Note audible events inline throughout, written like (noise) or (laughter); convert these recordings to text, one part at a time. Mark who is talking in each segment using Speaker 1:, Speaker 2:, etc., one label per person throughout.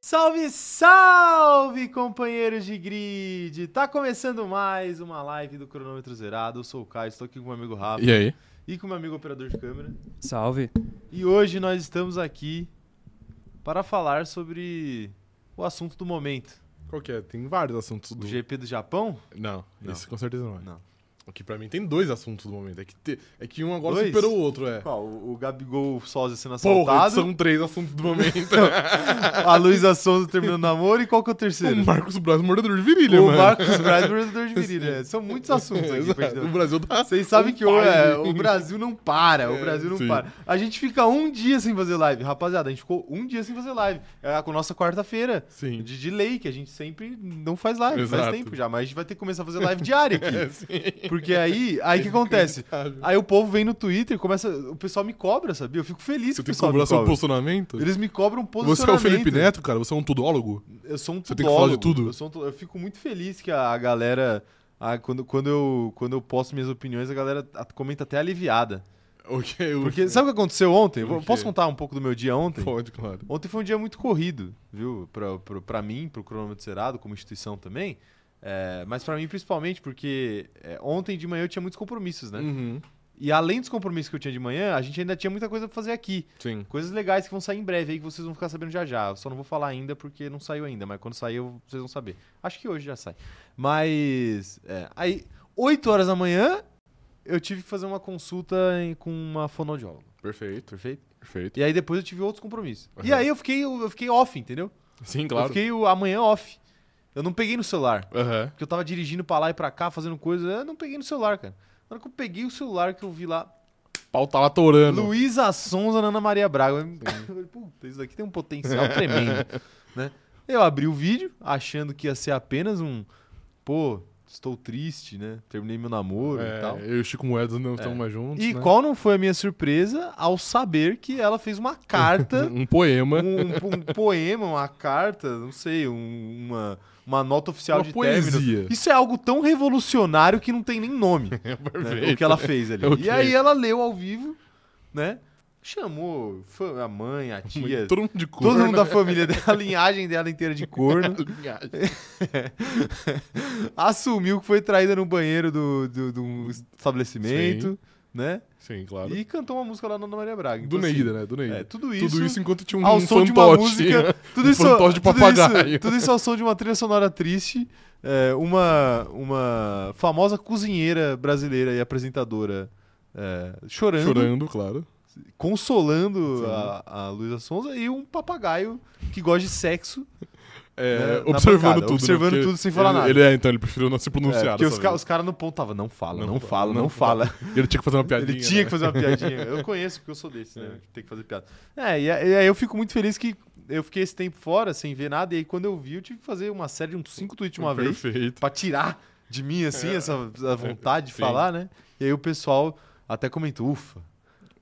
Speaker 1: Salve, salve, companheiros de grid! Tá começando mais uma live do Cronômetro Zerado. Eu sou o Caio, estou aqui com meu amigo Rafa
Speaker 2: E aí?
Speaker 1: e com meu amigo operador de câmera.
Speaker 3: Salve.
Speaker 1: E hoje nós estamos aqui para falar sobre o assunto do momento.
Speaker 2: Qual que é? Tem vários assuntos do.
Speaker 1: O GP do Japão?
Speaker 2: Não,
Speaker 1: Não.
Speaker 2: esse com certeza não é.
Speaker 1: Não.
Speaker 2: O que pra mim tem dois assuntos do momento. É que, te- é que um agora
Speaker 1: Dois?
Speaker 2: superou o outro, é.
Speaker 1: Qual? O o Gabigol Sósia sendo
Speaker 2: Porra,
Speaker 1: assaltado,
Speaker 2: são três assuntos
Speaker 1: (laughs)
Speaker 2: do momento. É
Speaker 1: a Luísa Sonza terminando namoro e qual que é o terceiro?
Speaker 2: o Marcos Braz, mordedor de virilha,
Speaker 1: o
Speaker 2: mano.
Speaker 1: Marcos Braz, vendedor de virilha. (laughs) É, São muitos assuntos aqui pra gente
Speaker 2: (laughs) Exato. O Brasil tá.
Speaker 1: Vocês sabem
Speaker 2: um
Speaker 1: que o- é,
Speaker 2: pai.
Speaker 1: o Brasil não para, o
Speaker 2: É,
Speaker 1: Brasil não
Speaker 2: sim.
Speaker 1: para. A gente fica um dia sem fazer live. Rapaziada, a gente ficou um dia sem fazer live. É a nossa quarta-feira
Speaker 2: (laughs) Sim.
Speaker 1: de delay, que a gente sempre não faz live, faz
Speaker 2: Exato.
Speaker 1: tempo já. Mas a gente vai ter que começar a fazer live diária
Speaker 2: (laughs) É,
Speaker 1: aqui.
Speaker 2: sim.
Speaker 1: Porque aí, aí o que acontece?
Speaker 2: (laughs)
Speaker 1: Ah,
Speaker 2: Sabe?
Speaker 1: Aí o povo vem no Twitter, começa, o pessoal me cobra, sabia? Eu fico feliz
Speaker 2: Você
Speaker 1: que o
Speaker 2: tem que
Speaker 1: pessoal
Speaker 2: cobrar
Speaker 1: me
Speaker 2: seu
Speaker 1: cobra.
Speaker 2: posicionamento?
Speaker 1: Eles me cobram
Speaker 2: Você é
Speaker 1: posicionamento.
Speaker 2: o Felipe Neto, cara? Você é um tudólogo?
Speaker 1: Eu sou um
Speaker 2: Você tem que falar de
Speaker 1: tudólogo.
Speaker 2: tudo.
Speaker 1: Eu, sou um tu- eu fico muito feliz que a, a galera. a- quando, quando, eu, quando eu posto minhas opiniões, a galera a- comenta até aliviada.
Speaker 2: (laughs) Ok, o-
Speaker 1: Porque sabe o que aconteceu ontem? Eu vou-
Speaker 2: Por quê?
Speaker 1: Posso contar um pouco do meu dia ontem?
Speaker 2: Pode, claro.
Speaker 1: Ontem foi um dia muito corrido, viu? Pra, pra, pra mim, pro cronômetro zerado, como instituição também. É, mas pra mim, principalmente, porque é, ontem de manhã eu tinha muitos compromissos, né?
Speaker 2: Uhum.
Speaker 1: E além dos compromissos que eu tinha de manhã, a gente ainda tinha muita coisa pra fazer aqui.
Speaker 2: Sim.
Speaker 1: Coisas legais que vão sair em breve aí que vocês vão ficar sabendo já já. Eu só não vou falar ainda porque não saiu ainda, mas quando sair eu- vocês vão saber. Acho que hoje já sai. Mas é, aí 8 horas da manhã eu tive que fazer uma consulta em- com uma fonoaudióloga,
Speaker 2: Perfeito,
Speaker 1: perfeito?
Speaker 2: perfeito.
Speaker 1: E aí depois eu tive outros compromissos. E
Speaker 2: Aham.
Speaker 1: aí eu fiquei eu fiquei off, entendeu?
Speaker 2: Sim,
Speaker 1: Eu
Speaker 2: claro.
Speaker 1: fiquei o- amanhã off. Eu não peguei no celular.
Speaker 2: Aham.
Speaker 1: Porque eu tava dirigindo pra lá e pra cá, fazendo coisa, eu não peguei no celular, cara. Na hora que eu peguei o celular que eu vi lá,
Speaker 2: Pau tá lá torando.
Speaker 1: Luísa Sonza na Ana Maria Braga. Eu (laughs) falei, Puta, isso daqui tem um potencial tremendo, né? Eu abri o vídeo, achando que ia ser apenas um... Pô, estou triste, né? Terminei meu namoro
Speaker 2: É,
Speaker 1: e tal. É.
Speaker 2: eu e o Chico Moedas não estamos mais juntos.
Speaker 1: E
Speaker 2: né?
Speaker 1: qual não foi a minha surpresa ao saber que ela fez uma
Speaker 2: (laughs)
Speaker 1: carta,
Speaker 2: Um poema.
Speaker 1: um, um poema, uma carta, não sei, um- uma, uma nota oficial
Speaker 2: Uma
Speaker 1: de
Speaker 2: poesia.
Speaker 1: término. Isso é algo tão revolucionário que não tem nem nome
Speaker 2: (laughs)
Speaker 1: né,
Speaker 2: Perfeito.
Speaker 1: o que ela fez ali.
Speaker 2: Ok.
Speaker 1: E aí ela leu ao vivo, né? Chamou fã- a mãe, a tia,
Speaker 2: Todo mundo Um de cor.
Speaker 1: todo mundo da família dela, a linhagem dela inteira de corno. Assumiu que foi traída no banheiro do, do, do estabelecimento, né?
Speaker 2: (laughs) Sim, claro.
Speaker 1: E cantou uma música lá na Ana Maria Braga.
Speaker 2: do
Speaker 1: Então, assim,
Speaker 2: Neida, né? Do Neida.
Speaker 1: É, tudo isso.
Speaker 2: tudo isso enquanto tinha um,
Speaker 1: ao som
Speaker 2: fantoche.
Speaker 1: de uma (laughs)
Speaker 2: (laughs)
Speaker 1: música, tudo
Speaker 2: um
Speaker 1: isso,
Speaker 2: fantoche de
Speaker 1: tudo
Speaker 2: papagaio.
Speaker 1: isso, tudo isso ao som de uma trilha sonora triste, é, uma uma famosa cozinheira brasileira e apresentadora é, chorando,
Speaker 2: Chorando, claro.
Speaker 1: consolando
Speaker 2: Sim.
Speaker 1: a, a Luísa Sonza e um papagaio que gosta de sexo,
Speaker 2: É,
Speaker 1: Na- na bancada,
Speaker 2: observando tudo. né?
Speaker 1: observando
Speaker 2: Porque
Speaker 1: tudo sem falar
Speaker 2: ele-
Speaker 1: nada.
Speaker 2: Ele é, então, ele preferiu não se
Speaker 1: é,
Speaker 2: pronunciar.
Speaker 1: porque os,
Speaker 2: dessa
Speaker 1: ca-
Speaker 2: vez.
Speaker 1: os caras não ponto tava, não fala, não,
Speaker 2: Não fala,
Speaker 1: fala, não
Speaker 2: não
Speaker 1: fala.
Speaker 2: Ele tinha que fazer uma piadinha.
Speaker 1: Ele tinha
Speaker 2: né?
Speaker 1: que fazer uma piadinha. (laughs) Eu conheço porque eu sou desse, né? Tem que fazer piada. É, e aí e aí eu fico muito feliz que eu fiquei esse tempo fora sem ver nada, e aí quando eu vi, eu tive que fazer uma série de uns cinco tweets de uma vez.
Speaker 2: Perfeito.
Speaker 1: Pra tirar de mim, assim, essa a vontade de
Speaker 2: É. Sim.
Speaker 1: falar, né? E aí o pessoal até comentou, ufa,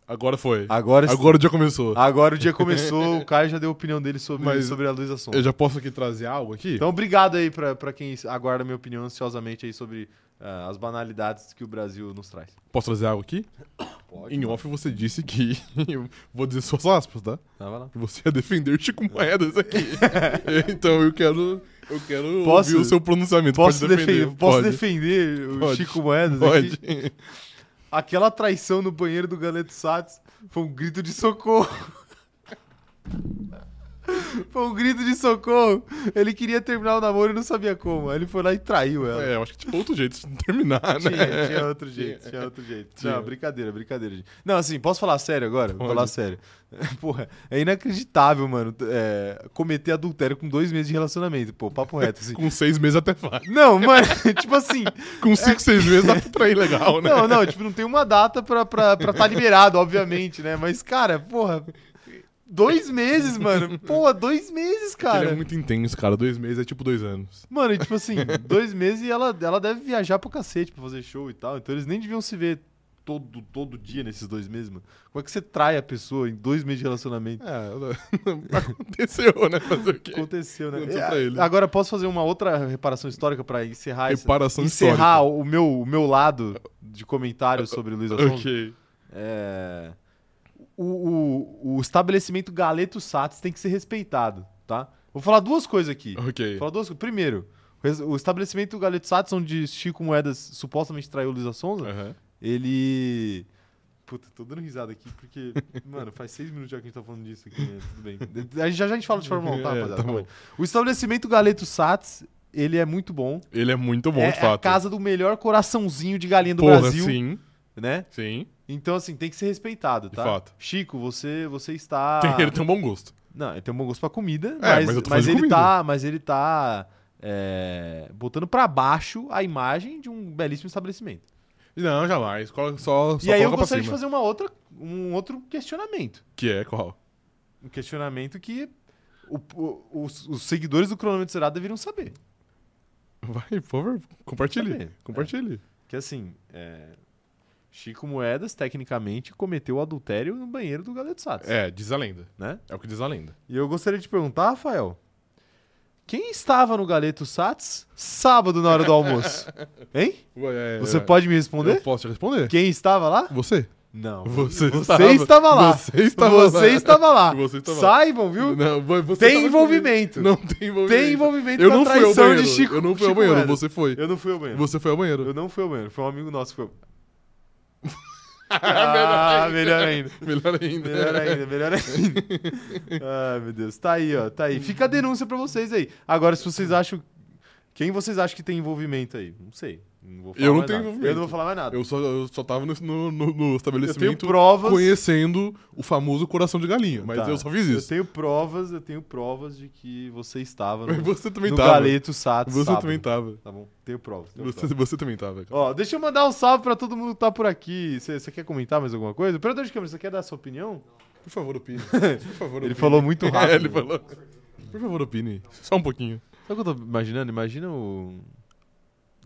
Speaker 2: Agora foi.
Speaker 1: agora, Ah,
Speaker 2: Agora o dia começou.
Speaker 1: agora o dia começou, o Caio já deu a opinião dele sobre,
Speaker 2: Mas
Speaker 1: sobre a Luísa Sonza.
Speaker 2: Eu já posso aqui trazer algo aqui?
Speaker 1: Então obrigado aí pra, pra quem aguarda minha opinião ansiosamente aí sobre ah, as banalidades que o Brasil nos traz.
Speaker 2: Posso trazer algo aqui?
Speaker 1: Pode.
Speaker 2: Em off você disse que. (laughs) eu vou dizer suas aspas, tá? Que você (laughs) ia defender Chico Moedas
Speaker 1: (laughs)
Speaker 2: aqui. então eu quero. Eu quero
Speaker 1: Posso-
Speaker 2: ouvir o seu pronunciamento.
Speaker 1: Posso
Speaker 2: Pode
Speaker 1: defender, posso
Speaker 2: Pode.
Speaker 1: defender o
Speaker 2: Pode.
Speaker 1: Chico Moedas aqui?
Speaker 2: Pode.
Speaker 1: Aquela traição no banheiro do Galeto Sats foi um grito de socorro. (laughs) foi um grito de socorro. Ele queria terminar o namoro e não sabia como. Aí ele foi lá e traiu ela.
Speaker 2: (laughs) É, eu acho que tipo outro jeito de terminar, né?
Speaker 1: Tinha, tinha outro jeito, tinha outro jeito. Não,
Speaker 2: Tinha.
Speaker 1: brincadeira, brincadeira. gente. Não, assim, posso falar sério agora? Vou
Speaker 2: Pode.
Speaker 1: falar sério. (laughs) Porra, é inacreditável, mano, é, cometer adultério com dois meses de relacionamento. Pô, papo reto,
Speaker 2: (laughs)
Speaker 1: assim.
Speaker 2: Com seis meses até vai.
Speaker 1: Não, mano, (laughs) tipo assim,
Speaker 2: Com cinco, seis meses dá pra trair legal, né?
Speaker 1: Não, não, tipo, não tem uma data pra, pra, pra tá liberado, obviamente, né? Mas, cara, porra. Dois meses, mano. Porra, dois meses,
Speaker 2: Porque
Speaker 1: cara.
Speaker 2: Ele é muito intenso, cara. Dois meses é tipo dois anos.
Speaker 1: Mano, e, tipo assim, dois meses e ela, ela deve viajar pro cacete pra fazer show e tal. Então eles nem deviam se ver todo, todo dia nesses dois meses, mano. Como é que você trai a pessoa em dois meses de relacionamento?
Speaker 2: É, (laughs) aconteceu, né? Fazer o quê?
Speaker 1: Aconteceu, né?
Speaker 2: Aconteceu pra ele.
Speaker 1: Agora posso fazer uma outra reparação histórica pra encerrar esse-
Speaker 2: Reparação
Speaker 1: encerrar o meu, o meu lado de comentário sobre Luiz Assunção?
Speaker 2: histórica. Ok.
Speaker 1: É, o, o- o estabelecimento Galeto Sats tem que ser respeitado, tá? Vou falar duas coisas aqui.
Speaker 2: Ok.
Speaker 1: Vou falar duas coisas. Primeiro, o res- o estabelecimento Galeto Satson, onde Chico Moedas supostamente traiu Luísa Sonza,
Speaker 2: Aham.
Speaker 1: ele. Puta, tô dando risada aqui porque, (laughs) mano, faz seis minutos já que a gente tá falando disso aqui, né? Tudo bem. A gente já, já a gente fala de
Speaker 2: (laughs)
Speaker 1: Fórmula 1, tá,
Speaker 2: É,
Speaker 1: rapaziada?
Speaker 2: tá
Speaker 1: Calma aí.
Speaker 2: bom.
Speaker 1: O estabelecimento Galeto Sats, ele é muito bom.
Speaker 2: Ele é muito bom,
Speaker 1: é,
Speaker 2: de
Speaker 1: é a
Speaker 2: fato.
Speaker 1: casa do melhor coraçãozinho de galinha do
Speaker 2: Porra,
Speaker 1: Brasil,
Speaker 2: sim.
Speaker 1: né?
Speaker 2: Sim.
Speaker 1: Então, assim, tem que ser respeitado,
Speaker 2: De
Speaker 1: tá?
Speaker 2: fato.
Speaker 1: Chico, você, você está.
Speaker 2: (laughs) Tem- ele tem um bom gosto.
Speaker 1: Não, ele tem um bom gosto pra comida,
Speaker 2: É,
Speaker 1: mas,
Speaker 2: mas eu tô
Speaker 1: mas
Speaker 2: falando de
Speaker 1: ele
Speaker 2: comida.
Speaker 1: tá. Mas ele tá. é, botando pra baixo a imagem de um belíssimo estabelecimento.
Speaker 2: Não, jamais. Coloca- Só, só
Speaker 1: e aí eu
Speaker 2: coloca pra
Speaker 1: gostaria de
Speaker 2: cima.
Speaker 1: fazer uma outra, um outro questionamento.
Speaker 2: Que é qual?
Speaker 1: Um questionamento que o- o- os, os seguidores do cronômetro zerado deveriam saber.
Speaker 2: Vai, por favor, compartilhe.
Speaker 1: Saber.
Speaker 2: Compartilhe.
Speaker 1: Que assim, é, Chico Moedas, tecnicamente, cometeu adultério no banheiro do Galeto Satos,
Speaker 2: É. diz a lenda.
Speaker 1: né?
Speaker 2: É o que diz a lenda.
Speaker 1: E eu gostaria de perguntar, Rafael, quem estava no Galeto Sats sábado na hora do almoço? Hein?
Speaker 2: Ué, é-
Speaker 1: Você pode me
Speaker 2: Eu
Speaker 1: responder?
Speaker 2: posso te responder?
Speaker 1: Quem estava lá?
Speaker 2: Você.
Speaker 1: Não.
Speaker 2: Você
Speaker 1: estava, lá.
Speaker 2: Você estava lá.
Speaker 1: Você estava lá.
Speaker 2: Você estava lá.
Speaker 1: Saibam, viu?
Speaker 2: Não, vo- você
Speaker 1: Tem
Speaker 2: tava
Speaker 1: envolvimento.
Speaker 2: comigo. Não tem envolvimento.
Speaker 1: Tem envolvimento
Speaker 2: Eu
Speaker 1: com a
Speaker 2: não fui ao
Speaker 1: traição
Speaker 2: banheiro.
Speaker 1: de Chico.
Speaker 2: eu não fui ao
Speaker 1: Chico
Speaker 2: banheiro,
Speaker 1: Moedas.
Speaker 2: você foi.
Speaker 1: Eu não fui ao banheiro.
Speaker 2: Você foi ao banheiro.
Speaker 1: Eu não fui ao banheiro. Foi um amigo nosso que foi.
Speaker 2: (laughs) É
Speaker 1: ah, melhor ainda.
Speaker 2: (laughs) Melhor ainda.
Speaker 1: Melhor ainda, melhor
Speaker 2: (laughs)
Speaker 1: ainda. Ai, meu Deus. Tá aí, ó. Tá aí. Fica a
Speaker 2: Uhum.
Speaker 1: denúncia pra vocês aí. Agora, se vocês acham. Quem vocês acham que tem envolvimento aí? Não sei. Não vou falar
Speaker 2: Eu não
Speaker 1: mais
Speaker 2: tenho
Speaker 1: nada. Eu
Speaker 2: envolvimento.
Speaker 1: não vou falar mais nada.
Speaker 2: Eu só, eu só tava no, no- no- no
Speaker 1: Eu tenho
Speaker 2: estabelecimento
Speaker 1: provas.
Speaker 2: conhecendo o famoso coração de galinha. Mas
Speaker 1: Tá.
Speaker 2: eu só fiz
Speaker 1: Eu
Speaker 2: isso.
Speaker 1: tenho provas, eu tenho provas de que você estava
Speaker 2: Mas
Speaker 1: no,
Speaker 2: você também
Speaker 1: no
Speaker 2: tava.
Speaker 1: Galeto Sato.
Speaker 2: Você
Speaker 1: sábado.
Speaker 2: também tava.
Speaker 1: Tá bom, tenho provas. tenho
Speaker 2: Você,
Speaker 1: provas.
Speaker 2: você também tava, cara.
Speaker 1: Ó, deixa eu mandar um salve pra todo mundo que tá por aqui. Você quer comentar mais alguma coisa? Operador de câmera, você quer dar a sua opinião?
Speaker 2: Por favor, (laughs) opine. Por favor,
Speaker 1: Ele
Speaker 2: opine.
Speaker 1: falou muito rápido.
Speaker 2: É, ele falou. Por favor, opine. Só um (laughs) pouquinho.
Speaker 1: Sabe o que eu tô imaginando? Imagina o.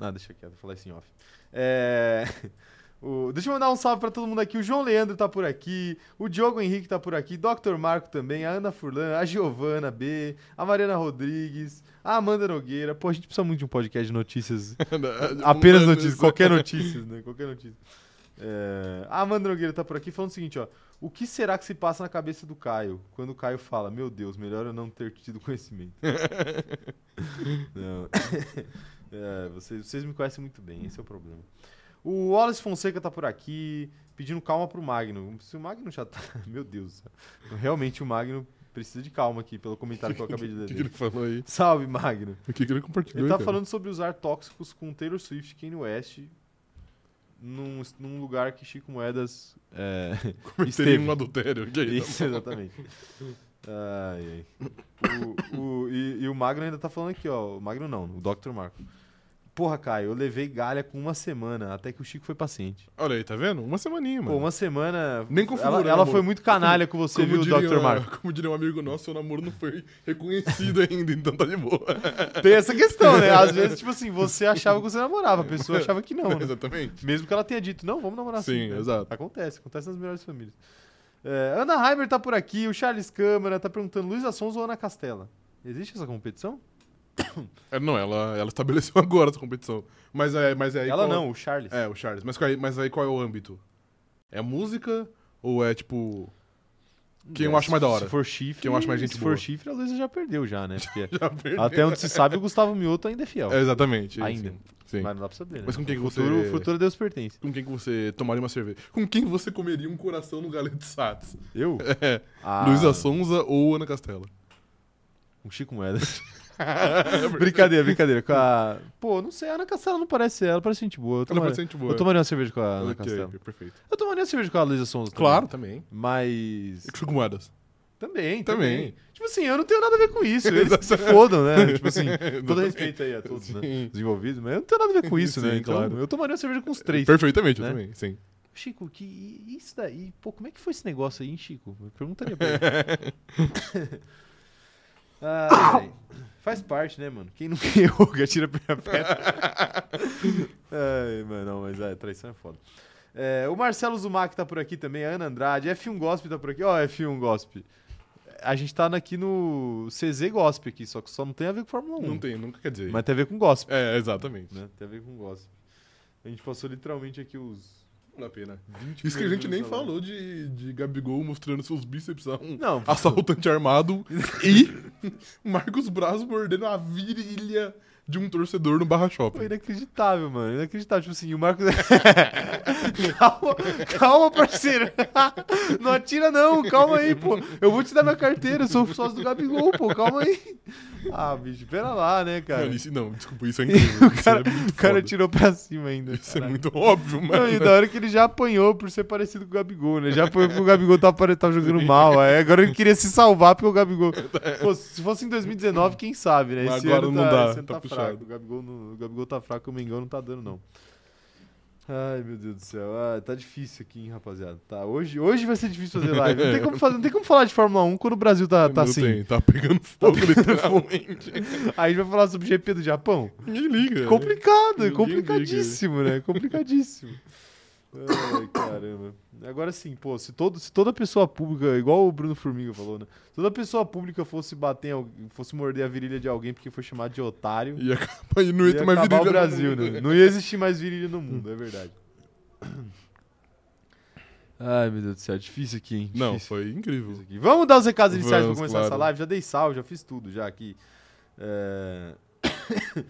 Speaker 1: Ah, deixa quieto, vou falar isso em off. É. (laughs) o- Deixa eu mandar um salve pra todo mundo aqui. O João Leandro tá por aqui, o Diogo Henrique tá por aqui, Dr. Marco também, a Ana Furlan, a Giovana B, a Mariana Rodrigues, a Amanda Nogueira. Pô, a gente precisa muito de um podcast de notícias.
Speaker 2: (laughs) um
Speaker 1: Apenas notícias, qualquer notícia, né? Qualquer notícia. É, A Amanda Nogueira tá por aqui falando o seguinte, ó. O que será que se passa na cabeça do Caio quando o Caio fala, meu Deus, melhor eu não ter tido conhecimento? Não. (laughs) É, vocês, vocês me conhecem muito bem, esse é o problema. O Wallace Fonseca tá por aqui pedindo calma pro Magno. Se o Magno já tá. (laughs) Meu Deus. Realmente o Magno precisa de calma aqui, pelo comentário que eu acabei de
Speaker 2: O
Speaker 1: ler.
Speaker 2: que, que (laughs) ele
Speaker 1: dele.
Speaker 2: falou aí?
Speaker 1: Salve, Magno.
Speaker 2: O que, que ele compartilhou? então?
Speaker 1: Ele tá
Speaker 2: cara?
Speaker 1: falando sobre usar tóxicos com Taylor Swift e Kanye West num, num lugar que Chico Moedas
Speaker 2: (laughs)
Speaker 1: é, (laughs)
Speaker 2: Cometeria então.
Speaker 1: esteve.
Speaker 2: um adultério. ok?
Speaker 1: Isso, exatamente. Ai, ai. O, o- e, e o Magno ainda tá falando aqui, ó. O Magno não, o Dr. Marco. Porra, Caio, eu levei galha com uma semana, até que o Chico foi paciente.
Speaker 2: Olha aí, tá vendo? Uma semaninha, mano.
Speaker 1: Pô, uma semana.
Speaker 2: Nem configurou,
Speaker 1: Ela,
Speaker 2: né,
Speaker 1: ela
Speaker 2: amor?
Speaker 1: foi muito canalha com você, viu,
Speaker 2: diria,
Speaker 1: Dr.
Speaker 2: (laughs)
Speaker 1: Marco?
Speaker 2: Como diria um amigo nosso, seu namoro não foi reconhecido ainda, então tá de boa.
Speaker 1: Tem essa questão, né? Às vezes, tipo assim, você achava que você namorava, a pessoa achava que
Speaker 2: (laughs)
Speaker 1: não, né?
Speaker 2: Exatamente.
Speaker 1: Mesmo que ela tenha dito, não, vamos namorar assim.
Speaker 2: Sim, exato.
Speaker 1: Acontece, acontece nas melhores famílias. É, Ana Heimer tá por aqui, o Charles Câmara tá perguntando, Luiz Assonso ou Ana Castela? Existe essa competição?
Speaker 2: É, não, ela, ela estabeleceu (laughs) agora essa competição. Mas é, mas é aí
Speaker 1: Ela
Speaker 2: qual-
Speaker 1: não, o Charles.
Speaker 2: É, o Charles. Mas, qual é- mas aí qual é o âmbito? É música ou é tipo. Quem eu acho mais da hora?
Speaker 1: Se for chifre,
Speaker 2: Quem eu acho mais gente
Speaker 1: se
Speaker 2: boa.
Speaker 1: for chifre, a Luísa já perdeu já, né? Porque
Speaker 2: (laughs) (laughs) Já perdeu.
Speaker 1: até onde se sabe, o Gustavo Mioto ainda é fiel.
Speaker 2: É, exatamente.
Speaker 1: Ainda.
Speaker 2: Sim. Sim.
Speaker 1: Mas não dá pra saber, né?
Speaker 2: Mas com quem
Speaker 1: o
Speaker 2: que
Speaker 1: futuro,
Speaker 2: você-
Speaker 1: o futuro a Deus pertence.
Speaker 2: Com quem que você tomaria uma cerveja? Com quem você comeria um coração no galeto de Sats?
Speaker 1: Eu?
Speaker 2: (laughs) É.
Speaker 1: Ah,
Speaker 2: Luísa Sonza ou
Speaker 1: (laughs)
Speaker 2: Ana Castela?
Speaker 1: O Chico
Speaker 2: (laughs)
Speaker 1: Moedas. É brincadeira, brincadeira. Com a... Pô, não sei, a Ana Castela não parece ser, ela parece gente boa. Eu
Speaker 2: Ela
Speaker 1: tomaria,
Speaker 2: parece gente boa.
Speaker 1: eu tomaria uma cerveja com a Ana
Speaker 2: Ok,
Speaker 1: Castela.
Speaker 2: perfeito.
Speaker 1: Eu tomaria uma cerveja com a Luísa Sonza também.
Speaker 2: Claro, também.
Speaker 1: Mas.
Speaker 2: Chico Moedas.
Speaker 1: Também, também,
Speaker 2: Também.
Speaker 1: Tipo assim, eu não tenho nada a ver com
Speaker 2: (laughs)
Speaker 1: isso. Eles que se fodam, né? Tipo assim, todo
Speaker 2: Exatamente.
Speaker 1: respeito aí a todos, né?
Speaker 2: Sim.
Speaker 1: Os envolvidos, mas eu não tenho nada a ver com isso, né?
Speaker 2: Sim,
Speaker 1: Então,
Speaker 2: claro.
Speaker 1: eu tomaria uma cerveja com os três.
Speaker 2: Perfeitamente,
Speaker 1: né?
Speaker 2: eu também, sim.
Speaker 1: Chico, que e isso daí? Pô, como é que foi esse negócio aí, hein, Chico? Eu perguntaria pra ele. (laughs) Ah, (coughs) velho. faz parte, né, mano? Quem nunca (laughs) errou que atira a primeira pedra. Ai, mano, não, mas a traição é foda. É, o Marcelo Zumac tá por aqui também, a Ana Andrade, F1 Gospe tá por aqui. Ó, F1 Gospe. A gente tá aqui no CZ Gospe aqui, só que só não tem a ver com Fórmula 1.
Speaker 2: Não tem, nunca quer dizer.
Speaker 1: Mas tem a ver com Gospe
Speaker 2: É, exatamente.
Speaker 1: né? Tem a ver com gossip. A gente passou literalmente aqui os,
Speaker 2: Vale a pena.
Speaker 1: 20
Speaker 2: Isso que a gente nem
Speaker 1: minutos, né?
Speaker 2: falou de, de Gabigol mostrando seus bíceps a um
Speaker 1: Não,
Speaker 2: (laughs) assaltante armado e (laughs) Marcos Braz mordendo a virilha de um torcedor no
Speaker 1: (laughs)
Speaker 2: Barra
Speaker 1: Foi
Speaker 2: Shopping.
Speaker 1: inacreditável, mano. Inacreditável. Tipo assim, o
Speaker 2: (laughs)
Speaker 1: Marcos. calma, calma, parceiro. não atira, não. Calma aí, pô. Eu vou te dar minha carteira. Eu sou sócio do Gabigol, pô. Calma aí. Ah, bicho, pera lá, né, cara?
Speaker 2: Mano, isso, não, desculpa, isso é
Speaker 1: (laughs)
Speaker 2: incrível.
Speaker 1: o cara,
Speaker 2: isso é muito
Speaker 1: o cara
Speaker 2: foda.
Speaker 1: tirou pra cima ainda.
Speaker 2: Isso é
Speaker 1: caralho.
Speaker 2: muito óbvio,
Speaker 1: Não, e tá-
Speaker 2: mano.
Speaker 1: da
Speaker 2: (laughs)
Speaker 1: hora que ele já apanhou por ser parecido com o Gabigol, né? Já apanhou porque o Gabigol tava, pare- tava jogando mal. Aí agora ele queria se salvar porque o Gabigol. Pô, se fosse em 2019, quem sabe, né?
Speaker 2: Mas
Speaker 1: Esse
Speaker 2: agora
Speaker 1: ano
Speaker 2: não
Speaker 1: tá,
Speaker 2: dá,
Speaker 1: esse ano
Speaker 2: tá
Speaker 1: tá,
Speaker 2: puxado.
Speaker 1: fraco. O Gabigol, não- o Gabigol tá fraco, o Mengão não tá dando, não. Ai, meu Deus do céu. Ah, tá difícil aqui, hein, rapaziada. Tá, hoje, hoje vai ser difícil fazer live. Não tem como, fazer, não tem como falar de Fórmula 1 quando o Brasil tá, tá
Speaker 2: Não
Speaker 1: assim.
Speaker 2: tem, tá pegando
Speaker 1: (laughs)
Speaker 2: fogo, literalmente.
Speaker 1: Aí a gente vai falar sobre o GP do Japão.
Speaker 2: Ninguém liga. né?
Speaker 1: Complicado, é
Speaker 2: Ninguém
Speaker 1: complicadíssimo, né? Complicadíssimo. Ai, caramba. Agora sim, pô, se, todo, se toda pessoa pública, igual o Bruno Formiga falou, né? Se toda pessoa pública fosse bater, em alguém- fosse morder a virilha de alguém porque foi chamado de otário,
Speaker 2: E acaba e não
Speaker 1: ia
Speaker 2: entra mais
Speaker 1: acabar
Speaker 2: virilha.
Speaker 1: o
Speaker 2: no
Speaker 1: Brasil,
Speaker 2: mundo.
Speaker 1: né? Não ia existir mais virilha no mundo, é
Speaker 2: (laughs)
Speaker 1: verdade. Ai, meu Deus do céu, é difícil aqui, hein?
Speaker 2: Não,
Speaker 1: Difícil.
Speaker 2: foi
Speaker 1: Isso
Speaker 2: incrível.
Speaker 1: aqui. Vamos dar os recados iniciais
Speaker 2: Vamos,
Speaker 1: pra começar
Speaker 2: claro.
Speaker 1: essa live. Já dei sal, já fiz tudo já aqui. É... (coughs)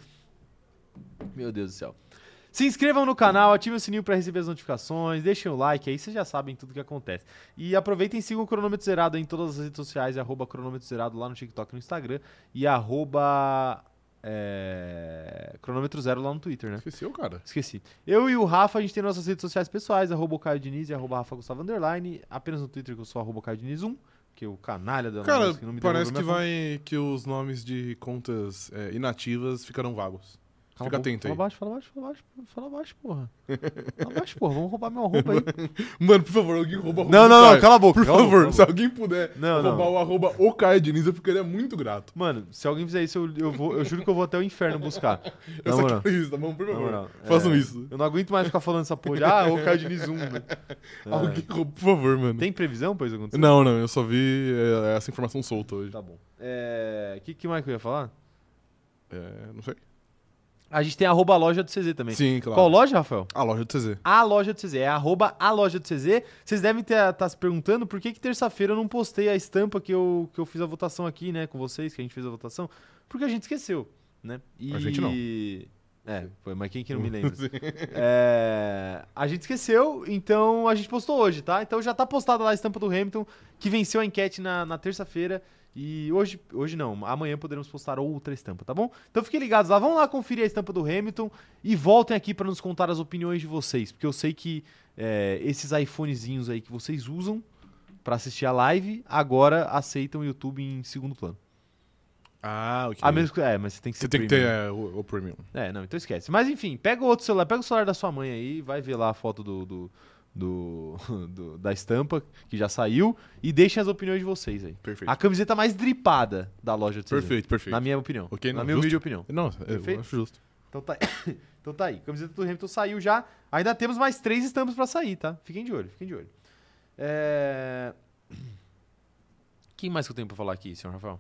Speaker 1: Meu Deus do céu. Se inscrevam no canal, ativem o sininho pra receber as notificações, deixem o like, aí vocês já sabem tudo que acontece. E aproveitem e sigam o Cronômetro Zerado em todas as redes sociais, é arroba Cronômetro Zerado lá no TikTok e no Instagram, e arroba é, Cronômetro Zero lá no Twitter, né?
Speaker 2: Esqueceu, cara.
Speaker 1: Esqueci. Eu e o Rafa, a gente tem nossas redes sociais pessoais, arroba o Caio Diniz e arroba Rafa Gustavo Underline. Apenas no Twitter que eu sou arroba Caio Diniz 1, que é o canalha da
Speaker 2: Cara,
Speaker 1: que não me
Speaker 2: parece que
Speaker 1: devolveu minha
Speaker 2: vai. que os nomes de contas é, inativas ficarão vagos.
Speaker 1: conta. Cala
Speaker 2: fica
Speaker 1: a boca,
Speaker 2: atento
Speaker 1: Fala
Speaker 2: aí.
Speaker 1: baixo, fala baixo, fala baixo, fala baixo, porra. Fala baixo, porra, vamos roubar minha
Speaker 2: (laughs)
Speaker 1: roupa aí.
Speaker 2: Mano, por favor, alguém rouba a roupa
Speaker 1: Não,
Speaker 2: do
Speaker 1: não, não,
Speaker 2: Caio.
Speaker 1: cala a boca.
Speaker 2: Por
Speaker 1: cala a boca,
Speaker 2: favor,
Speaker 1: cala a
Speaker 2: se
Speaker 1: boca.
Speaker 2: alguém puder
Speaker 1: Não, não.
Speaker 2: roubar o arroba o Caio Diniz, eu ficaria muito grato.
Speaker 1: Mano, se alguém fizer isso, eu, eu vou, eu juro que eu vou até o inferno
Speaker 2: (laughs)
Speaker 1: buscar.
Speaker 2: Eu
Speaker 1: Na
Speaker 2: só
Speaker 1: moral,
Speaker 2: quero isso, tá bom? Por
Speaker 1: na
Speaker 2: favor.
Speaker 1: moral.
Speaker 2: Façam
Speaker 1: É,
Speaker 2: isso.
Speaker 1: Eu não aguento mais ficar falando essa porra de, ah, o Caio Diniz 1.
Speaker 2: (laughs)
Speaker 1: né?
Speaker 2: Alguém
Speaker 1: É.
Speaker 2: rouba, por favor, mano.
Speaker 1: Tem previsão pra isso acontecer?
Speaker 2: Não, não, eu só vi é, essa informação solta hoje.
Speaker 1: Tá bom. É, que, que mais que eu ia falar?
Speaker 2: É, não sei.
Speaker 1: A gente tem arroba loja do CZ também.
Speaker 2: Sim, claro.
Speaker 1: Qual loja, Rafael?
Speaker 2: A loja do CZ.
Speaker 1: A loja do CZ, é arroba a loja do CZ. Vocês devem estar se perguntando por que, que terça-feira eu não postei a estampa que eu, que eu fiz a votação aqui, né, com vocês, que a gente fez a votação, porque a gente esqueceu, né? E...
Speaker 2: A gente não.
Speaker 1: É, foi, mas quem que não
Speaker 2: (laughs)
Speaker 1: me lembra? É, a gente esqueceu, então a gente postou hoje, tá? Então já tá postada lá a estampa do Hamilton, que venceu a enquete na, na terça-feira. E hoje, hoje não, amanhã poderemos postar outra estampa, tá bom? Então fiquem ligados lá, vão lá conferir a estampa do Hamilton e voltem aqui pra nos contar as opiniões de vocês, porque eu sei que é, esses iPhonezinhos aí que vocês usam pra assistir a live agora aceitam o YouTube em segundo plano.
Speaker 2: Ah, ok.
Speaker 1: A menos que, é, mas você tem que ser
Speaker 2: Você tem que
Speaker 1: premium.
Speaker 2: ter é, o, o premium.
Speaker 1: É, não, então esquece. Mas enfim, pega o outro celular, pega o celular da sua mãe aí, vai ver lá a foto do, do, do- (laughs) do- da estampa que já saiu e deixem as opiniões de vocês aí.
Speaker 2: Perfeito.
Speaker 1: A camiseta mais dripada da loja de CZ,
Speaker 2: perfeito, perfeito.
Speaker 1: Ah, Na minha opinião.
Speaker 2: Ok,
Speaker 1: na
Speaker 2: não,
Speaker 1: minha
Speaker 2: justo.
Speaker 1: humilde opinião.
Speaker 2: Não, eu
Speaker 1: Perfeito.
Speaker 2: acho justo.
Speaker 1: Então tá, (coughs) então tá aí. Camiseta do Hamilton saiu já. Ainda temos mais três estampas pra sair, tá? Fiquem de olho, fiquem de olho. É... Quem mais que eu tenho pra falar aqui, senhor Rafael?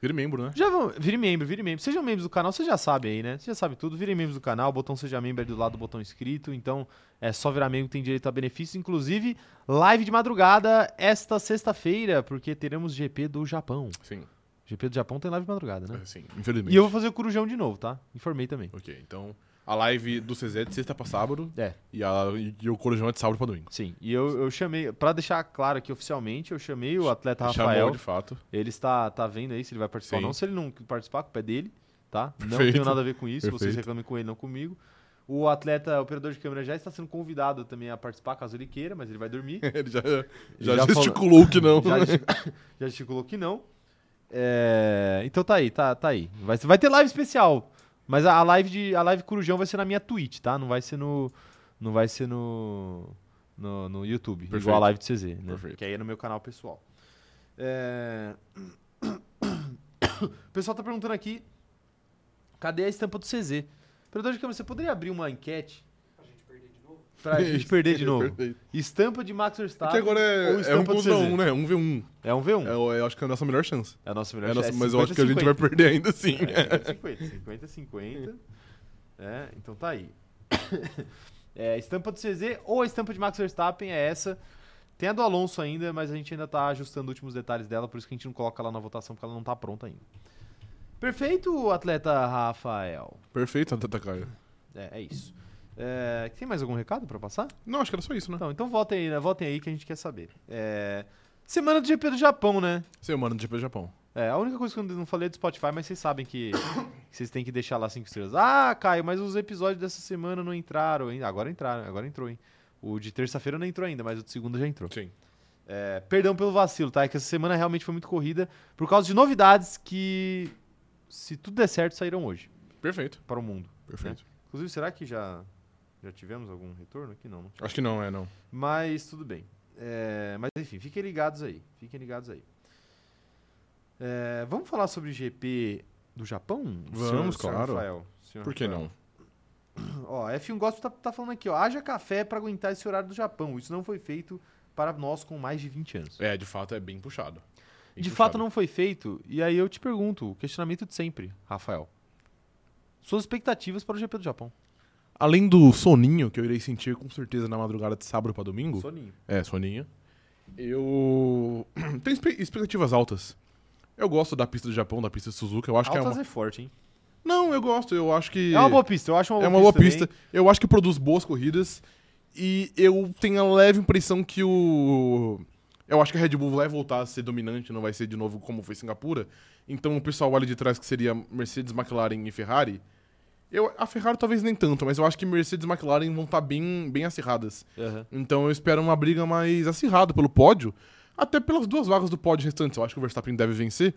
Speaker 2: Vire membro, né?
Speaker 1: Já vão, vire membro, vire membro. Sejam membros do canal, vocês já sabem aí, né? Vocês já sabem tudo. Virem membros do canal, o botão Seja Membro é do lado do botão inscrito. Então, é só virar membro que tem direito a benefícios. Inclusive, live de madrugada esta sexta-feira, porque teremos GP do Japão.
Speaker 2: Sim,
Speaker 1: GP do Japão tem live de madrugada, né?
Speaker 2: é, sim. Infelizmente.
Speaker 1: E eu vou fazer o Corujão de novo, tá? Informei também.
Speaker 2: Ok, então a live do CZ é de sexta pra sábado
Speaker 1: É,
Speaker 2: e, a, e o Corujão é de sábado pra domingo.
Speaker 1: sim. E eu, eu chamei, pra deixar claro aqui oficialmente, eu chamei o atleta
Speaker 2: Chamou
Speaker 1: Tá, Rafael.
Speaker 2: de fato.
Speaker 1: Ele está tá vendo aí se ele vai participar
Speaker 2: Sim.
Speaker 1: ou não. Se ele não participar, a culpa é dele, tá? Não
Speaker 2: Perfeito.
Speaker 1: tenho nada a ver com isso. Vocês
Speaker 2: Perfeito.
Speaker 1: reclamem com ele, não comigo. O atleta, operador de câmera, já está sendo convidado também a participar, caso ele queira, mas ele vai dormir.
Speaker 2: (laughs) Ele já, já,
Speaker 1: já falou-
Speaker 2: gesticulou que não. (laughs)
Speaker 1: já, gesti- (coughs) já gesticulou que não. É, então tá aí, tá, tá aí. Vai, ser- vai ter live especial. Mas a, a live de a live Corujão vai ser na minha Twitch, tá? Não vai ser no não vai ser no no, no YouTube,
Speaker 2: Perfeito.
Speaker 1: igual a live do CZ, né?
Speaker 2: Perfeito.
Speaker 1: Que aí é no meu canal pessoal. É... (coughs) O pessoal tá perguntando aqui, cadê a estampa do CZ? Operador de câmera, você poderia abrir uma enquete?
Speaker 2: (laughs)
Speaker 1: Pra gente perder de novo? Pra gente perder de novo.
Speaker 2: Perfeito.
Speaker 1: Estampa de Max
Speaker 2: É que
Speaker 1: Verstappen
Speaker 2: agora
Speaker 1: Tá. ou
Speaker 2: é, é um
Speaker 1: estampa do
Speaker 2: contra
Speaker 1: CZ?
Speaker 2: um, né? Um V1.
Speaker 1: É um V1.
Speaker 2: É, eu, eu acho que é a nossa melhor chance.
Speaker 1: É a nossa
Speaker 2: É
Speaker 1: melhor
Speaker 2: a nossa,
Speaker 1: chance.
Speaker 2: mas eu acho que a gente vai perder ainda assim. sim.
Speaker 1: né? É, 50, 50, 50. É, então tá aí. (coughs) É, a estampa do CZ ou a estampa de Max Verstappen é essa. Tem a do Alonso ainda, mas a gente ainda tá ajustando últimos detalhes dela, por isso que a gente não coloca ela na votação, porque ela não tá pronta ainda. Perfeito, atleta Rafael.
Speaker 2: (laughs) Perfeito, Atleta Caio.
Speaker 1: É, é isso. É, tem mais algum recado pra passar?
Speaker 2: Não, acho que era só isso, né?
Speaker 1: Então, então votem aí, né? Votem aí que a gente quer saber. É, Semana do GP do Japão, né?
Speaker 2: Semana do GP do Japão.
Speaker 1: É, a única coisa que eu não falei é do Spotify, mas vocês sabem que (coughs) que vocês têm que deixar lá cinco estrelas. Ah, Caio, mas os episódios dessa semana não entraram, hein? Agora entraram, agora entrou, hein? O de terça-feira não entrou ainda, mas o de segunda já entrou.
Speaker 2: Sim.
Speaker 1: É, perdão pelo vacilo, tá? É que essa semana realmente foi muito corrida por causa de novidades que, se tudo der certo, saíram hoje
Speaker 2: Perfeito.
Speaker 1: para o mundo.
Speaker 2: Perfeito.
Speaker 1: Inclusive, será que já, já tivemos algum retorno aqui? Não, não.
Speaker 2: Acho que não, é não.
Speaker 1: Mas tudo bem. É, mas enfim, fiquem ligados aí. Fiquem ligados aí. É, vamos falar sobre o GP do Japão?
Speaker 2: Vamos, claro.
Speaker 1: Rafael? Senhor
Speaker 2: Por que
Speaker 1: Rafael.
Speaker 2: não? é.
Speaker 1: Ó, F1 Gospel tá, tá falando aqui, ó. Haja café para aguentar esse horário do Japão. Isso não foi feito para nós com mais de 20 anos.
Speaker 2: É, de fato é bem puxado. Bem
Speaker 1: de
Speaker 2: puxado.
Speaker 1: fato não foi feito. E aí eu te pergunto, o questionamento de sempre, Rafael. Suas expectativas para o GP do Japão.
Speaker 2: Além do soninho que eu irei sentir com certeza na madrugada de sábado pra domingo.
Speaker 1: Soninho.
Speaker 2: É, soninho. Eu (clears throat) tenho espe- expectativas altas. Eu gosto da pista do Japão, da pista de Suzuka. Eu acho que é
Speaker 1: Altas
Speaker 2: uma.
Speaker 1: é forte, hein?
Speaker 2: Não, eu gosto. Eu acho que
Speaker 1: É uma boa pista, eu acho uma boa
Speaker 2: é uma boa
Speaker 1: pista
Speaker 2: pista.
Speaker 1: também.
Speaker 2: Eu acho que produz boas corridas. E eu tenho a leve impressão que o. Eu acho que a Red Bull vai voltar a ser dominante, não vai ser de novo como foi Singapura. Então o pessoal ali de trás, que seria Mercedes, McLaren e Ferrari. Eu, a Ferrari talvez nem tanto, mas eu acho que Mercedes e McLaren vão estar bem, bem acirradas.
Speaker 1: Aham.
Speaker 2: Então eu espero uma briga mais acirrada pelo pódio, até pelas duas vagas do pódio restantes. Eu acho que o Verstappen deve vencer.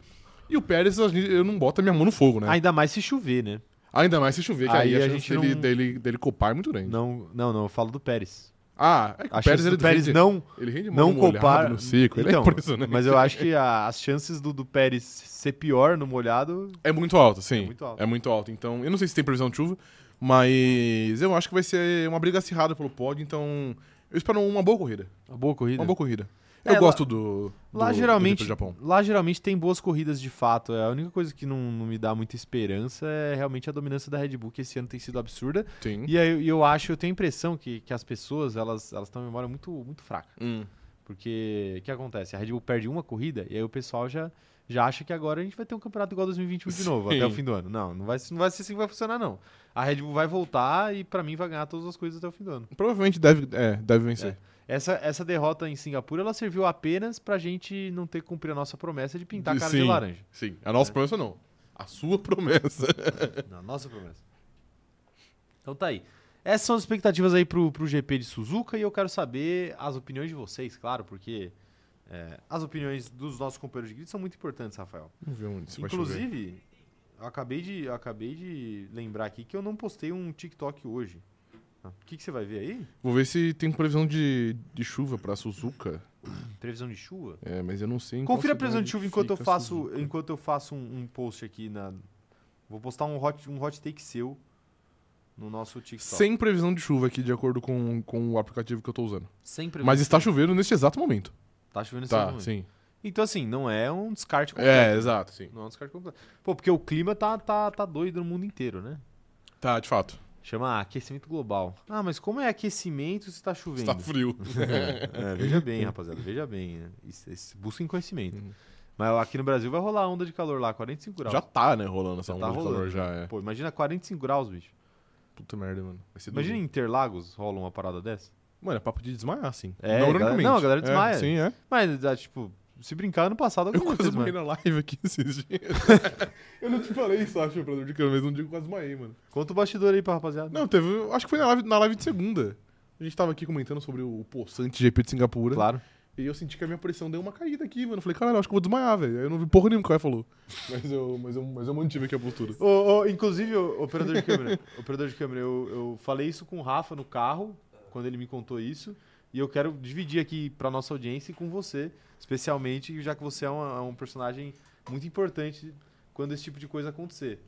Speaker 2: E o Pérez, a gente- eu não boto a minha mão no fogo, né?
Speaker 1: Ainda mais se chover, né?
Speaker 2: Ainda mais se chover, que
Speaker 1: Aí
Speaker 2: aí,
Speaker 1: a
Speaker 2: a
Speaker 1: gente
Speaker 2: chance dele,
Speaker 1: não-
Speaker 2: dele, dele copar é muito grande.
Speaker 1: Não, não, não, eu falo do Pérez.
Speaker 2: Ah,
Speaker 1: A
Speaker 2: é que o
Speaker 1: chance
Speaker 2: Pérez, ele
Speaker 1: do Pérez
Speaker 2: rende,
Speaker 1: não,
Speaker 2: ele rende
Speaker 1: não
Speaker 2: uma molhada
Speaker 1: copar...
Speaker 2: no seco, ele é
Speaker 1: Então,
Speaker 2: impressionante.
Speaker 1: mas eu acho que a- as chances do, do Pérez ser pior no molhado...
Speaker 2: É muito alto, sim.
Speaker 1: É muito alto.
Speaker 2: É muito alto. Então, eu não sei se tem previsão de chuva, mas eu acho que vai ser uma briga acirrada pelo pódio, então eu espero uma boa corrida.
Speaker 1: Uma boa corrida.
Speaker 2: Uma boa corrida.
Speaker 1: É,
Speaker 2: Eu
Speaker 1: lá-
Speaker 2: gosto do, do
Speaker 1: Lá
Speaker 2: do
Speaker 1: geralmente,
Speaker 2: GP do Japão.
Speaker 1: lá geralmente tem boas corridas de fato. É, A única coisa que não, não me dá muita esperança é realmente a dominância da Red Bull, que esse ano tem sido absurda.
Speaker 2: Sim.
Speaker 1: E aí eu, eu acho, eu tenho a impressão que, que as pessoas elas, elas têm uma memória muito, muito fraca.
Speaker 2: Hum.
Speaker 1: Porque o que acontece? A Red Bull perde uma corrida e aí o pessoal já, já acha que agora a gente vai ter um campeonato igual 2021 de novo,
Speaker 2: Sim.
Speaker 1: até o fim do ano. Não, não vai, não vai ser assim que vai funcionar, não. A Red Bull vai voltar e pra mim vai ganhar todas as coisas até o fim do ano.
Speaker 2: Provavelmente deve, é, deve vencer.
Speaker 1: Essa, essa derrota em Singapura ela serviu apenas pra gente não ter que cumprir a nossa promessa de pintar a cara de
Speaker 2: Sim.
Speaker 1: laranja.
Speaker 2: (laughs) Sim. A
Speaker 1: É.
Speaker 2: nossa promessa não. A sua (laughs) promessa.
Speaker 1: Na nossa promessa. Então tá aí. Essas são as expectativas aí pro, pro GP de Suzuka e eu quero saber as opiniões de vocês, claro, porque é, as opiniões dos nossos companheiros de grid são muito importantes, Rafael.
Speaker 2: Vamos ver onde isso vai chover.
Speaker 1: Inclusive, eu acabei, de, eu acabei de lembrar aqui que eu não postei um TikTok hoje. Ah, O que, que você vai ver aí?
Speaker 2: Vou ver se tem previsão de, de chuva pra Suzuka.
Speaker 1: Previsão de chuva?
Speaker 2: É, mas eu não sei. em qual
Speaker 1: Confira a previsão
Speaker 2: cidade
Speaker 1: de chuva enquanto eu
Speaker 2: fica assim.
Speaker 1: faço,
Speaker 2: Suzuka.
Speaker 1: enquanto eu faço um, um post aqui na. Vou postar um hot, um hot take seu no nosso TikTok.
Speaker 2: Sem previsão de chuva aqui, de acordo com, com o aplicativo que eu tô usando.
Speaker 1: Sem previsão
Speaker 2: Mas
Speaker 1: de
Speaker 2: está
Speaker 1: chuva.
Speaker 2: chovendo neste exato momento.
Speaker 1: Tá chovendo nesse
Speaker 2: Tá,
Speaker 1: momento.
Speaker 2: sim.
Speaker 1: Então, assim, não é um descarte completo.
Speaker 2: É, exato, sim.
Speaker 1: Não é um descarte completo. Pô, porque o clima tá, tá, tá doido no mundo inteiro, né?
Speaker 2: Tá, de fato.
Speaker 1: Chama aquecimento global. Ah, mas como é aquecimento se tá chovendo?
Speaker 2: Está frio.
Speaker 1: (laughs) É, veja
Speaker 2: (laughs)
Speaker 1: bem, rapaziada, veja bem. né? Isso- isso- Busquem conhecimento.
Speaker 2: Uhum.
Speaker 1: Mas aqui no Brasil vai rolar onda de calor lá, 45 graus.
Speaker 2: já tá, né, rolando essa
Speaker 1: Já
Speaker 2: onda
Speaker 1: tá
Speaker 2: de
Speaker 1: rolando.
Speaker 2: calor já, é.
Speaker 1: Pô, imagina 45 graus, bicho.
Speaker 2: Puta merda, mano. Vai ser
Speaker 1: Imagina
Speaker 2: duro.
Speaker 1: em Interlagos rola uma parada dessa.
Speaker 2: Mano, é papo de desmaiar, sim.
Speaker 1: É, a galera-
Speaker 2: ironicamente.
Speaker 1: não, a galera
Speaker 2: É,
Speaker 1: desmaia.
Speaker 2: sim, é.
Speaker 1: Mas, ah, tipo, se brincar ano passado,
Speaker 2: (laughs) Eu
Speaker 1: alguma
Speaker 2: quase
Speaker 1: coisa,
Speaker 2: morri
Speaker 1: mano.
Speaker 2: na live aqui (laughs) esses dias. eu não te falei isso, acho, pra de câmera, mas um dia eu quase desmaiei, mano.
Speaker 1: Conta o bastidor aí pra rapaziada.
Speaker 2: Não, teve. Acho que foi na live, na live de segunda. A gente tava aqui comentando sobre o poçante GP de Singapura.
Speaker 1: claro.
Speaker 2: E eu senti que a minha pressão deu uma caída aqui, mano. Eu falei, caralho, acho que eu vou desmaiar, velho. Aí eu não vi porra nenhuma que o Caio falou. Mas eu, mas, eu, mas eu mantive aqui a postura.
Speaker 1: Ô, ô, inclusive, ô, operador de câmera,
Speaker 3: (laughs)
Speaker 1: operador de câmera, eu, eu falei isso com o Rafa no carro, quando ele me contou isso, e eu quero dividir aqui pra nossa audiência e com você, especialmente, já que você é uma- é um personagem muito importante quando esse tipo de coisa acontecer.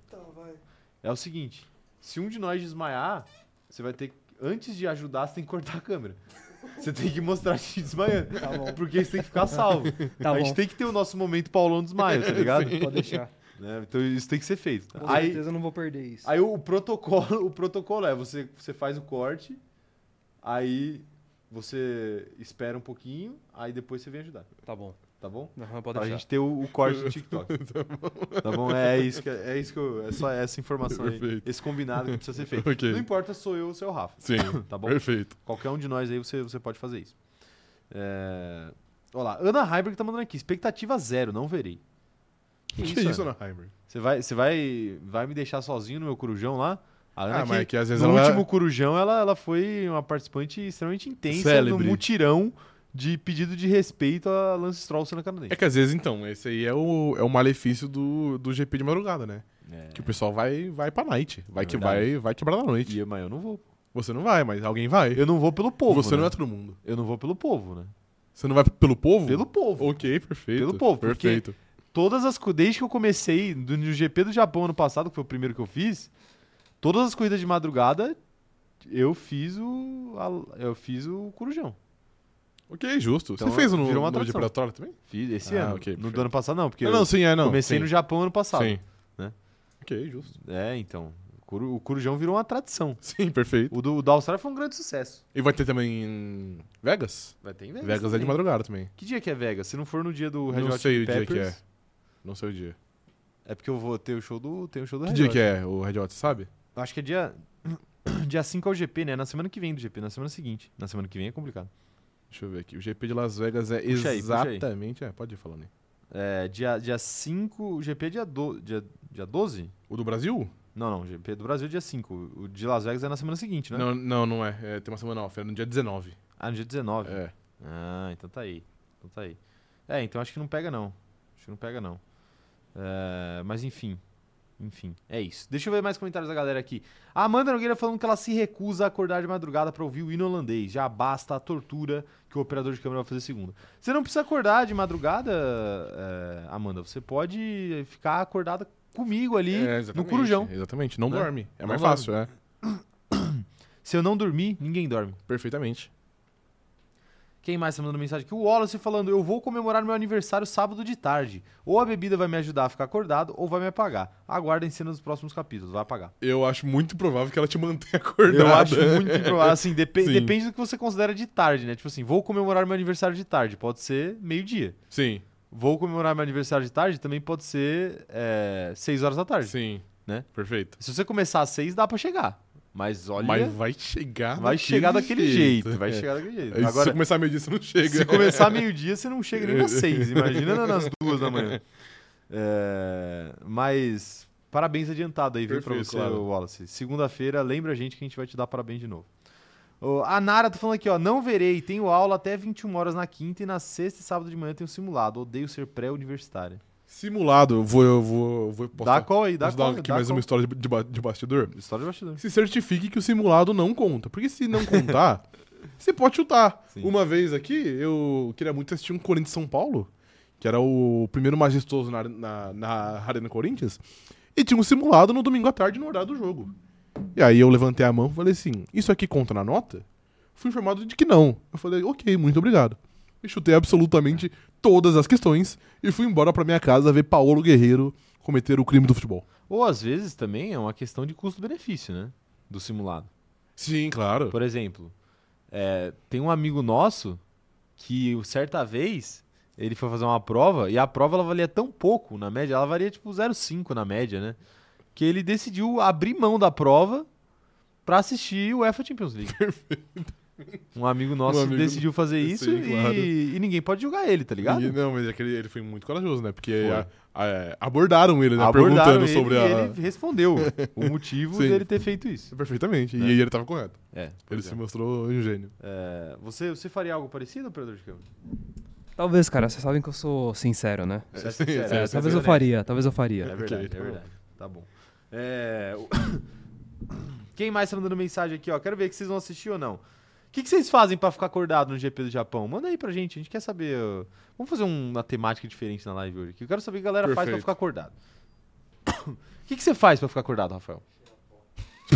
Speaker 1: É o seguinte, se um de nós desmaiar, você vai ter que- antes de ajudar, você tem que cortar a câmera. Você tem que mostrar a gente desmaiando.
Speaker 3: Tá (laughs) bom,
Speaker 1: Porque você tem que ficar salvo.
Speaker 3: tá
Speaker 1: a gente
Speaker 3: bom.
Speaker 1: tem que ter o nosso momento Paulão desmaio, tá ligado?
Speaker 3: Pode (laughs) deixar.
Speaker 1: Né? Então isso tem que ser feito.
Speaker 3: Com
Speaker 1: Aí,
Speaker 3: certeza eu não vou perder isso.
Speaker 1: (laughs) Aí o protocolo, o protocolo é você, você faz o corte, Aí você espera um pouquinho, aí depois você vem ajudar,
Speaker 3: Tá bom.
Speaker 1: tá bom?
Speaker 3: Não, mas pode
Speaker 1: Pra
Speaker 3: deixar.
Speaker 1: gente ter o, o corte do
Speaker 2: (laughs)
Speaker 1: TikTok. tá bom? É isso que é isso que eu, é só essa informação aí,
Speaker 2: Perfeito.
Speaker 1: esse combinado que precisa ser feito.
Speaker 2: (laughs) Ok.
Speaker 1: Não importa sou eu ou se é o Rafa.
Speaker 2: (laughs) Sim,
Speaker 1: Tá bom?
Speaker 2: perfeito.
Speaker 1: Qualquer um de nós aí você, você pode fazer isso. É... Olha lá, Ana Heiberg tá mandando aqui. Expectativa zero, não verei.
Speaker 2: Que
Speaker 1: isso,
Speaker 2: isso, isso
Speaker 1: Ana?
Speaker 2: Anaheim?
Speaker 1: Você vai, você vai, vai me deixar sozinho no meu corujão lá? A Ana
Speaker 2: Ah,
Speaker 1: que-
Speaker 2: mas é que às vezes
Speaker 1: no
Speaker 2: ela vai-
Speaker 1: último corujão, ela, ela foi uma participante extremamente intensa
Speaker 2: Célebre.
Speaker 1: no mutirão de pedido de respeito a Lance Stroll sendo canadense.
Speaker 2: É que às vezes, então, esse aí é o, é o malefício do, do GP de madrugada, né?
Speaker 1: É.
Speaker 2: Que o pessoal vai, vai pra night. Vai,
Speaker 1: É
Speaker 2: que
Speaker 1: verdade.
Speaker 2: vai, vai quebrar na
Speaker 1: E
Speaker 2: noite.
Speaker 1: eu, mas eu não vou.
Speaker 2: Você não vai, mas alguém vai.
Speaker 1: Eu não vou pelo povo.
Speaker 2: Você não
Speaker 1: né?
Speaker 2: é todo mundo.
Speaker 1: Eu não vou pelo povo, né?
Speaker 2: Você não vai pelo povo?
Speaker 1: Pelo povo.
Speaker 2: Ok, perfeito.
Speaker 1: Pelo povo, porque-
Speaker 2: Perfeito.
Speaker 1: Todas as. co- Desde que eu comecei do- no GP do Japão ano passado, que foi o primeiro que eu fiz, todas as corridas de madrugada, eu fiz o. a- eu fiz o corujão.
Speaker 2: Ok, justo.
Speaker 1: Então,
Speaker 2: Você fez no,
Speaker 1: virou uma
Speaker 2: no de
Speaker 1: tradição.
Speaker 2: Predatório também?
Speaker 1: Fiz esse
Speaker 2: Ah,
Speaker 1: ano.
Speaker 2: ok,
Speaker 1: no
Speaker 2: perfeito.
Speaker 1: do ano passado, não, porque
Speaker 2: Ah,
Speaker 1: eu
Speaker 2: não, sim, é, não.
Speaker 1: comecei
Speaker 2: sim.
Speaker 1: no Japão ano passado.
Speaker 2: Sim.
Speaker 1: né?
Speaker 2: Ok, justo. (laughs)
Speaker 1: É, então. o coru- O corujão virou uma tradição.
Speaker 2: Sim, perfeito.
Speaker 1: O do, o da Austrália foi um grande sucesso.
Speaker 2: E vai ter também em Vegas?
Speaker 1: Vai ter em
Speaker 2: Vegas,
Speaker 1: Vegas.
Speaker 2: é de
Speaker 1: também.
Speaker 2: madrugada também.
Speaker 1: Que dia que é Vegas? Se não for no dia do Red
Speaker 2: Não
Speaker 1: Hot
Speaker 2: sei
Speaker 1: Chili
Speaker 2: o dia que
Speaker 1: Peppers,
Speaker 2: é. Não sei o dia.
Speaker 1: é porque eu vou ter o show do, tem o show do
Speaker 2: Que
Speaker 1: Red
Speaker 2: dia
Speaker 1: Hot.
Speaker 2: que é o Red Hot, você sabe?
Speaker 1: Eu Acho que é dia. (coughs) Dia 5 é o GP, né? Na semana que vem do GP, na semana seguinte. Na semana que vem é complicado.
Speaker 2: Deixa eu ver aqui. O GP de Las Vegas é
Speaker 1: Puxa aí, puxa aí.
Speaker 2: exatamente... É, pode ir falando aí.
Speaker 1: É, dia, dia 5. O GP é dia, do, dia, dia 12?
Speaker 2: O do Brasil?
Speaker 1: Não, não. O GP do Brasil é dia 5. O de Las Vegas é na semana seguinte, né?
Speaker 2: Não, não, não é. É, Tem uma semana off, é no dia 19.
Speaker 1: Ah, no dia 19.
Speaker 2: É.
Speaker 1: Ah, então tá aí. Então tá aí. É, então acho que não pega, não. Acho que não pega, não. É, mas enfim. Enfim, é isso. Deixa eu ver mais comentários da galera aqui. A Amanda Nogueira falando que ela se recusa a acordar de madrugada pra ouvir o hino holandês. Já basta a tortura que o operador de câmera vai fazer segunda. Você não precisa acordar de madrugada, é, Amanda. Você pode ficar acordada comigo ali
Speaker 2: É,
Speaker 1: no
Speaker 2: exatamente,
Speaker 1: corujão.
Speaker 2: Exatamente. Não
Speaker 1: Né?
Speaker 2: dorme. É
Speaker 1: Não
Speaker 2: mais
Speaker 1: dorme.
Speaker 2: fácil, é.
Speaker 1: Se eu não dormir, ninguém dorme.
Speaker 2: Perfeitamente.
Speaker 1: Quem mais tá mandando mensagem aqui? O Wallace falando: Eu vou comemorar meu aniversário sábado de tarde. Ou a bebida vai me ajudar a ficar acordado, ou vai me apagar. Aguardem cena dos próximos capítulos, vai apagar.
Speaker 2: Eu acho muito provável que ela te mantenha (laughs) acordado.
Speaker 1: Eu acho muito improvável. (laughs) Assim, depe-
Speaker 2: Sim.
Speaker 1: depende do que você considera de tarde, né? Tipo assim, vou comemorar meu aniversário de tarde, pode ser meio-dia.
Speaker 2: Sim,
Speaker 1: Vou comemorar meu aniversário de tarde também pode ser é, 6 horas da tarde.
Speaker 2: sim.
Speaker 1: Né?
Speaker 2: Perfeito.
Speaker 1: Se você começar às 6, dá pra chegar. Mas olha,
Speaker 2: Mas
Speaker 1: vai,
Speaker 2: vai chegar
Speaker 1: chegar daquele jeito. Vai
Speaker 2: É.
Speaker 1: chegar (laughs) daquele jeito.
Speaker 2: Aí, se você começar meio dia, você não chega.
Speaker 1: Se começar meio-dia, você não chega
Speaker 2: (laughs)
Speaker 1: nem nas seis. Imagina na- nas duas da manhã. É, mas parabéns adiantado aí, viu, pra
Speaker 2: Perfeito,
Speaker 1: você,
Speaker 2: claro.
Speaker 1: Wallace. Segunda-feira, lembra a gente que a gente vai te dar parabéns de novo. Ô, a Nara tá falando aqui, ó. Não verei, tenho aula até 21 horas na quinta e na sexta e sábado de manhã tenho simulado. Odeio ser pré-universitária.
Speaker 2: (laughs) Simulado, eu vou, eu vou, eu vou
Speaker 1: Dá
Speaker 2: postar,
Speaker 1: qual aí, dá
Speaker 2: posso dar
Speaker 1: qual.
Speaker 2: aqui
Speaker 1: dá
Speaker 2: mais
Speaker 1: call.
Speaker 2: uma história de, de, ba- de bastidor.
Speaker 1: História de bastidor.
Speaker 2: Se certifique que o simulado não conta. Porque se não (laughs) contar, você pode chutar.
Speaker 1: Sim.
Speaker 2: Uma vez aqui, eu queria muito assistir um Corinthians São Paulo, que era o primeiro majestoso na, na, na Arena Corinthians, e tinha um simulado no domingo à tarde no horário do jogo. E aí eu levantei a mão e falei assim: Isso aqui conta na nota? Fui informado de que não. Eu falei: Ok, muito obrigado. E chutei absolutamente todas as questões e fui embora pra minha casa ver Paulo Guerreiro cometer o crime do futebol.
Speaker 1: Ou às vezes também é uma questão de custo-benefício, né? Do simulado.
Speaker 2: Sim, claro.
Speaker 1: Por exemplo, é, tem um amigo nosso que certa vez ele foi fazer uma prova e a prova ela valia tão pouco na média, ela valia tipo 0,5 na média, né? Que ele decidiu abrir mão da prova pra assistir o UEFA Champions League. Um amigo nosso
Speaker 2: amigo-
Speaker 1: decidiu fazer
Speaker 2: Sim,
Speaker 1: isso e,
Speaker 2: claro.
Speaker 1: e ninguém pode julgar ele, tá ligado?
Speaker 2: E- não, mas é que ele, ele foi muito corajoso, né? Porque
Speaker 1: Foi.
Speaker 2: a- a- abordaram ele, né?
Speaker 1: Abordaram
Speaker 2: perguntando
Speaker 1: ele
Speaker 2: sobre
Speaker 1: e
Speaker 2: a.
Speaker 1: ele respondeu
Speaker 2: (laughs)
Speaker 1: o motivo
Speaker 2: Sim.
Speaker 1: dele ter feito isso.
Speaker 2: Perfeitamente.
Speaker 1: Né?
Speaker 2: E ele tava correto.
Speaker 1: É,
Speaker 2: Ele
Speaker 1: pois é.
Speaker 2: se mostrou um gênio.
Speaker 1: É, você, você faria algo parecido, operador de câmera?
Speaker 3: Talvez, cara, vocês sabem que eu sou sincero, né?
Speaker 1: Você é
Speaker 2: sim,
Speaker 1: sincero,
Speaker 2: sim,
Speaker 1: você
Speaker 3: É,
Speaker 1: é
Speaker 2: sim,
Speaker 3: talvez
Speaker 2: sim.
Speaker 3: eu
Speaker 1: sincero.
Speaker 3: faria, talvez eu
Speaker 1: É
Speaker 3: faria.
Speaker 1: verdade,
Speaker 2: tá
Speaker 1: é
Speaker 2: bom.
Speaker 1: verdade. Tá bom. É, o- (coughs) Quem mais tá mandando mensagem aqui, ó? Quero ver que vocês vão assistir ou não. O que, que vocês fazem pra ficar acordado no GP do Japão? Manda aí pra gente, a gente quer saber. ó. Vamos fazer um, uma temática diferente na live hoje aqui. Eu quero saber o que a galera faz pra
Speaker 2: Perfeito.
Speaker 1: ficar acordado. (coughs) O que, que você faz pra ficar acordado, Rafael? (laughs)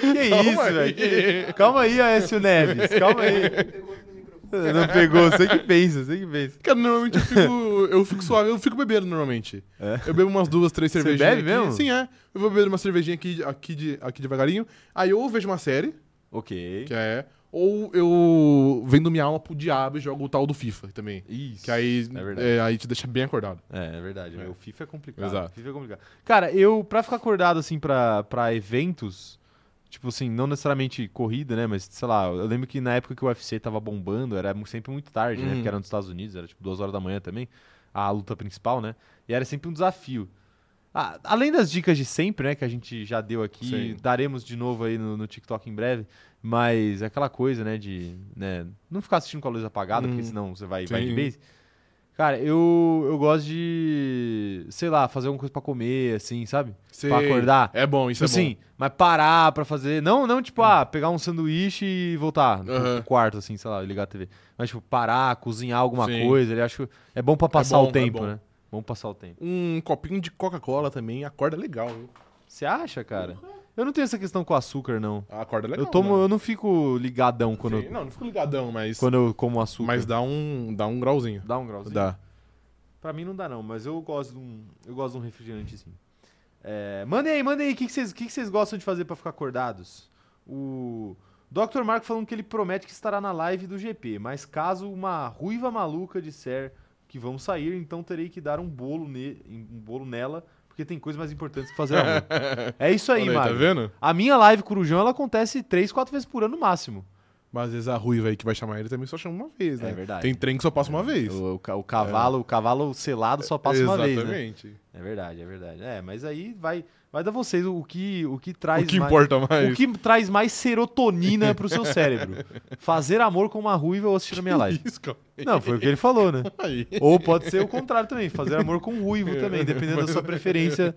Speaker 1: que isso,
Speaker 2: aí.
Speaker 1: velho? que- Calma aí, Aécio Neves. Calma aí. Não pegou, você que pensa, você que pensa.
Speaker 2: Cara, normalmente eu
Speaker 1: (laughs)
Speaker 2: fico, eu fico suave, eu fico bebendo normalmente.
Speaker 1: É?
Speaker 2: Eu bebo umas duas, três
Speaker 1: Você
Speaker 2: cervejinhas.
Speaker 1: bebe
Speaker 2: aqui.
Speaker 1: mesmo?
Speaker 2: Sim, é. Eu vou beber uma cervejinha aqui, aqui, de, aqui devagarinho. Aí ou eu vejo uma série,
Speaker 1: Ok.
Speaker 2: que é. Ou eu vendo minha alma pro diabo e jogo o tal do FIFA também.
Speaker 1: Isso.
Speaker 2: Que aí,
Speaker 1: É verdade.
Speaker 2: é, aí te deixa bem acordado.
Speaker 1: É, é verdade. O FIFA é complicado.
Speaker 2: Exato.
Speaker 1: FIFA é complicado. Cara, eu, pra ficar acordado, assim, pra, pra eventos, tipo assim, não necessariamente corrida, né? Mas, sei lá, eu lembro que na época que o UFC tava bombando, era mu- sempre muito tarde, né?
Speaker 2: Uhum.
Speaker 1: Porque era nos Estados Unidos, era tipo duas horas da manhã também, a luta principal, né? E era sempre um desafio. Ah, além das dicas de sempre, né, que a gente já deu aqui,
Speaker 2: Sim.
Speaker 1: daremos de novo aí no, no TikTok em breve, mas é aquela coisa, né, de né, não ficar assistindo com a luz apagada, porque
Speaker 2: Hum.
Speaker 1: senão você vai, vai de
Speaker 2: Sim.
Speaker 1: base. Cara, eu, eu gosto de, sei lá, fazer alguma coisa pra comer, assim, sabe?
Speaker 2: Você-
Speaker 1: Pra acordar.
Speaker 2: É bom, isso
Speaker 1: Tipo
Speaker 2: é
Speaker 1: assim, mas parar pra fazer. Não, não, tipo, ah, pegar um sanduíche e voltar pro,
Speaker 2: Aham.
Speaker 1: pro quarto, assim, sei lá, e ligar a TV. Mas, tipo, parar, cozinhar alguma
Speaker 2: Sim.
Speaker 1: coisa, ele acho. É bom pra passar
Speaker 2: bom,
Speaker 1: o
Speaker 2: é
Speaker 1: tempo,
Speaker 2: bom.
Speaker 1: né? Bom passar o tempo.
Speaker 2: bom. Um copinho de Coca-Cola também acorda legal. viu?
Speaker 1: Você acha, cara? Eu não tenho essa questão com açúcar, não.
Speaker 2: Acorda Uhum. é legal.
Speaker 1: eu tomo,
Speaker 2: mano.
Speaker 1: eu não fico ligadão quando,
Speaker 2: Sim,
Speaker 1: eu,
Speaker 2: Não, não fico ligadão, mas.
Speaker 1: quando eu como açúcar.
Speaker 2: Mas dá um, dá um grauzinho.
Speaker 1: dá um grauzinho.
Speaker 2: (laughs) Dá.
Speaker 1: Pra mim não dá, não, mas eu gosto de um, eu gosto de um refrigerante, sim. É, mandem aí, mandem aí, o que que vocês que que vocês gostam de fazer pra ficar acordados? O Dr. Marco falando que ele promete que estará na live do GP, mas caso uma ruiva maluca disser que vamos sair, então terei que dar um bolo, ne, um bolo nela, porque tem coisas mais importantes que fazer
Speaker 2: (laughs)
Speaker 1: amor. É isso aí,
Speaker 2: Olha aí, tá
Speaker 1: Mário.
Speaker 2: vendo?
Speaker 1: a minha live Corujão, ela acontece três, quatro vezes por ano no máximo.
Speaker 2: Mas às vezes a ruiva aí que vai chamar ele também só chama uma vez, né?
Speaker 1: É verdade.
Speaker 2: Tem trem que só passa uma vez.
Speaker 1: O, o ca- o cavalo, o cavalo selado só passa uma
Speaker 2: Exatamente.
Speaker 1: vez, né? É verdade, é verdade. É, mas aí vai, vai dar vocês o que, o que traz
Speaker 2: O que
Speaker 1: mais,
Speaker 2: importa é mais?
Speaker 1: o que traz mais serotonina pro seu cérebro. Fazer amor com uma ruiva ou assistir a minha live.
Speaker 2: Isso, (laughs) calma
Speaker 1: Não, foi o que ele falou, né?
Speaker 2: aí.
Speaker 1: Ou pode ser o contrário também, fazer amor com um ruivo também, dependendo da
Speaker 2: (laughs)
Speaker 1: sua preferência,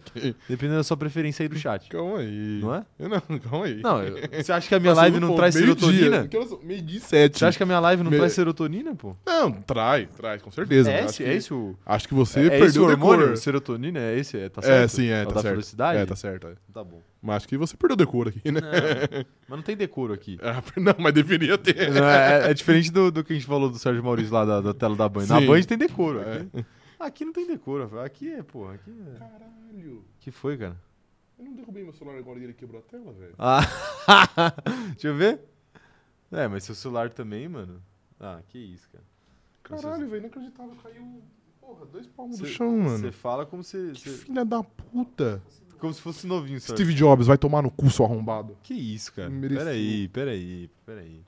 Speaker 1: dependendo da sua preferência aí do chat.
Speaker 2: Calma aí.
Speaker 1: Não é?
Speaker 2: Eu não, (laughs) calma aí. Tá
Speaker 1: Não, eu- você acha que a minha live não traz
Speaker 2: né?
Speaker 1: serotonina?
Speaker 2: Meio dia e sete.
Speaker 1: Você acha que a minha live não
Speaker 2: Me-
Speaker 1: traz serotonina, pô?
Speaker 2: Não, traz, traz, com certeza.
Speaker 1: É
Speaker 2: Acho
Speaker 1: esse,
Speaker 2: que-
Speaker 1: é esse o,
Speaker 2: Acho que você
Speaker 1: é esse
Speaker 2: perdeu
Speaker 1: o
Speaker 2: o decor.
Speaker 1: hormônio? Serotonina, é esse? É, tá certo?
Speaker 2: É, sim, é,
Speaker 1: o
Speaker 2: tá
Speaker 1: da
Speaker 2: certo.
Speaker 1: felicidade?
Speaker 2: É, tá certo. é.
Speaker 1: Tá bom.
Speaker 2: Mas acho que você perdeu o decor
Speaker 1: (laughs)
Speaker 2: aqui, né?
Speaker 1: Não, mas não tem decoro aqui.
Speaker 2: Ah, (laughs) Não, mas deveria ter.
Speaker 1: Não, é, é diferente do, do que a gente falou do Sérgio Maurício lá da, da tela da Band. Na
Speaker 2: Sim.
Speaker 1: Band tem decoro. Aqui, aqui não tem decoro. velho. Aqui é, porra. Aqui é...
Speaker 2: Caralho,
Speaker 1: que foi, cara?
Speaker 2: eu não derrubei meu celular agora e ele quebrou a tela, velho.
Speaker 1: Ah, (laughs) deixa eu ver. É, mas seu celular também, mano. Ah, que isso, cara.
Speaker 2: Caralho, velho, inacreditável. Caiu, porra, dois palmos do
Speaker 1: Cê-
Speaker 2: chão,
Speaker 1: Você
Speaker 2: mano.
Speaker 1: fala como se,
Speaker 2: Que
Speaker 1: cê-
Speaker 2: filha da puta.
Speaker 1: como se fosse novinho, sabe?
Speaker 2: Steve Jobs vai tomar no cu, seu arrombado.
Speaker 1: Que isso, cara.
Speaker 2: Mereceu.
Speaker 1: Peraí, peraí, peraí.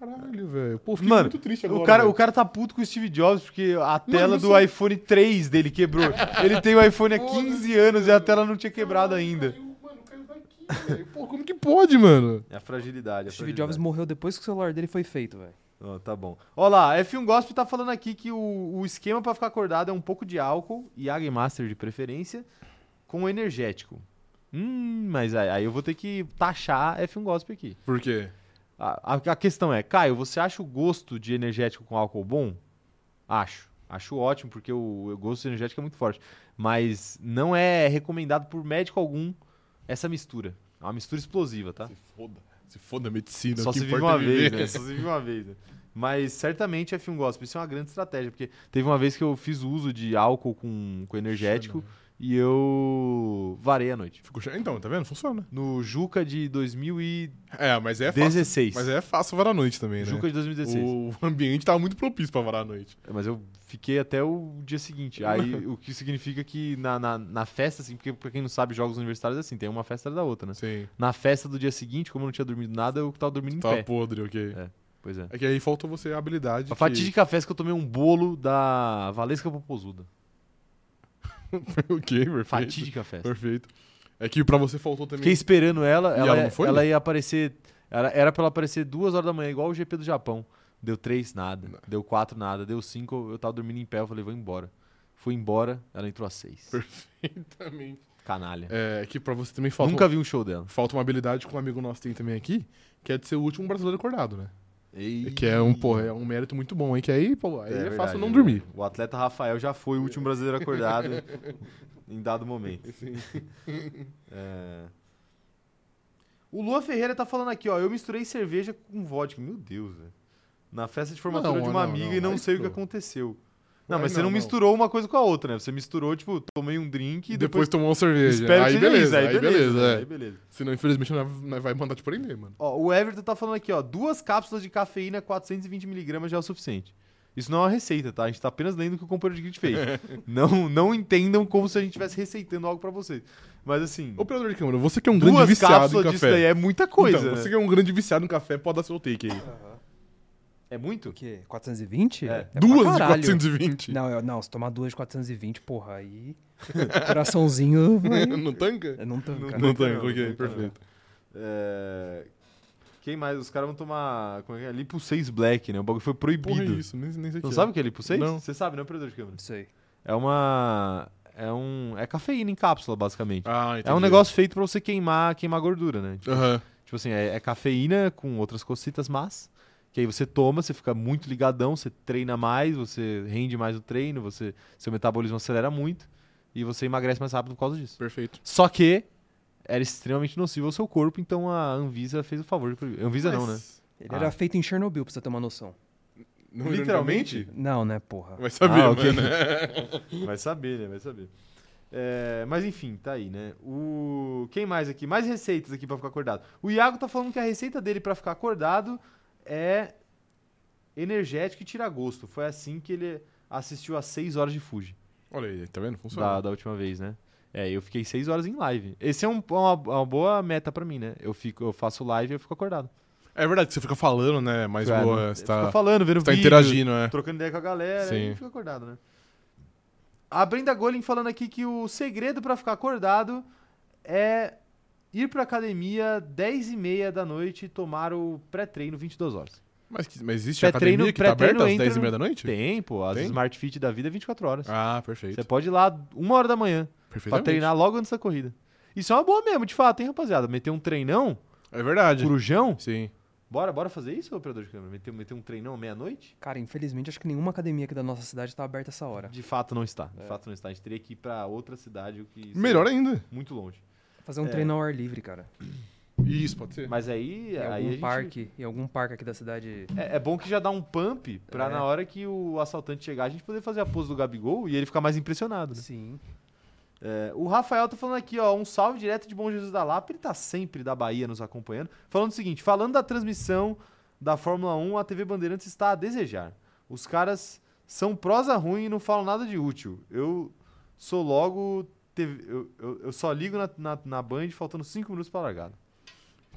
Speaker 2: Caralho, velho. Pô, fiquei
Speaker 1: Mano,
Speaker 2: muito triste agora.
Speaker 1: O cara, o
Speaker 2: velho.
Speaker 1: cara tá puto com o Steve Jobs porque a tela do
Speaker 2: isso-
Speaker 1: iPhone 3 dele quebrou. Ele tem o iPhone há
Speaker 2: Foda-se,
Speaker 1: 15 anos e a
Speaker 2: mano.
Speaker 1: tela não tinha quebrado
Speaker 2: Caralho,
Speaker 1: ainda.
Speaker 2: Caiu, mano, caiu daqui, velho. Pô, como que pode, mano?
Speaker 1: É a fragilidade.
Speaker 3: O
Speaker 1: A
Speaker 3: Steve
Speaker 1: fragilidade.
Speaker 3: Jobs morreu depois que o celular dele foi feito, velho.
Speaker 1: Ó, tá bom. Ó lá, F1 Gospel tá falando aqui que o, o esquema pra ficar acordado é um pouco de álcool e Águia Master de preferência com energético. Hum, mas aí, aí eu vou ter que taxar F1 Gospel aqui.
Speaker 2: Por quê?
Speaker 1: A, a- a questão é, Caio, você acha o gosto de energético com álcool bom? Acho. Acho ótimo, porque o, o gosto de energético é muito forte. Mas não é recomendado por médico algum essa mistura. É uma mistura explosiva, tá?
Speaker 2: Se foda. Se foda a medicina.
Speaker 1: Só
Speaker 2: o que
Speaker 1: se vive
Speaker 2: importa
Speaker 1: uma
Speaker 2: é viver.
Speaker 1: vez, né? Só se vive uma vez, né? Mas certamente F1 Gospel, isso é uma grande estratégia, porque teve uma vez que eu fiz uso de álcool com, com energético e eu varei a noite.
Speaker 2: Ficou che- Então, tá vendo? Funciona.
Speaker 1: No Juca de 2016.
Speaker 2: É, mas é fácil. É Mas é fácil varar a noite também, né?
Speaker 1: Juca de 2016.
Speaker 2: O ambiente tava muito propício pra varar a noite.
Speaker 1: É, Mas eu fiquei até o dia
Speaker 2: É
Speaker 1: seguinte. Aí, o que significa que na, na, na festa, assim, porque pra quem não sabe, jogos universitários é assim, tem uma festa da outra, né?
Speaker 2: Sim.
Speaker 1: Na festa do dia seguinte, como eu não tinha dormido nada, eu tava dormindo em
Speaker 2: Tava um
Speaker 1: pé.
Speaker 2: podre, ok.
Speaker 1: Pois é.
Speaker 2: É que aí faltou você a habilidade.
Speaker 1: A
Speaker 2: que-
Speaker 1: fatídica festa que eu tomei um bolo da Valesca Popozuda.
Speaker 2: (laughs) ok, perfeito.
Speaker 1: Fatídica festa.
Speaker 2: Perfeito. É que pra você faltou também.
Speaker 1: Fiquei esperando ela,
Speaker 2: E
Speaker 1: ela,
Speaker 2: ela
Speaker 1: ela,
Speaker 2: não foi?
Speaker 1: ia aparecer. Era, era pra ela aparecer duas horas da manhã, igual o GP do Japão. Deu três, nada. Deu quatro, nada. Deu cinco, eu- eu tava dormindo em pé, eu falei, vou embora. Fui embora, ela entrou às seis.
Speaker 2: (laughs) Também.
Speaker 1: Canalha.
Speaker 2: É é que pra você também faltou.
Speaker 1: Nunca vi um show dela.
Speaker 2: Falta uma habilidade que um amigo nosso tem também aqui, que é de ser o último brasileiro acordado, né?
Speaker 1: Ei.
Speaker 2: Que é um, porra, é um mérito muito bom, hein? Que aí, pô, aí é,
Speaker 1: verdade,
Speaker 2: fácil não
Speaker 1: é
Speaker 2: dormir.
Speaker 1: verdade. O atleta Rafael já foi o último brasileiro acordado
Speaker 2: (laughs)
Speaker 1: em dado momento. (laughs) É. O Lua Ferreira tá falando aqui, ó. Eu misturei cerveja com vodka. Meu Deus, velho. Na festa de formatura
Speaker 2: Não,
Speaker 1: de uma
Speaker 2: não,
Speaker 1: amiga
Speaker 2: não,
Speaker 1: e não
Speaker 2: aí
Speaker 1: sei o que
Speaker 2: ferrou.
Speaker 1: aconteceu. Não, mas
Speaker 2: Aí
Speaker 1: você não,
Speaker 2: não, não.
Speaker 1: misturou uma coisa com a outra, né? Você misturou, tipo, tomei um drink e depois...
Speaker 2: depois tomou uma cerveja.
Speaker 1: Espero
Speaker 2: aí,
Speaker 1: que seja
Speaker 2: beleza,
Speaker 1: isso,
Speaker 2: aí, beleza,
Speaker 1: né?
Speaker 2: é.
Speaker 1: Aí beleza.
Speaker 2: Senão, infelizmente, não vai- não vai mandar te prender, mano.
Speaker 1: Ó, o Everton tá falando aqui, ó. Duas cápsulas de cafeína, 420mg já é o suficiente. Isso não é uma receita, tá? A gente tá apenas lendo o que o companheiro de grid
Speaker 2: (laughs)
Speaker 1: fez. não, não entendam como se a gente estivesse receitando algo pra vocês. Mas assim,
Speaker 2: Operador de câmera, você que é um grande
Speaker 1: duas
Speaker 2: viciado em
Speaker 1: cápsulas disso
Speaker 2: café.
Speaker 1: daí é muita coisa.
Speaker 2: então,
Speaker 1: né?
Speaker 2: você que é um grande viciado em café, pode dar seu
Speaker 1: (laughs)
Speaker 2: take aí.
Speaker 1: É muito?
Speaker 3: O quê? 420?
Speaker 1: É.
Speaker 3: pra
Speaker 2: Duas de
Speaker 3: caralho.
Speaker 2: 420.
Speaker 3: Não, eu- não, se tomar duas de 420, porra, aí. (laughs) Coraçãozinho. vai-
Speaker 2: Não tanca?
Speaker 3: (laughs) Não tanca.
Speaker 1: Não
Speaker 2: Não
Speaker 1: tanca,
Speaker 2: tanca,
Speaker 1: não
Speaker 2: ok,
Speaker 1: tanca,
Speaker 2: perfeito.
Speaker 1: É... Quem mais? Os caras vão tomar. Como é que é? Lipo 6 Black, né? O bagulho foi proibido.
Speaker 2: Porra, é isso, nem, nem sei o
Speaker 1: Não
Speaker 2: que é.
Speaker 1: sabe o que é Lipo 6?
Speaker 2: Não.
Speaker 1: Você sabe, né, operador de câmera?
Speaker 3: Não sei.
Speaker 1: É uma. É um. É cafeína em cápsula, basicamente.
Speaker 2: Ah, entendi.
Speaker 1: é um negócio feito pra você queimar, queimar gordura, né? Tipo,
Speaker 2: Aham.
Speaker 1: tipo assim, é, é cafeína com outras cocitas, mas. Que aí você toma, você fica muito ligadão, você treina mais, você rende mais o treino, você, seu metabolismo acelera muito e você emagrece mais rápido por causa disso.
Speaker 2: Perfeito.
Speaker 1: Só que era extremamente nocivo ao seu corpo, então a Anvisa fez o favor de proibir. Anvisa não, né?
Speaker 2: Mas-
Speaker 3: Ele
Speaker 1: Ah.
Speaker 3: era feito em Chernobyl, pra você ter uma noção.
Speaker 2: Não,
Speaker 1: Literalmente?
Speaker 3: Não, né, porra.
Speaker 2: Vai saber,
Speaker 1: Ah, ok.
Speaker 2: mano.
Speaker 1: (laughs)
Speaker 2: é.
Speaker 1: Vai saber, né? Vai saber. É, mas enfim, tá aí, né? O quem mais aqui? Mais receitas aqui pra ficar acordado. O Iago tá falando que a receita dele pra ficar acordado é energético e tira gosto. Foi assim que ele assistiu às 6 horas de Fuji
Speaker 2: Olha aí, tá vendo?
Speaker 1: da,
Speaker 2: Funciona.
Speaker 1: da última vez, né? É, eu fiquei 6 horas em live. Esse é um- uma, uma boa meta pra mim, né? Eu fico, eu faço live e eu fico acordado.
Speaker 2: É verdade, você fica falando, né? Mas
Speaker 1: Cara,
Speaker 2: boa, você tá,
Speaker 1: Fica falando, vendo
Speaker 2: você tá
Speaker 1: vídeo,
Speaker 2: interagindo,
Speaker 1: (laughs)
Speaker 2: é.
Speaker 1: trocando ideia com a galera e
Speaker 2: Sim.
Speaker 1: fica acordado, né? A Brenda Golin falando aqui que o segredo pra ficar acordado é ir pra academia 10 e meia da noite e tomar o pré-treino 22 horas.
Speaker 2: Mas, que- mas existe
Speaker 1: Pré-treino-
Speaker 2: academia que tá
Speaker 1: pré-treino
Speaker 2: aberta às
Speaker 1: entra
Speaker 2: 10h30
Speaker 1: no-
Speaker 2: da noite?
Speaker 1: Tem, pô, as
Speaker 2: Tem?
Speaker 1: Smart Fit da vida é 24 horas.
Speaker 2: Ah, perfeito.
Speaker 1: Você pode ir lá uma hora da manhã pra
Speaker 2: Perfeitamente.
Speaker 1: treinar logo antes da corrida. Isso é uma boa mesmo, de fato, hein, rapaziada? Meter um treinão,
Speaker 2: É verdade.
Speaker 1: corujão.
Speaker 2: Sim.
Speaker 1: Bora, bora fazer isso, operador de câmera? Meter, meter um treinão à meia-noite?
Speaker 3: Cara, infelizmente, acho que nenhuma academia aqui da nossa cidade tá aberta essa
Speaker 2: É.
Speaker 3: hora.
Speaker 1: De fato não está. De fato não está. A gente teria que ir pra outra cidade, o que seria
Speaker 2: Melhor né? ainda.
Speaker 1: muito longe.
Speaker 3: Fazer um
Speaker 1: É.
Speaker 3: treino ao ar livre, cara.
Speaker 2: Isso, pode ser.
Speaker 1: Mas aí, aí
Speaker 3: Em
Speaker 1: a
Speaker 3: algum
Speaker 1: gente-
Speaker 3: parque, em algum parque aqui da cidade.
Speaker 1: É, é bom que já dá um pump pra
Speaker 3: É.
Speaker 1: na hora que o assaltante chegar a gente poder fazer a pose do Gabigol e ele ficar mais impressionado. né?
Speaker 3: Sim.
Speaker 1: É, o Rafael tá falando aqui, ó, um salve direto de Bom Jesus da Lapa, ele tá sempre da Bahia nos acompanhando. Falando o seguinte, falando da transmissão da Fórmula 1, a TV Bandeirantes está a desejar. Os caras são prosa ruim e não falam nada de útil. Eu sou logo... TV eu, eu- eu só ligo na, na, na Band faltando 5 minutos pra largada.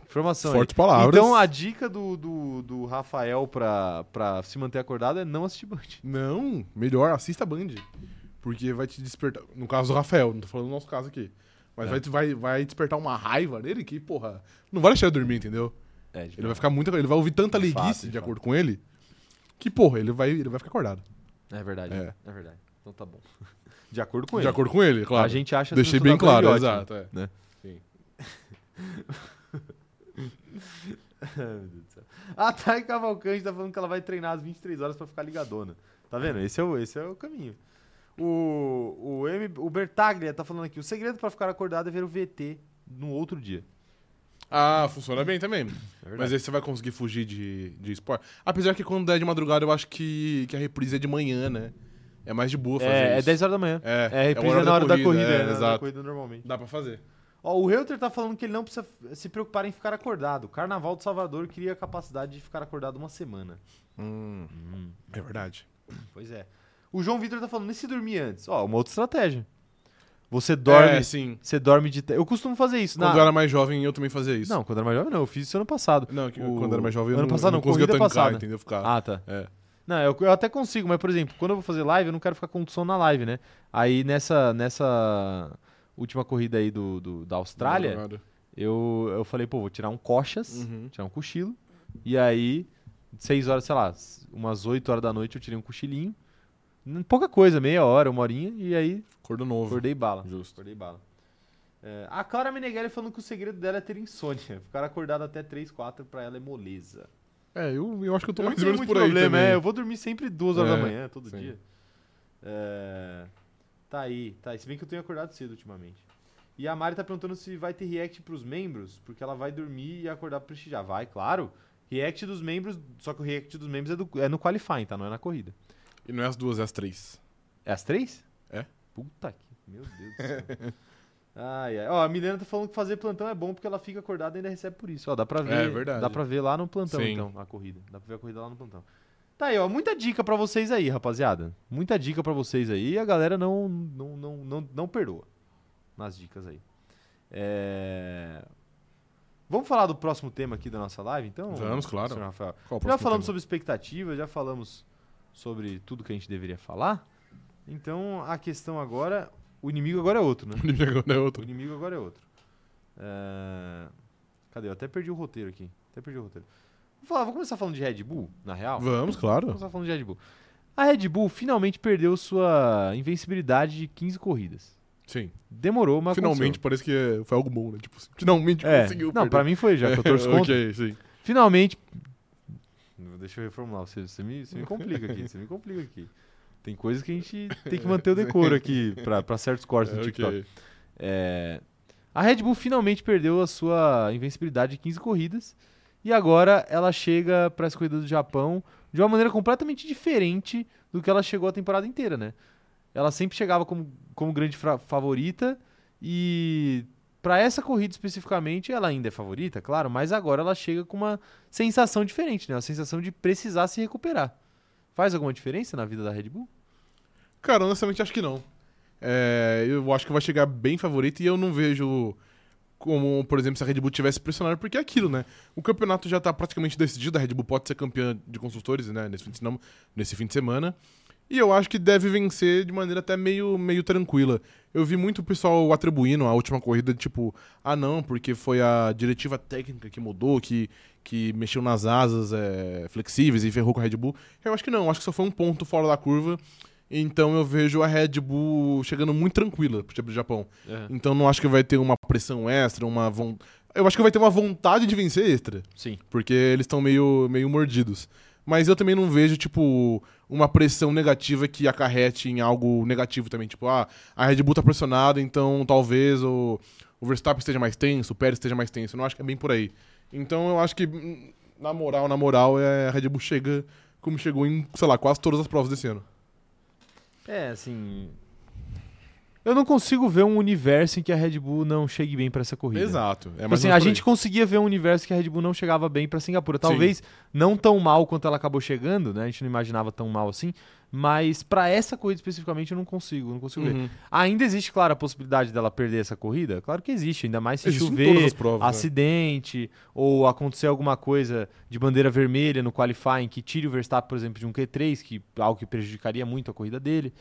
Speaker 1: Informação aí.
Speaker 2: Fortes palavras.
Speaker 1: Então a dica do, do, do Rafael pra, pra se manter acordado é não assistir Band.
Speaker 2: Não, melhor, assista a Band. Porque vai te despertar. No caso do Rafael, não tô falando do nosso caso aqui. Mas
Speaker 1: É.
Speaker 2: vai, vai, vai despertar uma raiva nele que, porra, não vai deixar ele dormir, entendeu?
Speaker 1: É,
Speaker 2: Ele vai ficar muito. Ele vai ouvir tanta
Speaker 1: De
Speaker 2: leguice,
Speaker 1: fato, de
Speaker 2: de,
Speaker 1: fato.
Speaker 2: acordo com ele, que, porra, ele vai, ele vai ficar acordado.
Speaker 1: é verdade. É.
Speaker 2: É.
Speaker 1: verdade. Então tá bom. De acordo com
Speaker 2: de
Speaker 1: ele.
Speaker 2: acordo com ele, claro.
Speaker 1: A gente acha tá
Speaker 2: Deixei
Speaker 1: tudo da
Speaker 2: bem claro,
Speaker 1: Band ótimo.
Speaker 2: exato. é.
Speaker 1: Ai, (laughs) meu Deus do céu. A Thay Cavalcante tá falando que ela vai treinar às 23 horas pra ficar ligadona. Tá vendo? Esse é o, esse é o caminho. O, o, M, o Bertaglia tá falando aqui: o segredo pra ficar acordado é ver o VT no outro dia.
Speaker 2: Ah, funciona bem também.
Speaker 1: É verdade.
Speaker 2: Mas aí você vai conseguir fugir de, de esporte. Apesar que quando der de madrugada, eu acho que, que a reprise é de manhã, né? É mais de boa fazer
Speaker 1: é, é
Speaker 2: isso.
Speaker 1: 10 horas da manhã.
Speaker 2: É,
Speaker 1: É, a
Speaker 2: o
Speaker 1: reprise é na hora da corrida, é,
Speaker 2: é,
Speaker 1: na hora da
Speaker 2: exato.
Speaker 1: corrida normalmente.
Speaker 2: Dá pra fazer.
Speaker 1: Ó, o Reuter tá falando que ele não precisa f- se preocupar em ficar acordado. O Carnaval de Salvador cria a capacidade de ficar acordado uma semana.
Speaker 2: É verdade.
Speaker 1: Pois é. O João Vitor tá falando, e se dormir antes? Ó, uma outra estratégia. Você dorme.
Speaker 2: É, sim.
Speaker 1: Você dorme de. te- Eu costumo fazer isso.
Speaker 2: Quando
Speaker 1: na...
Speaker 2: eu era mais jovem, eu também fazia isso.
Speaker 1: Não, quando era mais jovem, não. Eu fiz isso ano passado.
Speaker 2: Não, que-
Speaker 1: O-
Speaker 2: quando eu era mais jovem, eu
Speaker 1: ano
Speaker 2: não,
Speaker 1: passado,
Speaker 2: eu não
Speaker 1: não,
Speaker 2: conseguia
Speaker 1: corrida
Speaker 2: tancar,
Speaker 1: passada.
Speaker 2: entendeu? Ficar.
Speaker 1: Ah, tá.
Speaker 2: É.
Speaker 1: Não, eu, eu até consigo, mas, por exemplo, quando eu vou fazer live, eu não quero ficar com som na live, né? Aí nessa, nessa última corrida aí do, do- da Austrália,
Speaker 2: Madrugada.
Speaker 1: eu, eu falei, pô, vou tirar um coxas,
Speaker 2: Uhum.
Speaker 1: tirar um cochilo. E aí, seis horas, sei lá, s- umas 8 horas da noite eu tirei um cochilinho. N- Pouca coisa, meia hora, uma horinha, e aí
Speaker 2: Acordo novo.
Speaker 1: acordei bala.
Speaker 2: Justo.
Speaker 1: Acordei bala. É, a Clara Meneghelli falando que o segredo dela é ter insônia. Ficar acordada até 3, 4 pra ela é moleza.
Speaker 2: É, eu, eu acho que eu tô
Speaker 1: Eu não
Speaker 2: mais ou
Speaker 1: tenho
Speaker 2: menos
Speaker 1: muito
Speaker 2: por aí
Speaker 1: problema,
Speaker 2: também.
Speaker 1: é, eu vou dormir sempre 2 horas
Speaker 2: É,
Speaker 1: da manhã, todo
Speaker 2: sim.
Speaker 1: dia. É, tá aí, tá aí. Se bem que eu tenho acordado cedo ultimamente. E a Mari tá perguntando se vai ter react pros membros, porque ela vai dormir e acordar pra prestigiar. Vai, claro. React dos membros, só que o react dos membros é, do- é no qualifying, tá? Não é na corrida.
Speaker 2: E não é as duas, é as três.
Speaker 1: É às três?
Speaker 2: É.
Speaker 1: Puta que. Meu Deus do
Speaker 2: (laughs)
Speaker 1: céu. ai, ai. Ó, a Milena tá falando que fazer plantão é bom porque ela fica acordada e ainda recebe por isso. Ó, dá pra ver.
Speaker 2: É verdade.
Speaker 1: Dá pra ver lá no plantão,
Speaker 2: Sim.
Speaker 1: então, a corrida. Dá pra ver a corrida lá no plantão. Tá aí, ó. Muita dica pra vocês aí, rapaziada. Muita dica pra vocês aí. A galera não, não, não, não, não perdoa nas dicas aí. É, Vamos falar do próximo tema aqui da nossa live, então?
Speaker 2: Vamos, claro.
Speaker 1: senhor Rafael?
Speaker 2: Qual o
Speaker 1: Já
Speaker 2: próximo
Speaker 1: falamos
Speaker 2: tema?
Speaker 1: sobre expectativas, já falamos sobre tudo que a gente deveria falar. Então a questão agora. O inimigo agora é outro, né?
Speaker 2: O inimigo agora é
Speaker 1: O
Speaker 2: outro.
Speaker 1: inimigo agora é outro. É, Cadê? Eu até perdi o roteiro aqui. Até perdi o roteiro. Vou, falar, vou começar falando de Red Bull, na real. Vou
Speaker 2: Vamos, claro.
Speaker 1: começar falando de Red Bull. A Red Bull finalmente perdeu sua invencibilidade de 15 corridas.
Speaker 2: Sim.
Speaker 1: Demorou, mas
Speaker 2: Finalmente, parece que é- foi algo bom, né? Tipo, assim, finalmente
Speaker 1: É,
Speaker 2: conseguiu.
Speaker 1: não, pra mim foi já, que eu
Speaker 2: (laughs)
Speaker 1: torço contra.
Speaker 2: Ok, sim.
Speaker 1: Finalmente. Deixa eu reformular, você, você, me, você me complica aqui, você me complica aqui. Tem coisas que a gente tem que manter o decoro aqui pra, pra certos cortes no
Speaker 2: É,
Speaker 1: TikTok.
Speaker 2: (laughs) ok.
Speaker 1: É, a Red Bull finalmente perdeu a sua invencibilidade de 15 corridas e agora ela chega para as corridas do Japão de uma maneira completamente diferente do que ela chegou a temporada inteira, né? Ela sempre chegava como, como grande fra- favorita e para essa corrida especificamente ela ainda é favorita, claro, mas agora ela chega com uma sensação diferente, né? A sensação de precisar se recuperar. Faz alguma diferença na vida da Red Bull?
Speaker 2: Cara, honestamente, acho que não. É, eu acho que vai chegar bem favorito e eu não vejo como, por exemplo, se a Red Bull tivesse pressionado, porque é aquilo, né? O campeonato já tá praticamente decidido, a Red Bull pode ser campeã de construtores, né? Nesse fim de, sema- nesse fim de semana. E eu acho que deve vencer de maneira até meio, meio tranquila. Eu vi muito pessoal atribuindo a última corrida, tipo, ah não, porque foi a diretiva técnica que mudou, que, que mexeu nas asas é, flexíveis e ferrou com a Red Bull. Eu acho que não, acho que só foi um ponto fora da curva. Então eu vejo a Red Bull chegando muito tranquila pro Japão. Então não acho que vai ter uma pressão extra, uma von... Eu acho que vai ter uma vontade de vencer extra,
Speaker 1: Sim.
Speaker 2: porque eles estão meio, meio mordidos. Mas eu também não vejo, tipo, uma pressão negativa que acarrete em algo negativo também. Tipo, ah, a Red Bull tá pressionada, então talvez o, o Verstappen esteja mais tenso, o Pérez esteja mais tenso. Eu não acho que é bem por aí. Então eu acho que, hum, na moral, na moral, é, a Red Bull chega como chegou em, sei lá, quase todas as provas desse ano.
Speaker 1: É, assim. Eu não consigo ver um universo em que a Red Bull não chegue bem pra essa corrida.
Speaker 2: Exato. É
Speaker 1: Tipo
Speaker 2: mais
Speaker 1: assim,
Speaker 2: ou
Speaker 1: a
Speaker 2: menos por
Speaker 1: gente conseguia ver um universo que a Red Bull não chegava bem pra Singapura.
Speaker 2: Sim.
Speaker 1: Talvez não tão mal quanto ela acabou chegando, né? A gente não imaginava tão mal assim. Mas pra essa corrida especificamente eu não consigo, não consigo
Speaker 2: aí.
Speaker 1: ver.
Speaker 2: Uhum.
Speaker 1: Ainda existe, claro, a possibilidade dela perder essa corrida? Claro que existe, ainda mais se
Speaker 2: Existe em todas
Speaker 1: chover,
Speaker 2: as provas,
Speaker 1: né? acidente, ou acontecer alguma coisa de bandeira vermelha no qualifying que tire o Verstappen, por exemplo, de um Q3, que algo que prejudicaria muito a corrida dele,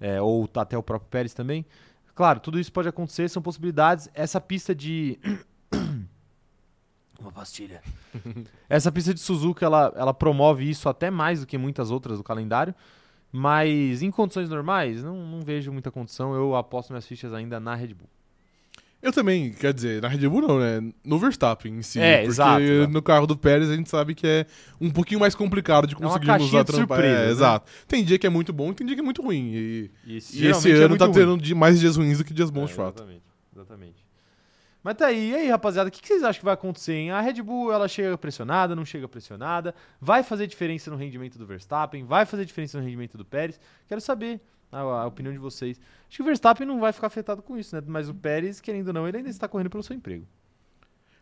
Speaker 1: é, ou tá até o próprio Pérez também. Claro, tudo isso pode acontecer, são possibilidades. Essa pista de. (coughs) Uma
Speaker 2: (laughs)
Speaker 1: pastilha. Essa pista de Suzuka, ela, ela promove isso até mais do que muitas outras do calendário. Mas em condições normais, não, não vejo muita condição. Eu aposto minhas fichas ainda na Red Bull.
Speaker 2: Eu também, quer dizer, na Red Bull não, né? No Verstappen em si.
Speaker 1: É,
Speaker 2: porque
Speaker 1: exato, exato.
Speaker 2: no carro do Pérez a gente sabe que é um pouquinho mais complicado de
Speaker 1: É uma
Speaker 2: conseguirmos
Speaker 1: caixinha
Speaker 2: a
Speaker 1: de
Speaker 2: trampa.
Speaker 1: surpresa,
Speaker 2: é,
Speaker 1: né?
Speaker 2: Exato. Tem dia que é muito bom e tem dia que é muito ruim. E,
Speaker 1: E
Speaker 2: e
Speaker 1: é
Speaker 2: esse ano tá tendo de- mais dias ruins do que dias bons, de fato.
Speaker 1: Exatamente, exatamente. Mas tá aí, e aí, rapaziada, o que, que vocês acham que vai acontecer? Hein? A Red Bull, ela chega pressionada, não chega pressionada, vai fazer diferença no rendimento do Verstappen, vai fazer diferença no rendimento do Pérez. Quero saber a, a opinião de vocês. Acho que o Verstappen não vai ficar afetado com isso, né? Mas o Pérez, querendo ou não, ele ainda está correndo pelo seu emprego.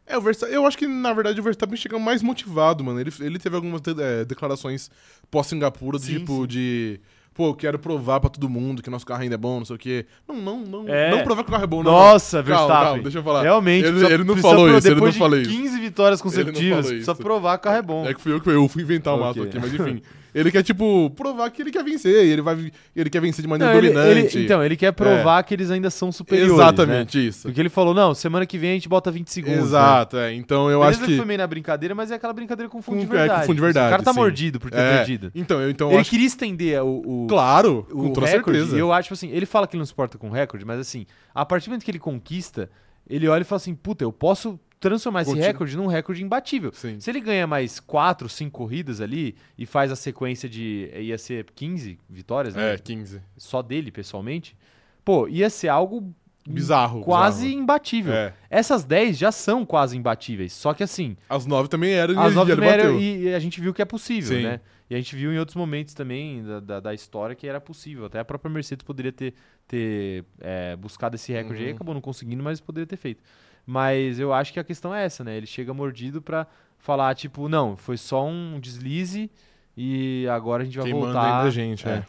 Speaker 2: É, o Verstappen, eu acho que, na verdade, o Verstappen chega mais motivado, mano. Ele, ele teve algumas de- é, declarações pós-Singapura, do
Speaker 1: Sim,
Speaker 2: tipo,
Speaker 1: sim.
Speaker 2: de. Pô, eu quero provar pra todo mundo que nosso carro ainda é bom, não sei o quê. Não, não, não.
Speaker 1: É.
Speaker 2: Não provar que o carro é bom, não.
Speaker 1: Nossa,
Speaker 2: Calma,
Speaker 1: Verstappen.
Speaker 2: calma, deixa eu falar.
Speaker 1: Realmente,
Speaker 2: Ele-
Speaker 1: precisa-
Speaker 2: ele não
Speaker 1: precisa
Speaker 2: falou
Speaker 1: pro-
Speaker 2: isso, ele
Speaker 1: depois
Speaker 2: não falou
Speaker 1: de
Speaker 2: isso.
Speaker 1: 15 vitórias
Speaker 2: não falou
Speaker 1: consecutivas,
Speaker 2: isso.
Speaker 1: precisa provar que o carro é bom.
Speaker 2: É que fui eu que eu fui inventar o mato
Speaker 1: Ok.
Speaker 2: aqui, mas enfim. Ele quer, tipo, provar que ele quer vencer, e ele, vai, ele quer vencer de maneira
Speaker 1: ele-
Speaker 2: dominante.
Speaker 1: ele- então, ele quer provar que eles ainda são superiores, né?
Speaker 2: Exatamente isso.
Speaker 1: Porque ele falou, não, semana que vem a gente bota 20 segundos. né?
Speaker 2: Exato, é. Então eu
Speaker 1: Beleza
Speaker 2: acho que.
Speaker 1: foi meio na brincadeira, mas é aquela brincadeira com fundo de
Speaker 2: Com- é, com
Speaker 1: verdade.
Speaker 2: fundo de verdade,
Speaker 1: O cara tá
Speaker 2: sim.
Speaker 1: mordido por ter
Speaker 2: é.
Speaker 1: perdido.
Speaker 2: Então, eu, então eu
Speaker 1: Ele
Speaker 2: acho.
Speaker 1: queria estender o, o,
Speaker 2: Claro,
Speaker 1: o
Speaker 2: com toda
Speaker 1: recorde.
Speaker 2: certeza.
Speaker 1: e Eu acho tipo assim, ele fala que ele não se porta com recorde, mas assim, a partir do momento que ele conquista, ele olha e fala assim, puta, eu posso transformar esse
Speaker 2: Continua.
Speaker 1: recorde num recorde imbatível.
Speaker 2: Sim.
Speaker 1: Se ele ganha mais 4, 5 corridas ali e faz a sequência de. ia ser 15 vitórias, né?
Speaker 2: É, 15.
Speaker 1: Só dele, pessoalmente. Pô, ia ser algo
Speaker 2: Bizarro.
Speaker 1: quase
Speaker 2: bizarro.
Speaker 1: imbatível.
Speaker 2: É.
Speaker 1: Essas 10 já são quase imbatíveis, só que assim,
Speaker 2: As nove também eram
Speaker 1: as
Speaker 2: e
Speaker 1: nove
Speaker 2: ele
Speaker 1: primeiras
Speaker 2: bateu.
Speaker 1: e, e a gente viu que é possível,
Speaker 2: Sim.
Speaker 1: né? E a gente viu em outros momentos também da, da, da história que era possível. Até a própria Mercedes poderia ter, ter é, buscado esse recorde aí,
Speaker 2: Uhum.
Speaker 1: acabou não conseguindo, mas poderia ter feito. Mas eu acho que a questão é essa, né? Ele chega mordido pra falar, tipo, não, foi só um deslize e agora a gente vai
Speaker 2: Quem
Speaker 1: voltar.
Speaker 2: manda ainda a gente,
Speaker 1: É.
Speaker 2: é.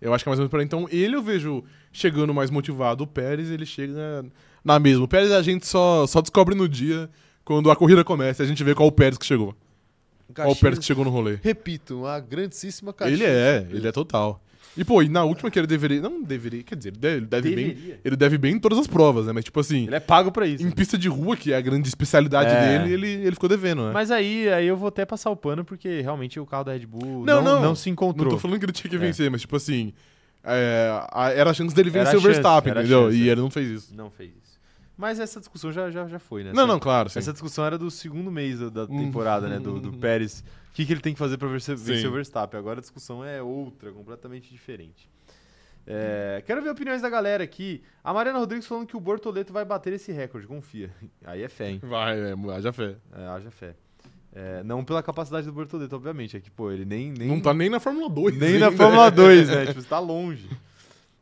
Speaker 2: Eu acho que é mais ou menos por aí. Então, ele eu vejo chegando mais motivado. O Pérez, ele chega na mesma. O Pérez a gente só, só descobre no dia, quando a corrida começa, a gente vê qual o Pérez que chegou.
Speaker 1: Um
Speaker 2: Qual o Pérez que chegou no rolê.
Speaker 4: Repito, uma grandíssima
Speaker 2: Ele é, ele é total. E, pô, e na última que ele deveria... Não deveria, quer dizer, ele deve, ele deve bem...
Speaker 1: Deveria.
Speaker 2: Ele deve bem em todas as provas, né? Mas, tipo assim,
Speaker 1: Ele é pago pra isso.
Speaker 2: em pista de rua, que é a grande especialidade
Speaker 1: É.
Speaker 2: dele, ele, ele ficou devendo, né?
Speaker 1: Mas aí, aí eu vou até passar o pano, porque realmente o carro da Red Bull não,
Speaker 2: Não,
Speaker 1: não,
Speaker 2: não.
Speaker 1: se
Speaker 2: Não
Speaker 1: encontrou.
Speaker 2: tô falando que ele tinha que
Speaker 1: É.
Speaker 2: vencer, mas, tipo assim... é, a- era a chance dele
Speaker 1: Era a
Speaker 2: vencer o
Speaker 1: chance,
Speaker 2: Verstappen,
Speaker 1: era a
Speaker 2: entendeu?
Speaker 1: chance,
Speaker 2: e
Speaker 1: é.
Speaker 2: ele não fez isso.
Speaker 1: Não fez isso. Mas essa discussão já, já, já foi, né?
Speaker 2: Não,
Speaker 1: Essa-
Speaker 2: não, claro, sim. Uhum.
Speaker 1: Essa discussão era do segundo mês da, da temporada, né? Do, do Pérez. O que, que ele tem que fazer pra vencer, vencer
Speaker 2: Sim.
Speaker 1: o Verstappen? Agora a discussão é outra, completamente diferente. É, quero ver opiniões da galera aqui. A Mariana Rodrigues falando que o Bortoleto vai bater esse recorde, confia. Aí é fé, hein?
Speaker 2: Vai, é, haja fé.
Speaker 1: É, haja fé. É, não pela capacidade do Bortoleto, obviamente. É que, pô, ele nem. nem
Speaker 2: Não tá nem na Fórmula 2.
Speaker 1: nem na
Speaker 2: ainda.
Speaker 1: Fórmula 2, né? Tipo, você tá (laughs) longe.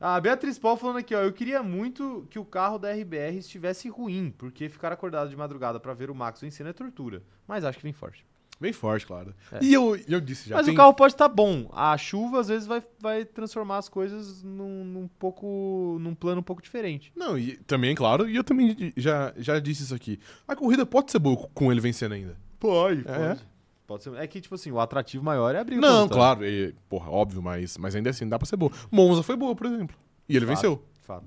Speaker 1: A Ah, Beatriz Paul falando aqui, ó. Eu queria muito que o carro da RBR estivesse ruim, porque ficar acordado de madrugada pra ver o Max vencer é tortura. Mas acho que vem forte.
Speaker 2: (laughs) Bem forte, claro.
Speaker 1: É.
Speaker 2: E eu, eu disse já.
Speaker 1: Mas
Speaker 2: tem-
Speaker 1: o carro pode estar bom. A chuva, às vezes, vai, vai transformar as coisas num, num pouco. num plano um pouco diferente.
Speaker 2: Não, e também, claro, e eu também di- já, já disse isso aqui. A corrida pode ser boa com ele vencendo ainda.
Speaker 1: Pode,
Speaker 2: pode.
Speaker 1: Pode ser. É que, tipo assim, o atrativo maior é abrir o
Speaker 2: Não,
Speaker 1: resultado.
Speaker 2: claro, e, porra, óbvio, mas, mas ainda assim, dá pra ser boa. Monza foi boa, por exemplo. E ele
Speaker 1: Fato.
Speaker 2: venceu.
Speaker 1: Fato.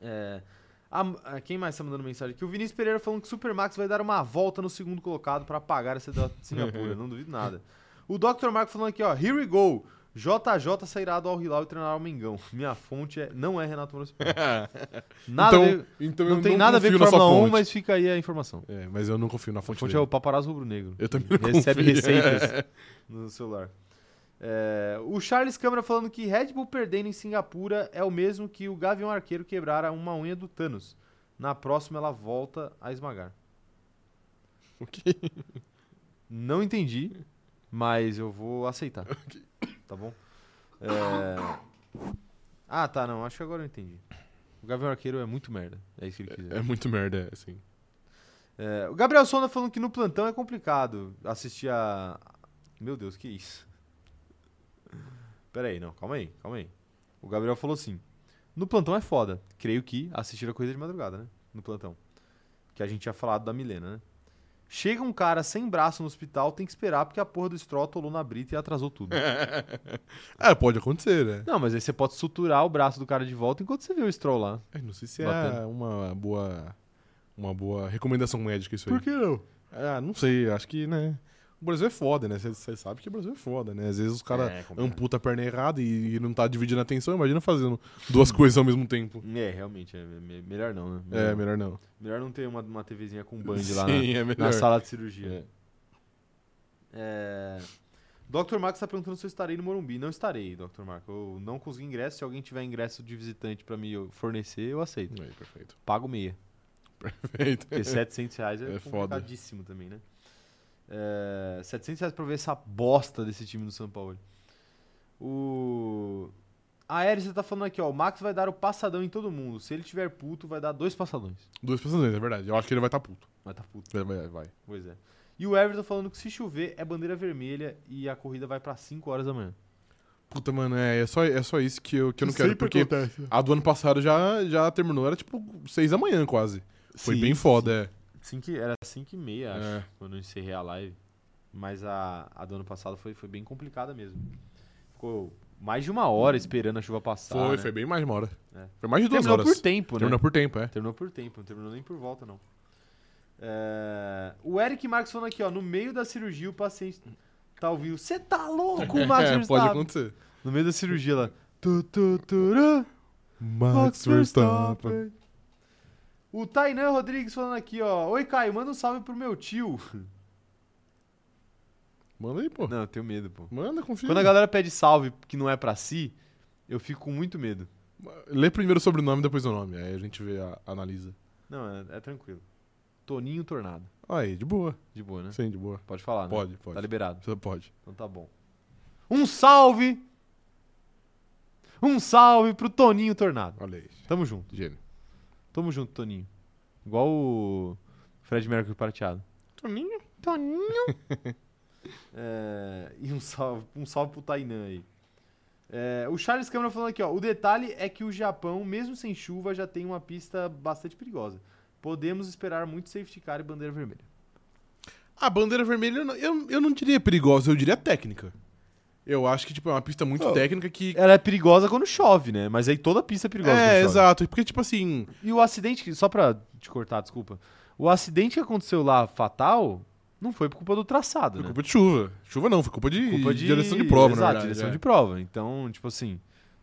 Speaker 1: É, a- a- quem mais tá mandando mensagem aqui? O Vinícius Pereira falando que o Supermax vai dar uma volta no segundo colocado pra apagar essa da Singapura. não duvido
Speaker 2: (laughs)
Speaker 1: nada. O Dr. Marco falando aqui, ó. Here we go. JJ sairá do Al-Hilal e treinará o Mengão. (laughs) Minha fonte é, não é Renato Moura
Speaker 2: (laughs)
Speaker 1: Silva. (laughs) Nada a ver-
Speaker 2: então, então eu
Speaker 1: não tem nada a ver
Speaker 2: confio
Speaker 1: com
Speaker 2: na sua
Speaker 1: Fórmula 1,
Speaker 2: fonte.
Speaker 1: mas fica aí a informação.
Speaker 2: É, mas eu não confio na
Speaker 1: A
Speaker 2: fonte,
Speaker 1: fonte é
Speaker 2: dele.
Speaker 1: o Paparazzo Rubro Negro.
Speaker 2: Eu também
Speaker 1: (laughs)
Speaker 2: não
Speaker 1: Recebe
Speaker 2: confio. (laughs)
Speaker 1: receitas (laughs) no celular. É, o Charles Câmara falando que Red Bull perdendo em Singapura é o mesmo que o Gavião Arqueiro quebrara uma unha do Thanos. Na próxima ela volta a esmagar.
Speaker 2: O quê?
Speaker 1: Não entendi, mas eu vou aceitar. Tá bom? É, Ah, tá, não. Acho que agora eu entendi. O Gavião Arqueiro é muito merda. É isso que ele quiser.
Speaker 2: É muito merda, assim.
Speaker 1: É, o Gabriel Sonda falando que no plantão é complicado assistir a. Meu Deus, que isso? Pera aí, não, calma aí, calma aí. O Gabriel falou assim: no plantão é foda. Creio que assistir a corrida de madrugada, né? No plantão. Que a gente tinha falado da Milena, né? Chega um cara sem braço no hospital, tem que esperar porque a porra do Stroll atolou na brita e atrasou tudo.
Speaker 2: É, pode acontecer, né?
Speaker 1: Não, mas aí você pode suturar o braço do cara de volta enquanto você vê o Stroll lá.
Speaker 2: Eu não sei se é
Speaker 1: Batendo.
Speaker 2: uma boa, uma boa recomendação médica isso aí.
Speaker 1: que não?
Speaker 2: Ah, não sei, acho que, né? O Brasil é foda, né? Você sabe que o Brasil é foda, né? Às vezes os caras
Speaker 1: É, complicado.
Speaker 2: amputam a perna errada e, e não tá dividindo a atenção. Imagina fazendo duas (laughs) coisas ao mesmo tempo.
Speaker 1: É, realmente, é me- melhor não, né?
Speaker 2: É, melhor não.
Speaker 1: Melhor não ter uma, uma TVzinha com band lá na,
Speaker 2: Sim, é melhor. É.
Speaker 1: na sala de cirurgia. É. Dr. Marco está perguntando se eu estarei no Morumbi. Não estarei, Dr. Marco. Eu não consegui ingresso. Se alguém tiver ingresso de visitante para me fornecer, eu aceito.
Speaker 2: Aí, perfeito.
Speaker 1: Pago meia.
Speaker 2: Perfeito. (laughs)
Speaker 1: Porque 700 reais é,
Speaker 2: É foda.
Speaker 1: complicadíssimo também, né? É, 700 reais pra ver essa bosta desse time do São Paulo. O... A Eri, você tá falando aqui, ó. O Max vai dar o passadão em todo mundo. Se ele tiver puto, vai dar dois passadões.
Speaker 2: Duas pessoas, é verdade. Eu acho que ele vai estar tá puto.
Speaker 1: Mas tá puto.
Speaker 2: Vai, vai, vai.
Speaker 1: Pois é. E o Everton falando que se chover é bandeira vermelha e a corrida vai pra 5 horas da manhã.
Speaker 2: Puta, mano, é, é só, é só isso que eu, que eu não quero. Porque a do ano passado já, já terminou, era tipo seis da manhã quase. Foi
Speaker 1: Sim,
Speaker 2: bem foda, é.
Speaker 1: Cinco, e- era 5 e meia, acho,
Speaker 2: É.
Speaker 1: quando eu encerrei a live. Mas a, a do ano passado foi, foi bem complicada mesmo. Ficou mais de uma hora esperando a chuva passar.
Speaker 2: Foi,
Speaker 1: né?
Speaker 2: foi bem mais de uma hora.
Speaker 1: É.
Speaker 2: Foi mais de duas
Speaker 1: Terminou
Speaker 2: horas.
Speaker 1: por tempo, né?
Speaker 2: Terminou por tempo, é.
Speaker 1: Terminou por tempo, não terminou nem por volta, não. É, O Eric Marques falando aqui, ó. No meio da cirurgia, o paciente tá ouvindo. Você tá
Speaker 2: (laughs)
Speaker 1: louco, Max
Speaker 2: é, pode
Speaker 1: Verstappen?
Speaker 2: acontecer.
Speaker 1: No meio da cirurgia lá. Tu, tu, turã. Max Verstappen. O Tainan Rodrigues falando aqui, ó. Oi, Caio, manda um salve pro meu tio.
Speaker 2: Manda aí,
Speaker 1: (laughs)
Speaker 2: pô.
Speaker 1: Não, eu tenho medo, pô.
Speaker 2: Manda, confia.
Speaker 1: Quando a galera pede salve que não é pra si, eu fico com muito medo.
Speaker 2: Lê primeiro o sobrenome, depois o nome. Aí a gente vê, a- analisa.
Speaker 1: Não, é, é tranquilo. Toninho Tornado.
Speaker 2: Aí, de boa.
Speaker 1: De boa, né?
Speaker 2: Sim, de boa.
Speaker 1: Pode falar, né?
Speaker 2: Pode,
Speaker 1: Tá
Speaker 2: pode.
Speaker 1: liberado.
Speaker 2: Você pode.
Speaker 1: Então tá bom. Um salve! Um salve pro Toninho Tornado.
Speaker 2: Olha aí.
Speaker 1: Tamo junto.
Speaker 2: Gênio.
Speaker 1: Tamo junto, Toninho. Igual o Fred Mercury prateado.
Speaker 2: Toninho?
Speaker 1: Toninho. É, (laughs) e um salve, um salve pro Tainan aí. É, o Charles Câmara falando aqui, ó. O detalhe é que o Japão, mesmo sem chuva, já tem uma pista bastante perigosa. Podemos esperar muito safety car e bandeira vermelha.
Speaker 2: A bandeira vermelha, eu, não- eu, eu não diria perigosa, eu diria técnica. Eu acho que, tipo, é uma pista muito
Speaker 1: Oh.
Speaker 2: técnica que...
Speaker 1: Ela é perigosa quando chove, né? Mas aí toda pista é perigosa quando
Speaker 2: É,
Speaker 1: chove.
Speaker 2: exato. Porque, tipo assim,
Speaker 1: E o acidente, que- só pra te cortar, desculpa. O acidente que aconteceu lá, fatal, não foi por culpa do traçado,
Speaker 2: foi
Speaker 1: né?
Speaker 2: culpa de chuva. Chuva não, foi culpa de,
Speaker 1: Culpa
Speaker 2: de direção de prova,
Speaker 1: Exato,
Speaker 2: na verdade.
Speaker 1: direção
Speaker 2: é.
Speaker 1: de prova. Então, tipo assim,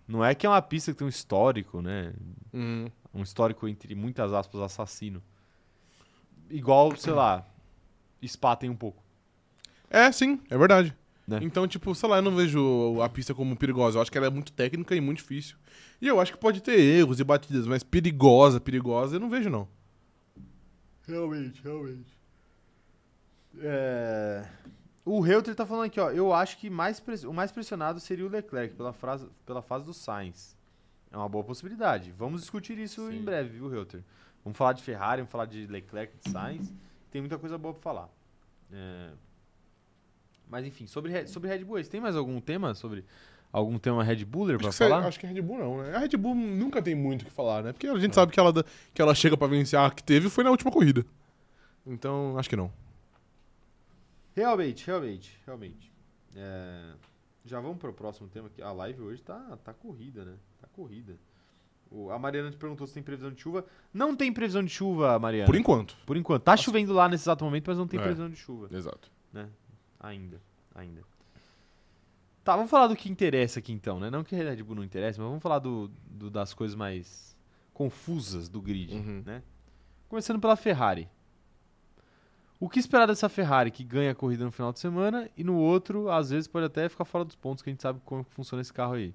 Speaker 1: não é que é uma pista que tem um histórico, né?
Speaker 2: Hum.
Speaker 1: Um histórico entre muitas aspas assassino. Igual, sei lá, Spa tem um pouco.
Speaker 2: É, sim, é verdade.
Speaker 1: Né?
Speaker 2: Então, tipo, sei lá, eu não vejo a pista como perigosa. Eu acho que ela é muito técnica e muito difícil. E eu acho que pode ter erros e batidas, mas perigosa, perigosa, eu não vejo, não.
Speaker 1: Realmente, realmente. É... O Reuter tá falando aqui, ó. Eu acho que mais pres- o mais pressionado seria o Leclerc pela, frase... pela fase do Sainz. É uma boa possibilidade. Vamos discutir isso
Speaker 2: Sim.
Speaker 1: em breve, viu, Reuter? Vamos falar de Ferrari, vamos falar de Leclerc, de Sainz. Tem muita coisa boa pra falar. É, Mas enfim, sobre, Red- sobre Red Bull, vocês tem mais algum tema sobre algum tema Red Buller pra
Speaker 2: Acho que, você-
Speaker 1: falar?
Speaker 2: acho que a Red Bull não, né? A Red Bull nunca tem muito o que falar, né? Porque a
Speaker 1: É.
Speaker 2: gente sabe que ela, dá- que ela chega pra vencer a que teve foi na última corrida. Então, acho que não.
Speaker 1: Realmente, realmente, realmente. É, já vamos pro próximo tema aqui. A live hoje tá, tá corrida, né? Tá corrida. O- a Mariana te perguntou se tem previsão de chuva. Não tem previsão de chuva, Mariana.
Speaker 2: Por enquanto.
Speaker 1: Por enquanto. Tá chovendo lá nesse exato momento, mas não tem
Speaker 2: É.
Speaker 1: previsão de chuva.
Speaker 2: Exato.
Speaker 1: Ainda. Ainda. Tá, vamos falar do que interessa aqui então, né? Não que Red Bull não interessa, mas vamos falar do, do- das coisas mais confusas do grid. né?
Speaker 2: Uhum.
Speaker 1: Começando pela Ferrari. O que esperar dessa Ferrari que ganha a corrida no final de semana e no outro, às vezes, pode até ficar fora dos pontos, que a gente sabe como que funciona esse carro aí.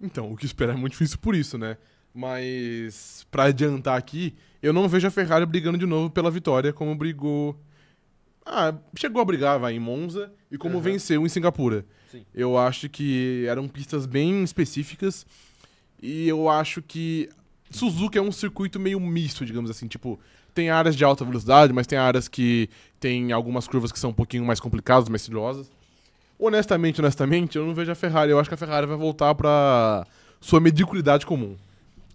Speaker 2: Então, o que esperar é muito difícil por isso, né? Mas, pra adiantar aqui, eu não vejo a Ferrari brigando de novo pela vitória, como brigou. Ah, chegou a brigar, vai, em Monza, e como
Speaker 1: Aham.
Speaker 2: venceu em Singapura.
Speaker 1: Sim.
Speaker 2: Eu acho que eram pistas bem específicas, e eu acho que. Suzuka é um circuito meio misto, digamos assim. Tipo, tem áreas de alta velocidade, mas tem áreas que tem algumas curvas que são um pouquinho mais complicadas, mais sinuosas. Honestamente, honestamente, eu não vejo a Ferrari. Eu acho que a Ferrari vai voltar pra sua mediocridade comum.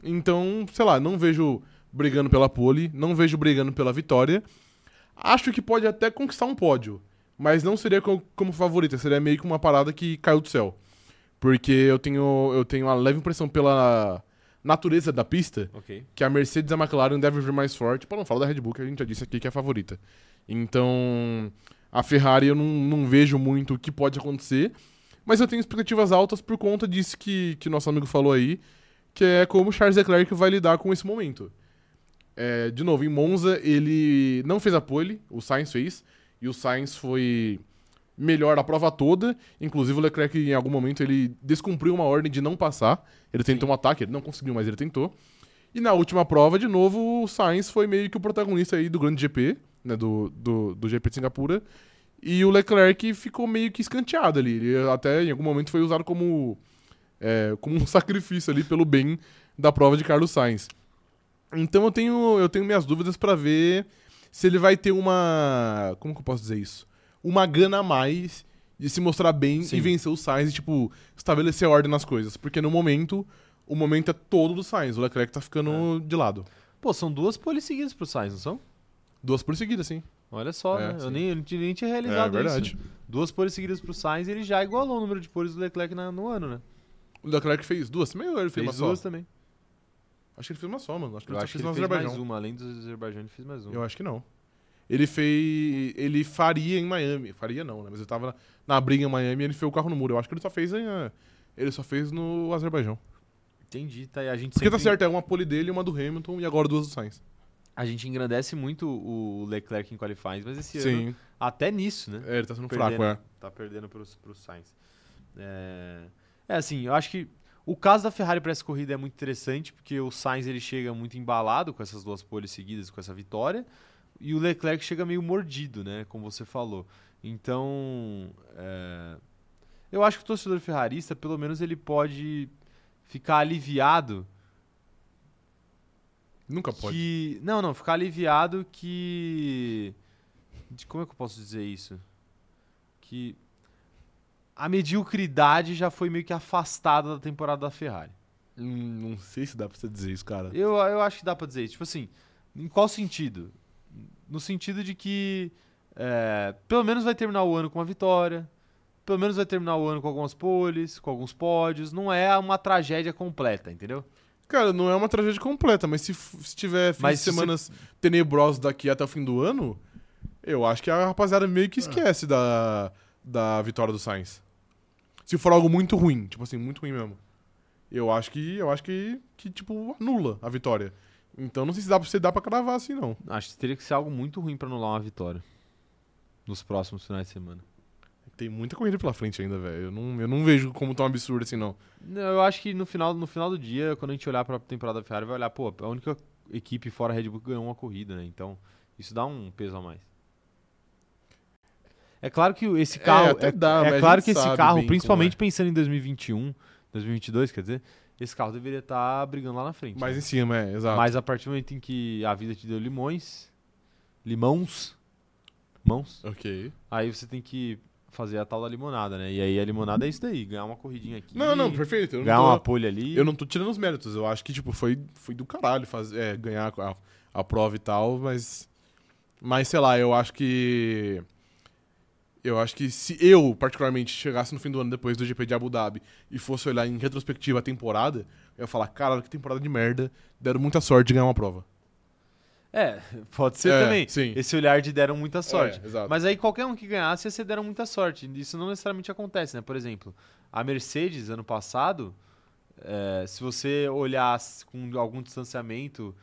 Speaker 2: Então, sei lá, não vejo brigando pela pole, não vejo brigando pela vitória. Acho que pode até conquistar um pódio, mas não seria co- como favorita, seria meio que uma parada que caiu do céu. Porque eu tenho, eu tenho uma leve impressão pela natureza da pista
Speaker 1: Ok.
Speaker 2: que a Mercedes e a McLaren devem vir mais forte, para não falar da Red Bull, que a gente já disse aqui que é a favorita. Então, a Ferrari eu não, não vejo muito o que pode acontecer, mas eu tenho expectativas altas por conta disso que, que nosso amigo falou aí, que é como o Charles Leclerc vai lidar com esse momento. É, de novo, em Monza ele não fez a pole, o Sainz fez, e o Sainz foi melhor a prova toda, inclusive o Leclerc em algum momento ele descumpriu uma ordem de não passar, ele tentou um ataque, ele não conseguiu, mas ele tentou. E na última prova, de novo, o Sainz foi meio que o protagonista aí do grande GP, né, do, do, do GP de Singapura. E o Leclerc ficou meio que escanteado ali. Ele até em algum momento foi usado como, é, como um (laughs) sacrifício ali pelo bem da prova de Carlos Sainz. Então eu tenho, eu tenho minhas dúvidas pra ver se ele vai ter uma. Como que eu posso dizer isso? Uma gana a mais de se mostrar bem
Speaker 1: Sim.
Speaker 2: e vencer o Sainz e, tipo, estabelecer ordem nas coisas. Porque no momento, o momento é todo do Sainz. O Leclerc tá ficando
Speaker 1: É.
Speaker 2: de lado.
Speaker 1: Pô, são duas poles seguidas pro Sainz, não são?
Speaker 2: Duas por seguida, sim.
Speaker 1: Olha só,
Speaker 2: É,
Speaker 1: né?
Speaker 2: sim.
Speaker 1: Eu nem, eu nem tinha- nem tinha
Speaker 2: É
Speaker 1: realizado
Speaker 2: verdade.
Speaker 1: isso. Duas poles seguidas pro Sainz, ele já igualou o número de poles do Leclerc na- no ano, né?
Speaker 2: O Leclerc fez duas também ou ele fez,
Speaker 1: Fez
Speaker 2: uma
Speaker 1: duas
Speaker 2: só?
Speaker 1: também.
Speaker 2: Acho que ele fez uma só, mano. Acho que
Speaker 1: Eu
Speaker 2: ele
Speaker 1: acho
Speaker 2: só
Speaker 1: que
Speaker 2: fez
Speaker 1: ele
Speaker 2: no
Speaker 1: fez mais
Speaker 2: Azerbaijão.
Speaker 1: uma. Além do Azerbaijão, ele fez mais uma.
Speaker 2: Eu acho que não. Ele fez. Ele faria em Miami. Faria não, né? Mas ele tava na, na briga em Miami e ele fez o carro no muro. Eu acho que ele só fez em. eh, Ele só fez no Azerbaijão.
Speaker 1: Entendi, tá. E a gente
Speaker 2: Porque tá
Speaker 1: sempre-
Speaker 2: certo, é uma pole dele, uma do Hamilton e agora duas do Sainz.
Speaker 1: A gente engrandece muito o Leclerc em qualifying, mas esse ano, até nisso, né?
Speaker 2: É, ele tá sendo
Speaker 1: Perdendo,
Speaker 2: fraco, é.
Speaker 1: Tá perdendo pro, pro Sainz. É... é, assim, eu acho que O caso da Ferrari para essa corrida é muito interessante, porque o Sainz ele chega muito embalado com essas duas poles seguidas, com essa vitória, e o Leclerc chega meio mordido, né? Como você falou. Então, é, eu acho que o torcedor ferrarista, pelo menos, ele pode ficar aliviado
Speaker 2: Nunca pode.
Speaker 1: que. Não, não, ficar aliviado que. de- Como é que eu posso dizer isso? Que. A mediocridade já foi meio que afastada da temporada da Ferrari.
Speaker 2: Hum, não sei se dá pra você dizer isso, cara.
Speaker 1: Eu, eu acho que dá pra dizer isso. Tipo assim, em qual sentido? No sentido de que. é, pelo menos vai terminar o ano com uma vitória. Pelo menos vai terminar o ano com algumas poles, com alguns pódios. Não é uma tragédia completa, entendeu?
Speaker 2: Cara, não é uma tragédia completa, mas se, f- se tiver fins
Speaker 1: Mas
Speaker 2: de
Speaker 1: se você-
Speaker 2: semanas tenebrosos daqui até o fim do ano, eu acho que a rapaziada meio que esquece da, da vitória do Sainz. Se for algo muito ruim, tipo assim, muito ruim mesmo. Eu acho que, eu acho que, que tipo, anula a vitória. Então não sei se dá pra você dar pra cravar assim, não.
Speaker 1: Acho que teria que ser algo muito ruim pra anular uma vitória nos próximos finais de semana.
Speaker 2: Tem muita corrida pela frente ainda, velho. Eu não, eu não vejo como tão absurdo assim, não.
Speaker 1: Não, eu acho que no final, no final do dia, quando a gente olhar pra temporada da Ferrari, vai olhar, pô, a única equipe fora Red Bull que ganhou uma corrida, né? Então, isso dá um peso a mais. É claro que esse carro.
Speaker 2: até
Speaker 1: é-
Speaker 2: dá,
Speaker 1: é
Speaker 2: mas a
Speaker 1: claro
Speaker 2: gente
Speaker 1: que esse
Speaker 2: sabe
Speaker 1: carro,
Speaker 2: bem
Speaker 1: principalmente
Speaker 2: como é.
Speaker 1: pensando em 2021, 2022, quer dizer, esse carro deveria estar brigando lá na frente.
Speaker 2: Mas
Speaker 1: né?
Speaker 2: em cima, é, exato.
Speaker 1: Mas a partir do momento em que a vida te deu limões. Limãos. Mãos.
Speaker 2: Ok.
Speaker 1: Aí você tem que fazer a tal da limonada, né? E aí a limonada é isso daí, ganhar uma corridinha aqui.
Speaker 2: Não, não, perfeito. Eu não
Speaker 1: Ganhar
Speaker 2: tô-
Speaker 1: uma polha ali.
Speaker 2: Eu não tô tirando os méritos, eu acho que, tipo, foi, foi do caralho fazer, é, ganhar a, a prova e tal, mas. Mas, sei lá, eu acho que. Eu acho que se eu, particularmente, chegasse no fim do ano depois do GP de Abu Dhabi e fosse olhar em retrospectiva a temporada, eu ia falar, caralho, que temporada de merda, deram muita sorte de ganhar uma prova.
Speaker 1: É, pode ser
Speaker 2: É,
Speaker 1: também.
Speaker 2: sim.
Speaker 1: Esse olhar de deram muita sorte.
Speaker 2: É, exato.
Speaker 1: Mas aí qualquer um que ganhasse, ia ser deram muita sorte. Isso não necessariamente acontece, né? Por exemplo, a Mercedes, ano passado, é, se você olhar s- com algum distanciamento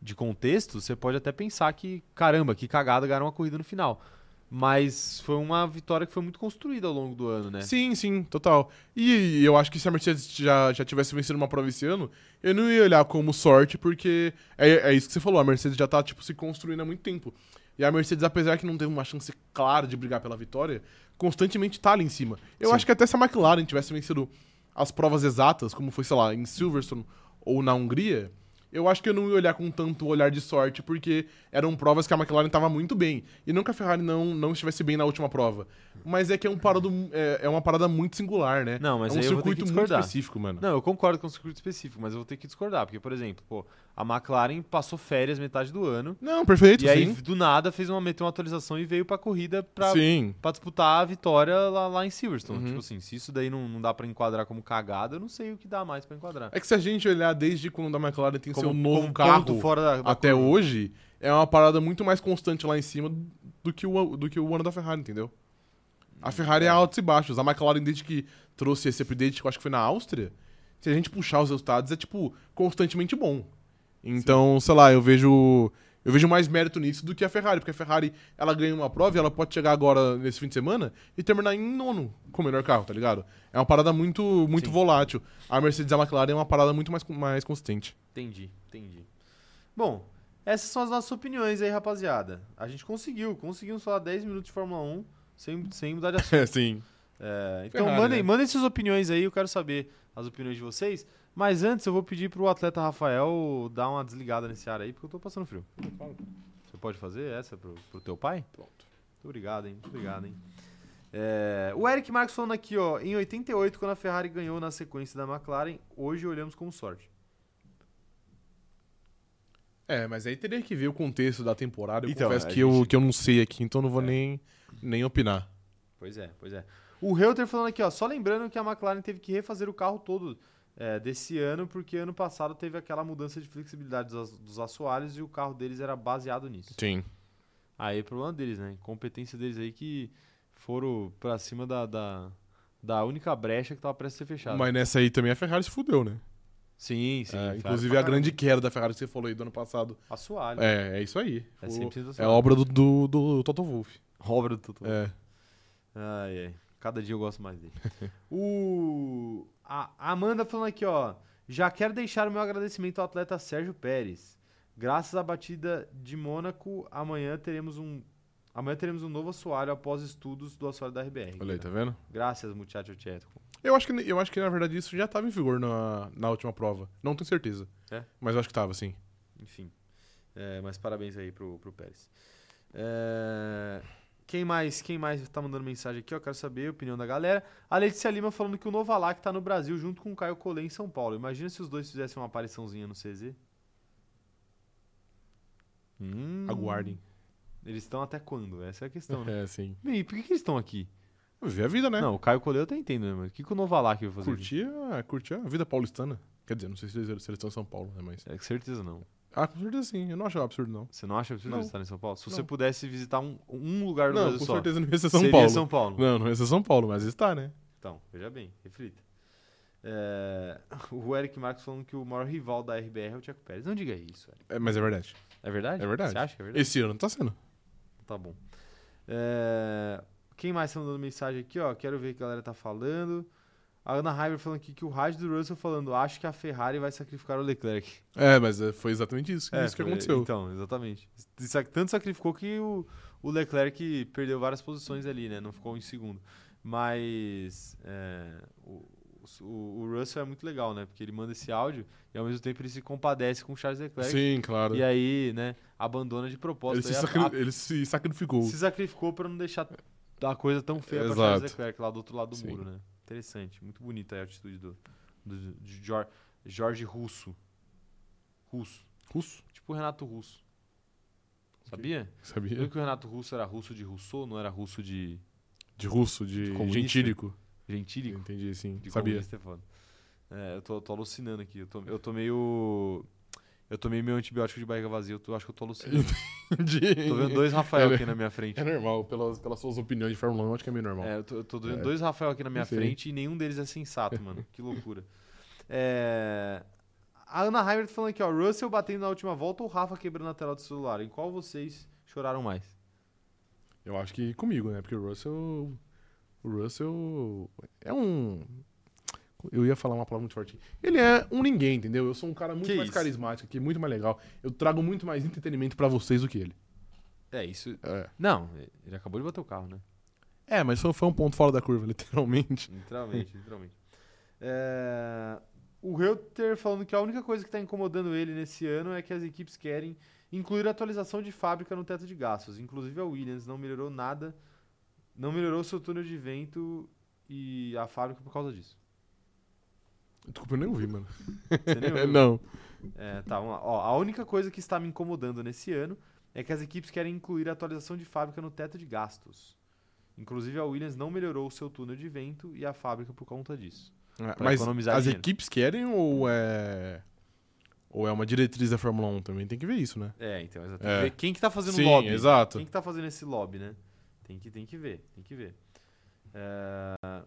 Speaker 1: de contexto, você pode até pensar que, caramba, que cagada, ganharam uma corrida no final. Mas foi uma vitória que foi muito construída ao longo do ano, né?
Speaker 2: Sim, sim, total. E eu acho que se a Mercedes já, já tivesse vencido uma prova esse ano, eu não ia olhar como sorte, porque é, é isso que você falou, a Mercedes já tá, tipo, se construindo há muito tempo. E a Mercedes, apesar que não teve uma chance clara de brigar pela vitória, constantemente tá ali em cima. Eu
Speaker 1: Sim.
Speaker 2: acho que até se a McLaren tivesse vencido as provas exatas, como foi, sei lá, em Silverstone ou na Hungria, eu acho que eu não ia olhar com tanto olhar de sorte, porque eram provas que a McLaren estava muito bem. E não que a Ferrari não, não estivesse bem na última prova. Mas é que é, um parado, é, é uma parada muito singular, né?
Speaker 1: Não, mas
Speaker 2: é um
Speaker 1: aí eu vou ter
Speaker 2: circuito
Speaker 1: que
Speaker 2: muito
Speaker 1: discordar.
Speaker 2: específico, mano.
Speaker 1: Não, eu concordo com o circuito específico, mas eu vou ter que discordar. Porque, por exemplo, pô, a McLaren passou férias metade do ano.
Speaker 2: Não, perfeito,
Speaker 1: E aí,
Speaker 2: sim.
Speaker 1: do nada, fez uma, meteu uma atualização e veio pra corrida pra,
Speaker 2: Sim.
Speaker 1: pra disputar a vitória lá, lá em Silverstone.
Speaker 2: Uhum.
Speaker 1: Tipo assim, se isso daí não, não dá pra enquadrar como cagada, eu não sei o que dá mais pra enquadrar.
Speaker 2: É que se a gente olhar desde quando a McLaren tem
Speaker 1: Como-
Speaker 2: seu um novo
Speaker 1: como
Speaker 2: carro
Speaker 1: ponto fora da, da
Speaker 2: até
Speaker 1: curva.
Speaker 2: hoje, é uma parada muito mais constante lá em cima do que o, do que o ano da Ferrari, entendeu? A Ferrari é altos e baixos. A McLaren, desde que trouxe esse update, que eu acho que foi na Áustria, se a gente puxar os resultados, é, tipo, constantemente bom. Então, sei lá, eu vejo. Eu vejo mais mérito nisso do que a Ferrari, porque a Ferrari ela ganha uma prova e ela pode chegar agora nesse fim de semana e terminar em nono com o melhor carro, tá ligado? É uma parada muito, muito
Speaker 1: Sim.
Speaker 2: volátil. A Mercedes e a McLaren é uma parada muito mais, mais consistente.
Speaker 1: Entendi, entendi. Bom, essas são as nossas opiniões aí, rapaziada. A gente conseguiu, conseguimos falar 10 minutos de Fórmula 1 sem, sem mudar de assunto.
Speaker 2: (laughs) Sim.
Speaker 1: É, então
Speaker 2: Ferrari,
Speaker 1: mandem,
Speaker 2: né?
Speaker 1: mandem suas opiniões aí, eu quero saber as opiniões de vocês. Mas antes eu vou pedir pro atleta Rafael dar uma desligada nesse ar aí, porque eu tô passando frio. Você pode fazer essa pro, pro teu pai?
Speaker 2: Pronto.
Speaker 1: Muito obrigado, hein? Muito obrigado, hein? É, o Eric Marx falando aqui, ó, em 88, quando a Ferrari ganhou na sequência da McLaren, hoje olhamos com sorte.
Speaker 2: É, mas aí teria que ver o contexto da temporada. Eu
Speaker 1: Então,
Speaker 2: confesso
Speaker 1: a
Speaker 2: que, eu,
Speaker 1: gente- É.
Speaker 2: que eu não sei aqui, então não vou nem, nem opinar.
Speaker 1: Pois é, pois é. O Reuter falando aqui, ó, só lembrando que a McLaren teve que refazer o carro todo é, desse ano, porque ano passado teve aquela mudança de flexibilidade dos, dos assoalhos e o carro deles era baseado nisso.
Speaker 2: Sim.
Speaker 1: Aí é problema deles, né? Competência deles aí que foram pra cima da, da, da única brecha que tava prestes a ser fechada.
Speaker 2: Mas nessa aí também a Ferrari se fudeu, né?
Speaker 1: Sim, sim.
Speaker 2: É,
Speaker 1: Ferrari
Speaker 2: inclusive
Speaker 1: pra
Speaker 2: a grande queda da Ferrari que você falou aí do ano passado.
Speaker 1: caramba. Assoalho.
Speaker 2: É, é isso aí.
Speaker 1: É
Speaker 2: O-
Speaker 1: 100%
Speaker 2: é
Speaker 1: assoalho.
Speaker 2: obra do, do, do Toto Wolff.
Speaker 1: Obra do Tutu.
Speaker 2: É.
Speaker 1: Ai, ai. Cada dia eu gosto mais dele. (laughs) o A a Amanda falando aqui, ó. Já quero deixar o meu agradecimento ao atleta Sérgio Pérez. Graças à batida de Mônaco, amanhã teremos um. Amanhã teremos um novo assoalho após estudos do assoalho da RBR.
Speaker 2: Olha aí, tá vendo?
Speaker 1: né? Graças, Muchacho Tchetko.
Speaker 2: Eu acho, que, eu acho que, na verdade, isso já tava em vigor na, na última prova. Não tenho certeza.
Speaker 1: É?
Speaker 2: Mas eu acho que tava, sim.
Speaker 1: Enfim. É, mas parabéns aí pro, pro Pérez. É, quem mais quem mais tá mandando mensagem aqui? Eu quero saber a opinião da galera. A Letícia Lima falando que o Novalac tá no Brasil junto com o Caio Collet em São Paulo. Imagina se os dois fizessem uma apariçãozinha no CZ. Hum,
Speaker 2: Aguardem.
Speaker 1: Eles estão até quando? Essa é a questão,
Speaker 2: (laughs)
Speaker 1: né?
Speaker 2: É, sim.
Speaker 1: E por que, que eles estão aqui?
Speaker 2: Viver a vida, né?
Speaker 1: Não, o Caio Collet eu até entendo, né? Mas o que, que o Novalac vai fazer? aqui?
Speaker 2: Curtir, a, curtir a vida paulistana. Quer dizer, não sei se eles, se eles estão em São Paulo, né? Mas...
Speaker 1: É, com certeza não.
Speaker 2: Ah, com certeza sim. Eu não acho absurdo, não.
Speaker 1: Você não acha absurdo
Speaker 2: Não.
Speaker 1: eles estar em São Paulo? Se você
Speaker 2: Não.
Speaker 1: pudesse visitar um, um lugar do
Speaker 2: não,
Speaker 1: Brasil
Speaker 2: com
Speaker 1: só,
Speaker 2: certeza não ia ser São
Speaker 1: seria
Speaker 2: Paulo.
Speaker 1: São Paulo.
Speaker 2: Não, não ia ser São Paulo, mas está, né?
Speaker 1: Então, veja bem, reflita. É, (laughs) o Eric Marques falando que o maior rival da RBR é o Tiago Pérez. Não diga isso, Eric.
Speaker 2: É, mas é verdade.
Speaker 1: É verdade?
Speaker 2: É verdade.
Speaker 1: Você acha que é verdade?
Speaker 2: Esse ano tá sendo.
Speaker 1: Tá bom. É, quem mais tá mandando mensagem aqui, ó? Quero ver o que a galera tá falando. A Ana Heiber falando aqui que o rádio do Russell falando, acho que a Ferrari vai sacrificar o Leclerc.
Speaker 2: É, mas é, foi exatamente isso,
Speaker 1: É,
Speaker 2: isso que
Speaker 1: foi-
Speaker 2: aconteceu.
Speaker 1: Então, exatamente. Sa- Tanto sacrificou que o, o Leclerc perdeu várias posições ali, né? Não ficou em segundo. Mas é, o, o- o Russell é muito legal, né? Porque ele manda esse áudio e ao mesmo tempo ele se compadece com o Charles Leclerc.
Speaker 2: sim, claro.
Speaker 1: E aí, né? Abandona de
Speaker 2: Ele
Speaker 1: propósito.
Speaker 2: se,
Speaker 1: aí a-
Speaker 2: sacri-
Speaker 1: a-
Speaker 2: ele se sacrificou.
Speaker 1: se sacrificou pra não deixar a coisa tão feia pra
Speaker 2: Exato.
Speaker 1: Charles Leclerc lá do outro lado do
Speaker 2: Sim.
Speaker 1: muro, né? Interessante. Muito bonita aí a atitude do, do, de Jor- Jorge Russo. Russo.
Speaker 2: Russo?
Speaker 1: Tipo o Renato Russo.
Speaker 2: (laughs)
Speaker 1: Sabia? Viu
Speaker 2: Sabia?
Speaker 1: que o Renato Russo era russo de Rousseau, não era russo de
Speaker 2: De russo, de,
Speaker 1: De comunista?
Speaker 2: gentílico.
Speaker 1: gentílico?
Speaker 2: Entendi, sim.
Speaker 1: De
Speaker 2: Sabia.
Speaker 1: comunista é foda. É, eu tô, tô alucinando aqui. Eu, tô, eu tomei o. Eu tomei meu antibiótico de barriga vazia. Eu tô- acho que eu tô alucinando.
Speaker 2: (laughs) De-
Speaker 1: tô vendo dois Rafael
Speaker 2: É, né?
Speaker 1: aqui na minha frente.
Speaker 2: É normal, pelas, pelas suas opiniões de Fórmula 1, acho que é meio normal.
Speaker 1: É, eu tô, eu tô vendo
Speaker 2: É.
Speaker 1: dois Rafael aqui na minha
Speaker 2: Sim.
Speaker 1: frente e nenhum deles é sensato, mano. Que loucura. É, A Ana Heimert falando aqui, ó. Russell batendo na última volta ou Rafa quebrando a tela do celular? Em qual vocês choraram mais?
Speaker 2: Eu acho que comigo, né? Porque o Russell. O Russell é um. Eu ia falar uma palavra muito forte. Ele é um ninguém, entendeu? Eu sou um cara muito
Speaker 1: Que
Speaker 2: mais
Speaker 1: isso?
Speaker 2: carismático aqui, muito mais legal. Eu trago muito mais entretenimento pra vocês do que ele.
Speaker 1: É, isso.
Speaker 2: É.
Speaker 1: Não, ele acabou de bater o carro, né?
Speaker 2: É, mas foi, foi um ponto fora da curva,
Speaker 1: (laughs)
Speaker 2: literalmente.
Speaker 1: Literalmente, (laughs) literalmente. É, O Reuter falando que a única coisa que está incomodando ele nesse ano é que as equipes querem incluir a atualização de fábrica no teto de gastos. Inclusive a Williams não melhorou nada, não melhorou seu túnel de vento e a fábrica por causa disso.
Speaker 2: Desculpa, eu nem ouvi, mano.
Speaker 1: Você nem (laughs) ouviu?
Speaker 2: Não.
Speaker 1: É, tá, vamos lá. Ó, a única coisa que está me incomodando nesse ano é que as equipes querem incluir a atualização de fábrica no teto de gastos. Inclusive a Williams não melhorou o seu túnel de vento e a fábrica por conta disso. É, Pra
Speaker 2: mas
Speaker 1: economizar
Speaker 2: as
Speaker 1: dinheiro.
Speaker 2: equipes querem ou é. Ou é uma diretriz da Fórmula 1 também? Tem que ver isso, né?
Speaker 1: É, então,
Speaker 2: É.
Speaker 1: exatamente. Quem que tá fazendo
Speaker 2: Sim,
Speaker 1: lobby?
Speaker 2: exato.
Speaker 1: Quem que tá fazendo esse lobby, né? Tem que, tem que ver, tem que ver. É,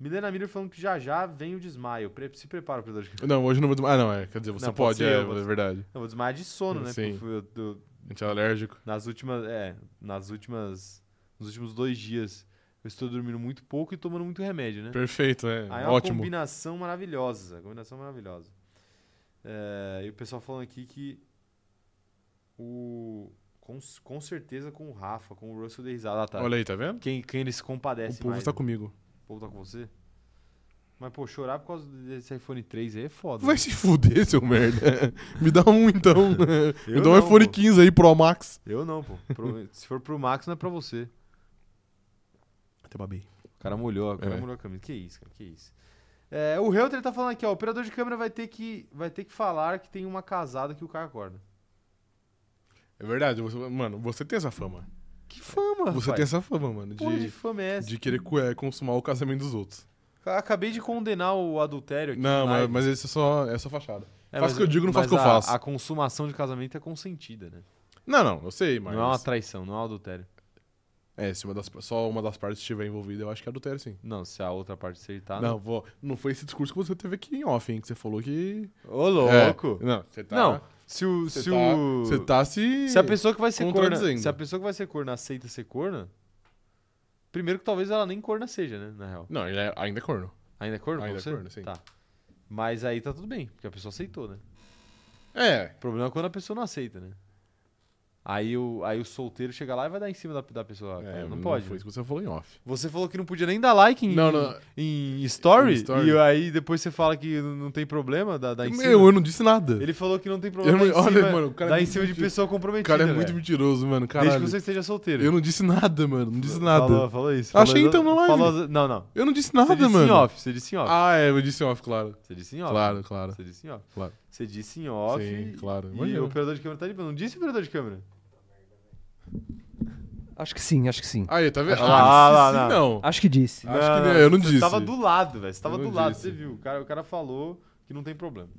Speaker 1: Milena Miller falando que já já vem o desmaio. Pre- Se prepara, Pedro.
Speaker 2: Não, hoje não vou tomar. Ah, não, é. Quer dizer, você
Speaker 1: Não, pode
Speaker 2: pode,
Speaker 1: ser
Speaker 2: é,
Speaker 1: eu, você-
Speaker 2: é verdade.
Speaker 1: Eu vou desmaiar de sono, né?
Speaker 2: Sim.
Speaker 1: Porque eu fui- eu- eu-
Speaker 2: Antialérgico.
Speaker 1: nas últimas, é, nas últimas, nos últimos dois dias eu estou dormindo muito pouco e tomando muito remédio, né?
Speaker 2: Perfeito, é.
Speaker 1: Aí é uma
Speaker 2: Ótimo.
Speaker 1: combinação maravilhosa. Combinação maravilhosa. É, e o pessoal falando aqui que o. Com, com certeza com o Rafa, com o Russell de risada. Ah, tá.
Speaker 2: Olha aí, tá vendo?
Speaker 1: Quem, quem ele se
Speaker 2: O
Speaker 1: compadece
Speaker 2: povo
Speaker 1: mais.
Speaker 2: tá
Speaker 1: né?
Speaker 2: comigo.
Speaker 1: O povo tá com você? Mas, pô, chorar por causa desse iPhone 3 aí é foda.
Speaker 2: Vai se fuder,
Speaker 1: (laughs)
Speaker 2: seu merda. Me dá um então. Me
Speaker 1: Eu
Speaker 2: dá um
Speaker 1: não,
Speaker 2: iPhone
Speaker 1: pô.
Speaker 2: 15 aí Pro Max.
Speaker 1: Eu não, pô. Pro- (laughs) se for pro Max, não é pra você.
Speaker 2: Até babei.
Speaker 1: O cara molhou, o cara
Speaker 2: É.
Speaker 1: molhou a camisa. Que isso, cara, que isso. É, o Reuter tá falando aqui, ó. O operador de câmera vai ter que, vai ter que falar que tem uma casada que o cara acorda.
Speaker 2: É verdade, você- mano, você tem essa fama.
Speaker 1: Que fama,
Speaker 2: Você tem essa fama, mano,
Speaker 1: Porra de
Speaker 2: de,
Speaker 1: fama é essa?
Speaker 2: de querer cu- é, consumar o casamento dos outros.
Speaker 1: Acabei de condenar o adultério aqui. na
Speaker 2: Não, mas,
Speaker 1: live.
Speaker 2: mas isso é só, é só fachada.
Speaker 1: É,
Speaker 2: faço o que eu digo, não faço o
Speaker 1: mas
Speaker 2: que eu
Speaker 1: a-
Speaker 2: faço.
Speaker 1: A consumação de casamento é consentida, né?
Speaker 2: Não, não, eu sei, mas.
Speaker 1: Não é uma traição, não é um adultério.
Speaker 2: É, se uma das, só uma das partes estiver envolvida, eu acho que é adultério, sim.
Speaker 1: Não, se a outra parte né? acertar.
Speaker 2: não, vó, não foi esse discurso que você teve aqui em off, hein? Que você falou que.
Speaker 1: Ô, louco!
Speaker 2: É, não, você tá.
Speaker 1: Não, se o.
Speaker 2: você
Speaker 1: Se,
Speaker 2: tá,
Speaker 1: o
Speaker 2: Você tá se.
Speaker 1: se a pessoa que vai ser corna.
Speaker 2: contradizendo.
Speaker 1: Se a pessoa que vai ser corna aceita ser corna. Primeiro que talvez ela nem corna seja, né? Na real.
Speaker 2: Não, ele é- ainda é corno.
Speaker 1: Ainda é corno pra
Speaker 2: Ainda é
Speaker 1: você?
Speaker 2: corno, sim.
Speaker 1: Tá. Mas aí tá tudo bem, porque a pessoa aceitou, né?
Speaker 2: É,
Speaker 1: O problema é quando a pessoa não aceita, né? Aí o, aí o solteiro chega lá e vai dar em cima da, da pessoa.
Speaker 2: é,
Speaker 1: cara, não,
Speaker 2: não
Speaker 1: pode. né?
Speaker 2: Foi isso que você falou em off.
Speaker 1: Você falou que não podia nem dar like em,
Speaker 2: Não, não.
Speaker 1: em story,
Speaker 2: Em story.
Speaker 1: e aí depois você fala que n- não tem problema dar, dar Tá em cima.
Speaker 2: Meu, eu não disse nada.
Speaker 1: Ele é falou que não tem
Speaker 2: Eu
Speaker 1: problema
Speaker 2: não-
Speaker 1: dar em
Speaker 2: olha,
Speaker 1: cima,
Speaker 2: mano, o cara é
Speaker 1: dar em
Speaker 2: muito
Speaker 1: cima de
Speaker 2: mentiroso.
Speaker 1: pessoa
Speaker 2: o
Speaker 1: comprometida,
Speaker 2: cara é muito
Speaker 1: velho.
Speaker 2: mentiroso, mano.
Speaker 1: Desde
Speaker 2: Caralho.
Speaker 1: que você esteja solteiro.
Speaker 2: Eu não disse nada, mano. Não disse nada.
Speaker 1: Falou, falou isso.
Speaker 2: Achei
Speaker 1: falou-
Speaker 2: então na live.
Speaker 1: falou- não, não.
Speaker 2: Eu não disse
Speaker 1: Você
Speaker 2: nada,
Speaker 1: disse
Speaker 2: mano.
Speaker 1: em off, você disse em off.
Speaker 2: Ah, é, eu disse em off, claro.
Speaker 1: Você disse em off.
Speaker 2: Claro, claro.
Speaker 1: Você disse em off.
Speaker 2: Claro.
Speaker 1: Você disse em off.
Speaker 2: Sim, claro.
Speaker 1: E
Speaker 2: Imagina.
Speaker 1: o operador de câmera tá de boa. Não disse operador de câmera?
Speaker 3: Acho que sim, acho que sim.
Speaker 2: Aí, tá vendo?
Speaker 1: Ah, lá, lá,
Speaker 2: sim,
Speaker 1: lá. Ah,
Speaker 2: não.
Speaker 3: Acho que disse.
Speaker 2: Acho que não, eu não
Speaker 1: você
Speaker 2: disse.
Speaker 1: tava do lado, velho. Você tava
Speaker 2: Eu não
Speaker 1: do lado,
Speaker 2: disse.
Speaker 1: você viu. O cara, o cara falou que não tem problema.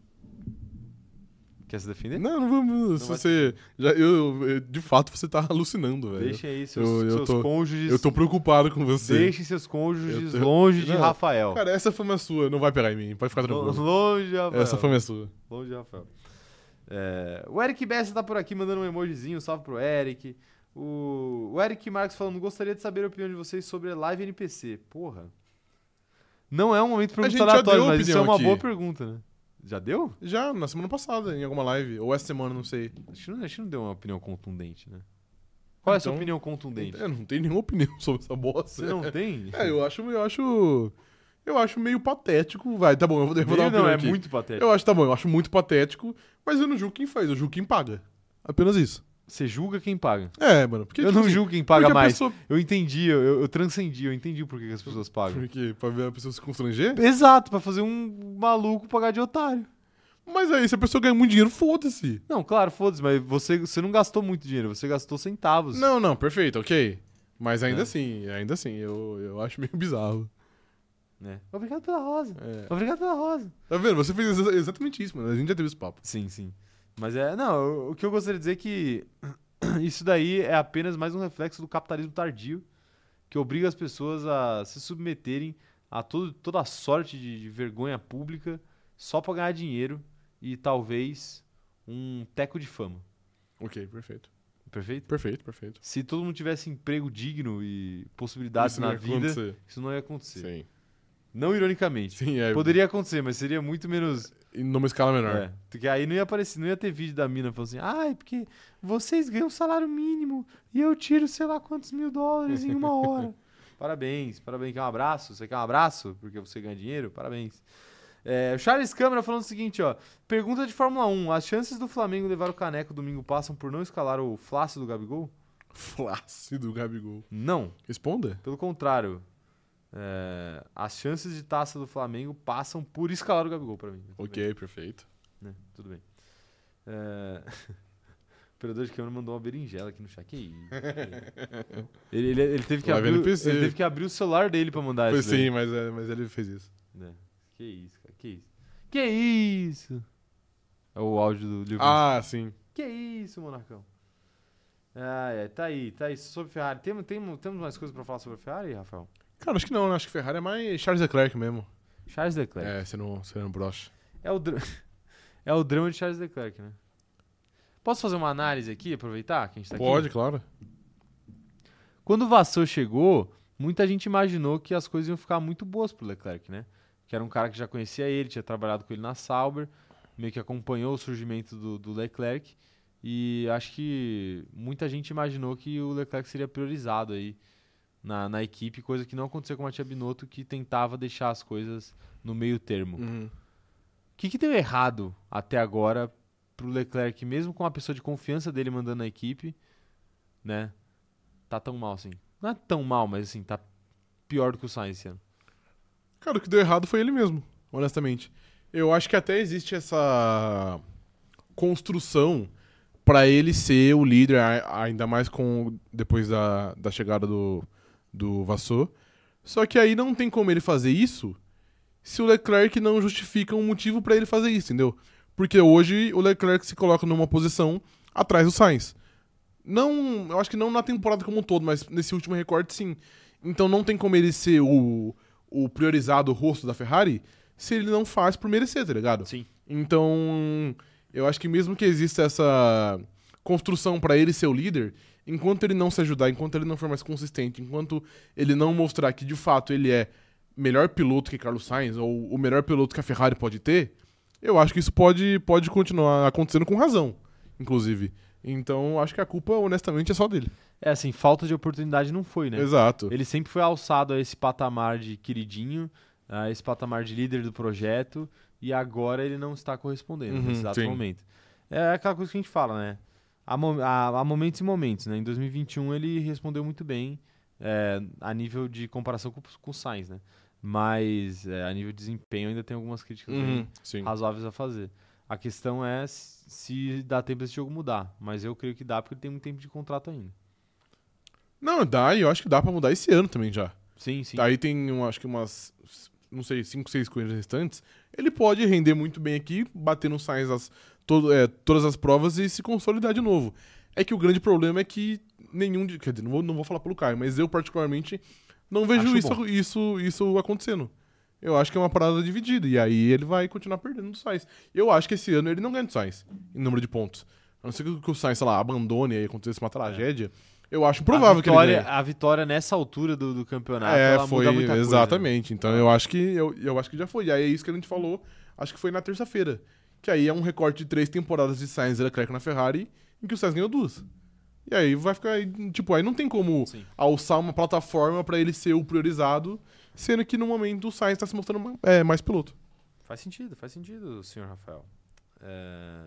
Speaker 1: Quer se defender?
Speaker 2: Não, não vamos. se
Speaker 1: vai-
Speaker 2: você. já- eu, eu- de fato, você tá alucinando, velho.
Speaker 1: Deixem aí seus,
Speaker 2: eu- eu
Speaker 1: seus
Speaker 2: tô-
Speaker 1: cônjuges.
Speaker 2: Eu tô preocupado com você.
Speaker 1: Deixem seus cônjuges
Speaker 2: Eu tô-
Speaker 1: longe de
Speaker 2: Não,
Speaker 1: Rafael.
Speaker 2: Cara, essa foi uma sua. Não vai pegar em mim. Pode ficar
Speaker 1: Lo-
Speaker 2: tranquilo.
Speaker 1: longe de Rafael.
Speaker 2: Essa foi uma sua.
Speaker 1: Longe de Rafael. É, o Eric Bessa tá por aqui mandando um emojizinho. Salve pro Eric. O, o Eric Marques falando: gostaria de saber a opinião de vocês sobre live NPC. Porra. Não é um momento de
Speaker 2: gente
Speaker 1: pergunta
Speaker 2: já
Speaker 1: aleatória,
Speaker 2: deu
Speaker 1: mas isso é
Speaker 2: opinião
Speaker 1: uma
Speaker 2: aqui.
Speaker 1: boa pergunta, né? Já deu?
Speaker 2: Já, na semana passada, em alguma live. Ou essa semana, não sei.
Speaker 1: Acho que não, acho que não deu uma opinião contundente, né? Qual é a sua
Speaker 2: Então-
Speaker 1: opinião contundente?
Speaker 2: Eu não tenho nenhuma opinião (laughs) sobre essa
Speaker 1: Você
Speaker 2: bosta.
Speaker 1: não tem?
Speaker 2: É, eu acho, eu acho. Eu acho meio patético. Vai, tá bom, eu vou, eu vou dar uma
Speaker 1: Meio não,
Speaker 2: opinião
Speaker 1: é
Speaker 2: aqui.
Speaker 1: muito patético.
Speaker 2: Eu acho, tá bom, eu acho muito patético, mas eu não julgo quem faz, eu julgo quem paga. Apenas isso.
Speaker 1: Você julga quem paga.
Speaker 2: É, mano. Porque,
Speaker 1: eu
Speaker 2: tipo
Speaker 1: não
Speaker 2: assim,
Speaker 1: julgo quem paga
Speaker 2: porque
Speaker 1: mais.
Speaker 2: A pessoa,
Speaker 1: Eu entendi, eu, eu transcendi, eu entendi por que que as pessoas pagam.
Speaker 2: porque pra ver a pessoa se constranger.
Speaker 1: Exato, pra fazer um maluco pagar de otário.
Speaker 2: Mas aí, se a pessoa ganha muito dinheiro, foda-se.
Speaker 1: Não, claro, foda-se, mas você, você não gastou muito dinheiro, você gastou centavos.
Speaker 2: Não, não, perfeito, ok. Mas ainda
Speaker 1: É.
Speaker 2: assim, ainda assim, eu, eu acho meio (laughs) bizarro.
Speaker 1: né? Obrigado pela rosa.
Speaker 2: É.
Speaker 1: Obrigado pela rosa.
Speaker 2: Tá vendo? Você fez exa- exatamente isso, mano. A gente já teve esse papo.
Speaker 1: Sim, sim. Mas é, não, o- o que eu gostaria de dizer é que (clears throat) isso daí é apenas mais um reflexo do capitalismo tardio, que obriga as pessoas a se submeterem a todo, toda sorte de, de vergonha pública só pra ganhar dinheiro e talvez um teco de fama.
Speaker 2: Ok, perfeito.
Speaker 1: Perfeito?
Speaker 2: Perfeito, perfeito.
Speaker 1: Se todo mundo tivesse emprego digno e possibilidades
Speaker 2: Isso não
Speaker 1: na
Speaker 2: ia
Speaker 1: vida,
Speaker 2: acontecer.
Speaker 1: isso não ia acontecer.
Speaker 2: Sim.
Speaker 1: Não ironicamente.
Speaker 2: Sim, é.
Speaker 1: Poderia acontecer, mas seria muito menos.
Speaker 2: em- Numa escala menor.
Speaker 1: É, porque aí não ia aparecer, não ia ter vídeo da mina falando assim, ai, porque vocês ganham um salário mínimo e eu tiro sei lá quantos mil dólares em uma hora. parabéns, parabéns, quer um abraço? Você quer um abraço? Porque você ganha dinheiro? Parabéns. É, o Charles Câmara falando o seguinte, ó. Pergunta de Fórmula 1: as chances do Flamengo levar o caneco domingo passam por não escalar o Flácio do Gabigol?
Speaker 2: Flácido Gabigol.
Speaker 1: Não.
Speaker 2: Responda.
Speaker 1: Pelo contrário. É, as chances de taça do Flamengo passam por escalar o Gabigol pra mim. Tudo
Speaker 2: Ok, perfeito.
Speaker 1: né? Tudo bem. É... (laughs) O operador de câmera mandou uma berinjela aqui no chat. Que isso? ele, ele, ele teve que
Speaker 2: Live
Speaker 1: abrir, o-
Speaker 2: NPC.
Speaker 1: ele teve que abrir o celular dele pra mandar
Speaker 2: Foi
Speaker 1: isso. daí.
Speaker 2: sim, mas, é, mas ele fez isso.
Speaker 1: Né? Que isso, cara. Que isso. Que isso? É o áudio do livro.
Speaker 2: Ah, sim.
Speaker 1: Que isso, Monarcão? Ah, é, tá aí, tá aí. Sobre Ferrari. Temos, temos, temos mais coisas pra falar sobre a Ferrari, Rafael?
Speaker 2: Cara, acho que não, né? Acho que Ferrari é mais Charles Leclerc mesmo.
Speaker 1: Charles Leclerc.
Speaker 2: É, você não, você não brocha.
Speaker 1: É o, dra- (laughs) é o drama de Charles Leclerc, né? Posso fazer uma análise aqui, aproveitar que a gente tá
Speaker 2: Pode,
Speaker 1: aqui?
Speaker 2: claro.
Speaker 1: Quando o Vassou chegou, muita gente imaginou que as coisas iam ficar muito boas pro Leclerc, né? Que era um cara que já conhecia ele, tinha trabalhado com ele na Sauber, meio que acompanhou o surgimento do, do Leclerc. E acho que muita gente imaginou que o Leclerc seria priorizado aí na, na equipe, coisa que não aconteceu com o Matia Binotto, que tentava deixar as coisas no meio termo.
Speaker 2: Uhum.
Speaker 1: O que, que deu errado até agora pro Leclerc, mesmo com a pessoa de confiança dele mandando a equipe, né? Tá tão mal assim. Não é tão mal, mas assim, tá pior do que o Sainz esse ano.
Speaker 2: Cara, o que deu errado foi ele mesmo, honestamente. Eu acho que até existe essa construção pra ele ser o líder, a- ainda mais com depois da, da chegada do, do Vassou. Só que aí não tem como ele fazer isso se o Leclerc não justifica um motivo pra ele fazer isso, entendeu? Porque hoje o Leclerc se coloca numa posição atrás do Sainz. Não, eu acho que não na temporada como um todo, mas nesse último recorte sim. Então não tem como ele ser o, o priorizado rosto da Ferrari se ele não faz por merecer, tá ligado?
Speaker 1: Sim.
Speaker 2: Então, eu acho que mesmo que exista essa construção pra ele ser o líder, enquanto ele não se ajudar, enquanto ele não for mais consistente, enquanto ele não mostrar que de fato ele é melhor piloto que Carlos Sainz ou o melhor piloto que a Ferrari pode ter, eu acho que isso pode, pode continuar acontecendo com razão, inclusive. Então, acho que a culpa, honestamente, é só dele.
Speaker 1: É assim, falta de oportunidade não foi, né?
Speaker 2: Exato.
Speaker 1: Ele sempre foi alçado a esse patamar de queridinho, a esse patamar de líder do projeto, e agora ele não está correspondendo
Speaker 2: Uhum,
Speaker 1: nesse exato
Speaker 2: sim.
Speaker 1: momento. É aquela coisa que a gente fala, né? Há, mo- há- há momentos e momentos, né? Em 2021 ele respondeu muito bem é, a nível de comparação com, com o Sainz, né? Mas é, a nível de desempenho ainda tem algumas críticas bem
Speaker 2: Uhum, sim.
Speaker 1: razoáveis a fazer. A questão é s- se dá tempo desse jogo mudar, mas eu creio que dá porque ele tem muito tempo de contrato ainda.
Speaker 2: Não, dá, e eu acho que dá pra mudar esse ano também já.
Speaker 1: Sim, sim.
Speaker 2: Aí tem, eu acho que umas, não sei, 5, 6 corridas restantes. Ele pode render muito bem aqui, bater no Sainz as, to- é, todas as provas e se consolidar de novo. É que o grande problema é que nenhum de. Quer dizer, não vou, não vou falar pelo Caio, mas eu particularmente não vejo
Speaker 1: Acho
Speaker 2: isso,
Speaker 1: bom.
Speaker 2: isso, isso acontecendo. Eu acho que é uma parada dividida. E aí ele vai continuar perdendo do Sainz. Eu acho que esse ano ele não ganha do Sainz em número de pontos. A não ser que o Sainz, sei lá, abandone e aí aconteça uma tragédia. Eu acho
Speaker 1: a
Speaker 2: provável que ele
Speaker 1: vitória,
Speaker 2: ganhe.
Speaker 1: A vitória nessa altura do, do campeonato,
Speaker 2: É,
Speaker 1: ela
Speaker 2: foi
Speaker 1: muda muita coisa. Tá.
Speaker 2: exatamente. Então eu acho que eu, eu acho que já foi. E aí é isso que a gente falou. Acho que foi na terça-feira, que aí é um recorte de três temporadas de Sainz e Leclerc na Ferrari, em que o Sainz ganhou duas. E aí vai ficar aí, tipo, aí não tem como
Speaker 1: Sim.
Speaker 2: alçar uma plataforma pra ele ser o priorizado, sendo que no momento o Sainz tá se mostrando ma- é,
Speaker 1: (laughs)
Speaker 2: mais piloto.
Speaker 1: Faz sentido, faz sentido, senhor Rafael. É,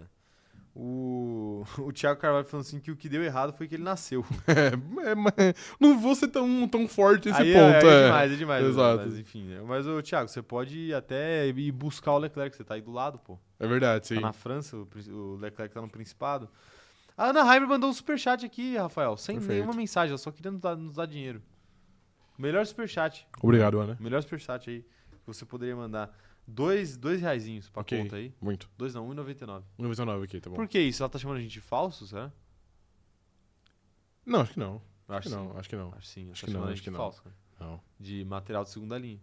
Speaker 1: O, (laughs) o Thiago Carvalho falando assim que o que deu errado foi que ele
Speaker 2: (laughs)
Speaker 1: nasceu.
Speaker 2: É, é, mas não vou ser tão, tão forte nesse
Speaker 1: Aí é-
Speaker 2: ponto.
Speaker 1: é,
Speaker 2: é.
Speaker 1: demais, é demais.
Speaker 2: Exato.
Speaker 1: Mas enfim, né? mas o Thiago, você pode até ir buscar o Leclerc, você tá aí do lado, pô.
Speaker 2: É verdade, sim.
Speaker 1: Tá na França, o, prin- o Leclerc tá no Principado. A Ana Heimer mandou um superchat aqui, Rafael, sem
Speaker 2: Perfeito.
Speaker 1: nenhuma mensagem, ela só queria nos dar, nos dar dinheiro. Melhor superchat.
Speaker 2: Obrigado, Ana.
Speaker 1: O melhor superchat aí que você poderia mandar. Dois, dois reaisinhos pra
Speaker 2: Ok.
Speaker 1: conta aí.
Speaker 2: Muito.
Speaker 1: Dois não, 1,99.
Speaker 2: 99 aqui, tá bom.
Speaker 1: Por que isso? Ela tá chamando a gente de falso, será?
Speaker 2: Não, acho que não.
Speaker 1: Eu
Speaker 2: Acho
Speaker 1: sim.
Speaker 2: que não, acho que não.
Speaker 1: Acho sim. Ela
Speaker 2: Acho
Speaker 1: tá
Speaker 2: que não,
Speaker 1: chamando a
Speaker 2: acho
Speaker 1: gente
Speaker 2: que
Speaker 1: de
Speaker 2: não.
Speaker 1: falso. cara.
Speaker 2: Não. É.
Speaker 1: De material de segunda linha.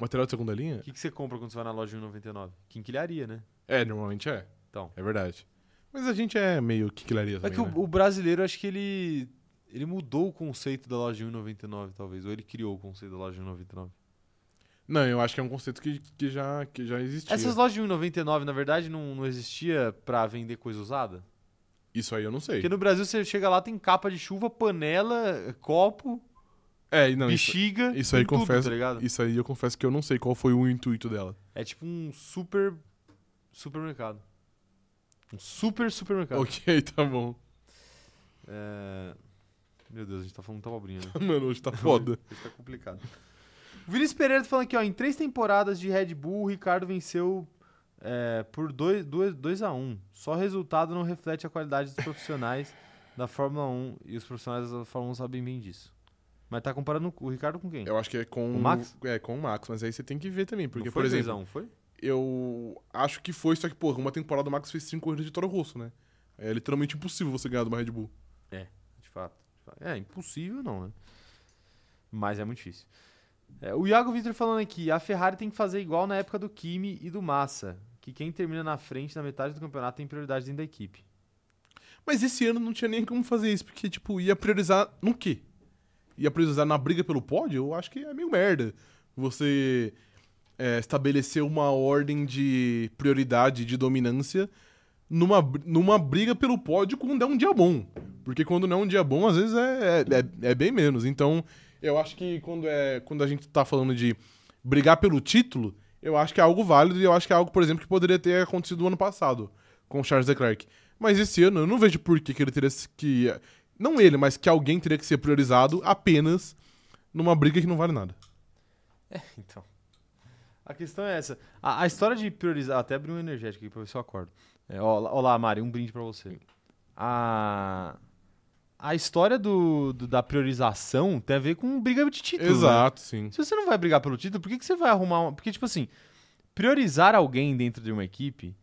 Speaker 2: Material de segunda linha?
Speaker 1: O que, que você compra quando você vai na loja de 1,99? Quinquilharia, né?
Speaker 2: É, normalmente é.
Speaker 1: Então.
Speaker 2: É verdade. Mas a gente é meio quiquilaria
Speaker 1: É
Speaker 2: também,
Speaker 1: que o,
Speaker 2: né?
Speaker 1: o brasileiro, acho que ele... Ele mudou o conceito da loja de 1,99, talvez. Ou ele criou o conceito da loja de 1,99.
Speaker 2: Não, eu acho que é um conceito que, que, já, que já existia.
Speaker 1: Essas lojas de 1,99, na verdade, não, não existia pra vender coisa usada?
Speaker 2: Isso aí eu não sei.
Speaker 1: Porque no Brasil, você chega lá, tem capa de chuva, panela, copo,
Speaker 2: É, não, isso,
Speaker 1: bexiga...
Speaker 2: isso aí
Speaker 1: tem tudo,
Speaker 2: confesso-
Speaker 1: tá ligado?
Speaker 2: isso aí eu confesso que eu não sei qual foi o intuito dela.
Speaker 1: É tipo um super supermercado. Um super supermercado.
Speaker 2: Ok, (laughs) tá bom.
Speaker 1: É, Meu Deus, a gente tá falando tão abobrinha, né?
Speaker 2: Mano, hoje
Speaker 1: (laughs)
Speaker 2: tá foda.
Speaker 1: Isso tá complicado. O Vinícius Pereira tá falando aqui, ó. Em três temporadas de Red Bull, o Ricardo venceu é, por 2 dois, dois a 1 um. Só resultado não reflete a qualidade dos profissionais (laughs) da Fórmula 1. E os profissionais da Fórmula 1 sabem bem disso. Mas tá comparando o Ricardo com quem?
Speaker 2: eu acho que é com
Speaker 1: O Max?
Speaker 2: É, com o Max, mas aí você tem que ver também. Porque,
Speaker 1: Não foi
Speaker 2: por exemplo,
Speaker 1: 2 a 1, foi?
Speaker 2: eu acho que foi, só que, porra, uma temporada o Max fez cinco corridas de Toro Rosso, né? É literalmente impossível você ganhar de uma Red Bull.
Speaker 1: De fato. de fato. É, impossível não, né? Mas é muito difícil. É, o Iago Vitor falando aqui, a Ferrari tem que fazer igual na época do Kimi e do Massa, que quem termina na frente na metade do campeonato tem prioridade dentro da equipe.
Speaker 2: Mas esse ano não tinha nem como fazer isso, porque, tipo, ia priorizar no quê? Ia priorizar na briga pelo pódio? Eu acho que é meio merda. Você é, estabelecer uma ordem de prioridade, de dominância, numa, br- numa briga pelo pódio quando é um dia bom. Porque quando não é um dia bom, às vezes é, é, é- é bem menos. Então, eu acho que quando, é, quando a gente tá falando de brigar pelo título, eu acho que é algo válido e eu acho que é algo, por exemplo, que poderia ter acontecido no ano passado com o Charles Leclerc. Mas esse ano eu não vejo por que, que ele teria se- que. Não ele, mas que alguém teria que ser priorizado apenas numa briga que não vale nada.
Speaker 1: Então. A questão é essa. A, a história de priorizar. Até abri um energético aqui pra ver se eu acordo. É, ó, lá- olá, Mari, um brinde pra você. A. A história do, do- da priorização tem a ver com briga de título. né?
Speaker 2: Exato, sim.
Speaker 1: Se você não vai brigar pelo título, por que, que você vai arrumar uma. Porque, tipo assim, priorizar alguém dentro de uma equipe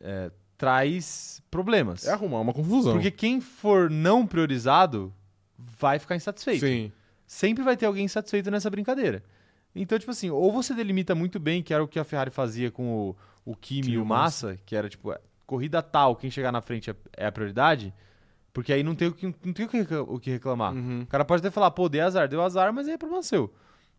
Speaker 1: é, traz problemas.
Speaker 2: É arrumar uma confusão.
Speaker 1: Porque quem for não priorizado vai ficar insatisfeito.
Speaker 2: Sim.
Speaker 1: Sempre vai ter alguém insatisfeito nessa brincadeira. Então, tipo assim, ou você delimita muito bem, que era o que a Ferrari fazia com o, o Kimi
Speaker 2: Kimi
Speaker 1: e o
Speaker 2: e
Speaker 1: Massa, que era tipo, é, corrida tal, quem chegar na frente é, é a prioridade, porque aí não tem o que, não tem o que recla- o que reclamar.
Speaker 2: Uhum.
Speaker 1: O cara pode até falar, pô, dei azar, deu azar, mas aí é problema seu,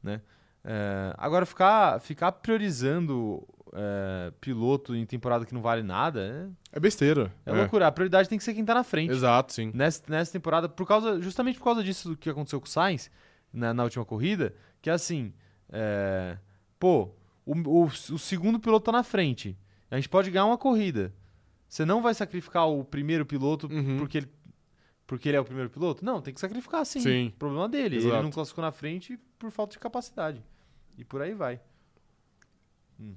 Speaker 1: né? É, agora, ficar, ficar priorizando é, piloto em temporada que não vale nada né?
Speaker 2: É besteira.
Speaker 1: é, é loucura. A prioridade tem que ser quem tá na frente.
Speaker 2: Exato, sim.
Speaker 1: nessa, nessa temporada, por causa, justamente por causa disso do que aconteceu com o Sainz na, na última corrida, que é assim, é, pô, o, o, o segundo piloto tá na frente, a gente pode ganhar uma corrida. Você não vai sacrificar o primeiro piloto
Speaker 2: Uhum.
Speaker 1: porque ele porque ele é o primeiro piloto? Não, tem que sacrificar sim.
Speaker 2: Sim.
Speaker 1: Problema dele, ele
Speaker 2: Exato.
Speaker 1: não classificou na frente por falta de capacidade. E por aí vai. Hum.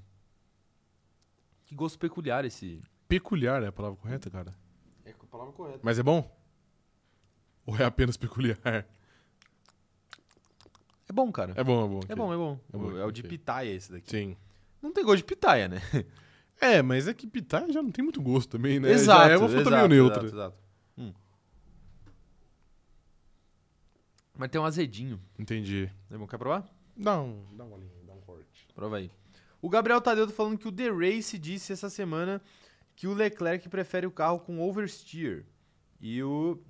Speaker 1: Que gosto peculiar esse.
Speaker 2: Peculiar é a palavra correta, cara.
Speaker 1: É a palavra correta.
Speaker 2: Mas é bom? Ou é apenas peculiar? É
Speaker 1: É bom, cara.
Speaker 2: bom, é bom.
Speaker 1: É
Speaker 2: ok.
Speaker 1: bom, é bom.
Speaker 2: É bom,
Speaker 1: é o de
Speaker 2: ok.
Speaker 1: pitaia esse daqui.
Speaker 2: Sim.
Speaker 1: Não tem gosto de pitaia, né?
Speaker 2: É, mas é que pitar já não tem muito gosto
Speaker 1: (laughs)
Speaker 2: também, né? Já é uma fruta
Speaker 1: exato,
Speaker 2: meio neutra.
Speaker 1: Exato, exato. Hum. Mas tem um azedinho.
Speaker 2: Entendi.
Speaker 1: É bom, quer provar?
Speaker 2: Dá um, dá um olhinho, dá um corte.
Speaker 1: Prova aí. O Gabriel Tadeu tá falando que o The Race disse essa semana que o Leclerc prefere o carro com oversteer. E o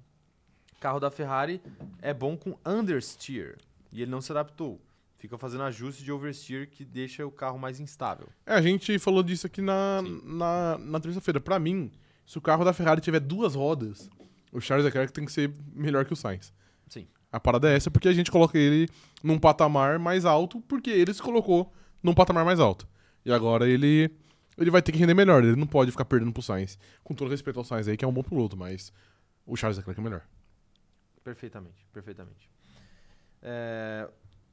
Speaker 1: carro da Ferrari é bom com understeer. E ele não se adaptou. Fica fazendo ajuste de oversteer que deixa o carro mais instável.
Speaker 2: É, a gente falou disso aqui na, na, na terça-feira. Pra mim, se o carro da Ferrari tiver duas rodas, o Charles Leclerc tem que ser melhor que o Sainz.
Speaker 1: Sim.
Speaker 2: A parada é essa porque a gente coloca ele num patamar mais alto porque ele se colocou num patamar mais alto. E agora ele ele vai ter que render melhor, ele não pode ficar perdendo pro Sainz. Com todo respeito ao Sainz aí, que é um bom piloto, mas o Charles Leclerc é melhor.
Speaker 1: Perfeitamente, perfeitamente. É,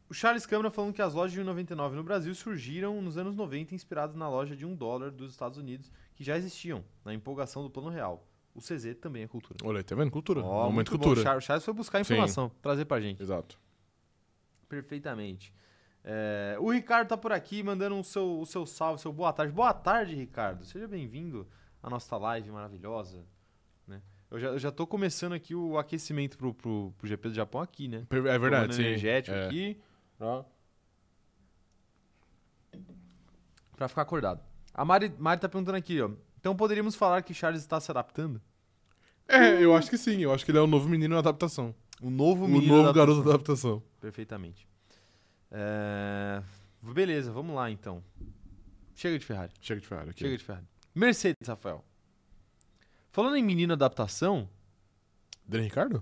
Speaker 1: o Charles Câmara falando que as lojas de 1,99 no Brasil surgiram nos anos 90, inspiradas na loja de 1 dólar dos Estados Unidos, que já existiam, na empolgação do Plano Real. O CZ também é cultura.
Speaker 2: Olha aí, tá vendo? Cultura.
Speaker 1: Ó,
Speaker 2: Momento
Speaker 1: muito bom.
Speaker 2: cultura.
Speaker 1: O Char- O Charles foi buscar a
Speaker 2: Sim.
Speaker 1: informação, trazer pra gente.
Speaker 2: Exato.
Speaker 1: Perfeitamente. É, o Ricardo tá por aqui mandando o seu, o seu salve, seu boa tarde. Boa tarde, Ricardo. Seja bem-vindo à nossa live maravilhosa. né? Eu, já, eu já tô começando aqui o aquecimento pro, pro, pro GP do Japão aqui, né?
Speaker 2: Per- É verdade,
Speaker 1: Tomando
Speaker 2: sim.
Speaker 1: energético
Speaker 2: É.
Speaker 1: aqui. Pra... pra ficar acordado. A Mari, Mari tá perguntando aqui, ó. Então poderíamos falar que Charles está se adaptando?
Speaker 2: É, eu acho que sim. Eu acho que ele é o novo menino na adaptação.
Speaker 1: O novo
Speaker 2: O
Speaker 1: menino
Speaker 2: novo
Speaker 1: da-
Speaker 2: garoto da adaptação.
Speaker 1: Perfeitamente. É, Beleza, vamos lá então. Chega de Ferrari.
Speaker 2: Chega de Ferrari. ok.
Speaker 1: Chega de Ferrari. Mercedes, Rafael. Falando em menino adaptação.
Speaker 2: Daniel Ricardo?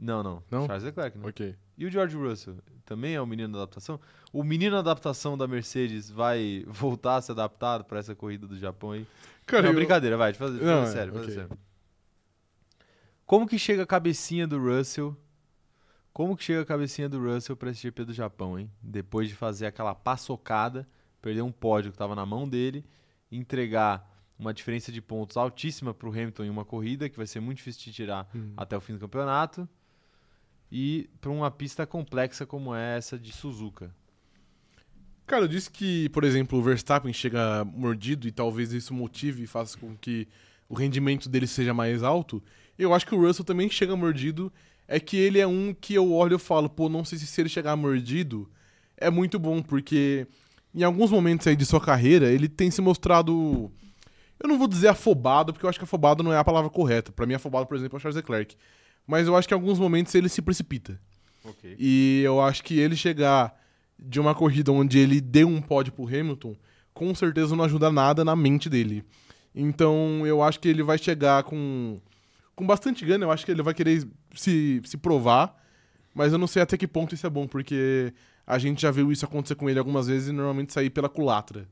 Speaker 1: Não, não.
Speaker 2: Não?
Speaker 1: Charles Leclerc, né?
Speaker 2: Ok.
Speaker 1: E o George Russell também é um menino da adaptação? O menino da adaptação da Mercedes vai (laughs) voltar a se adaptar para essa corrida do Japão aí?
Speaker 2: Cara,
Speaker 1: não,
Speaker 2: eu-
Speaker 1: brincadeira, vai, deixa eu fazer, deixa eu
Speaker 2: Não,
Speaker 1: fazer
Speaker 2: é,
Speaker 1: sério, fazer
Speaker 2: ok.
Speaker 1: sério. Como que chega a cabecinha do Russell? Como que chega a cabecinha do Russell para esse GP do Japão, hein? Depois de fazer aquela paçocada, perder um pódio que estava na mão dele, entregar uma diferença de pontos altíssima para o Hamilton em uma corrida que vai ser muito difícil de tirar
Speaker 2: Hum.
Speaker 1: até o fim do campeonato e para uma pista complexa como é essa de Suzuka.
Speaker 2: Cara, eu disse que, por exemplo, o Verstappen chega mordido e talvez isso motive e faça com que o rendimento dele seja mais alto. Eu acho que o Russell também chega mordido. É que ele é um que eu olho e falo, pô, não sei se, se ele chegar mordido é muito bom, porque em alguns momentos aí de sua carreira ele tem se mostrado. Eu não vou dizer afobado, porque eu acho que afobado não é a palavra correta. Pra mim, afobado, por exemplo, é o Charles Leclerc. Mas eu acho que em alguns momentos ele se precipita.
Speaker 1: Ok.
Speaker 2: E eu acho que ele chegar de uma corrida onde ele deu um pódio pro Hamilton, com certeza não ajuda nada na mente dele. Então eu acho que ele vai chegar com, com bastante gana, eu acho que ele vai querer se, se provar, mas eu não sei até que ponto isso é bom, porque a gente já viu isso acontecer com ele algumas vezes e normalmente sair pela culatra.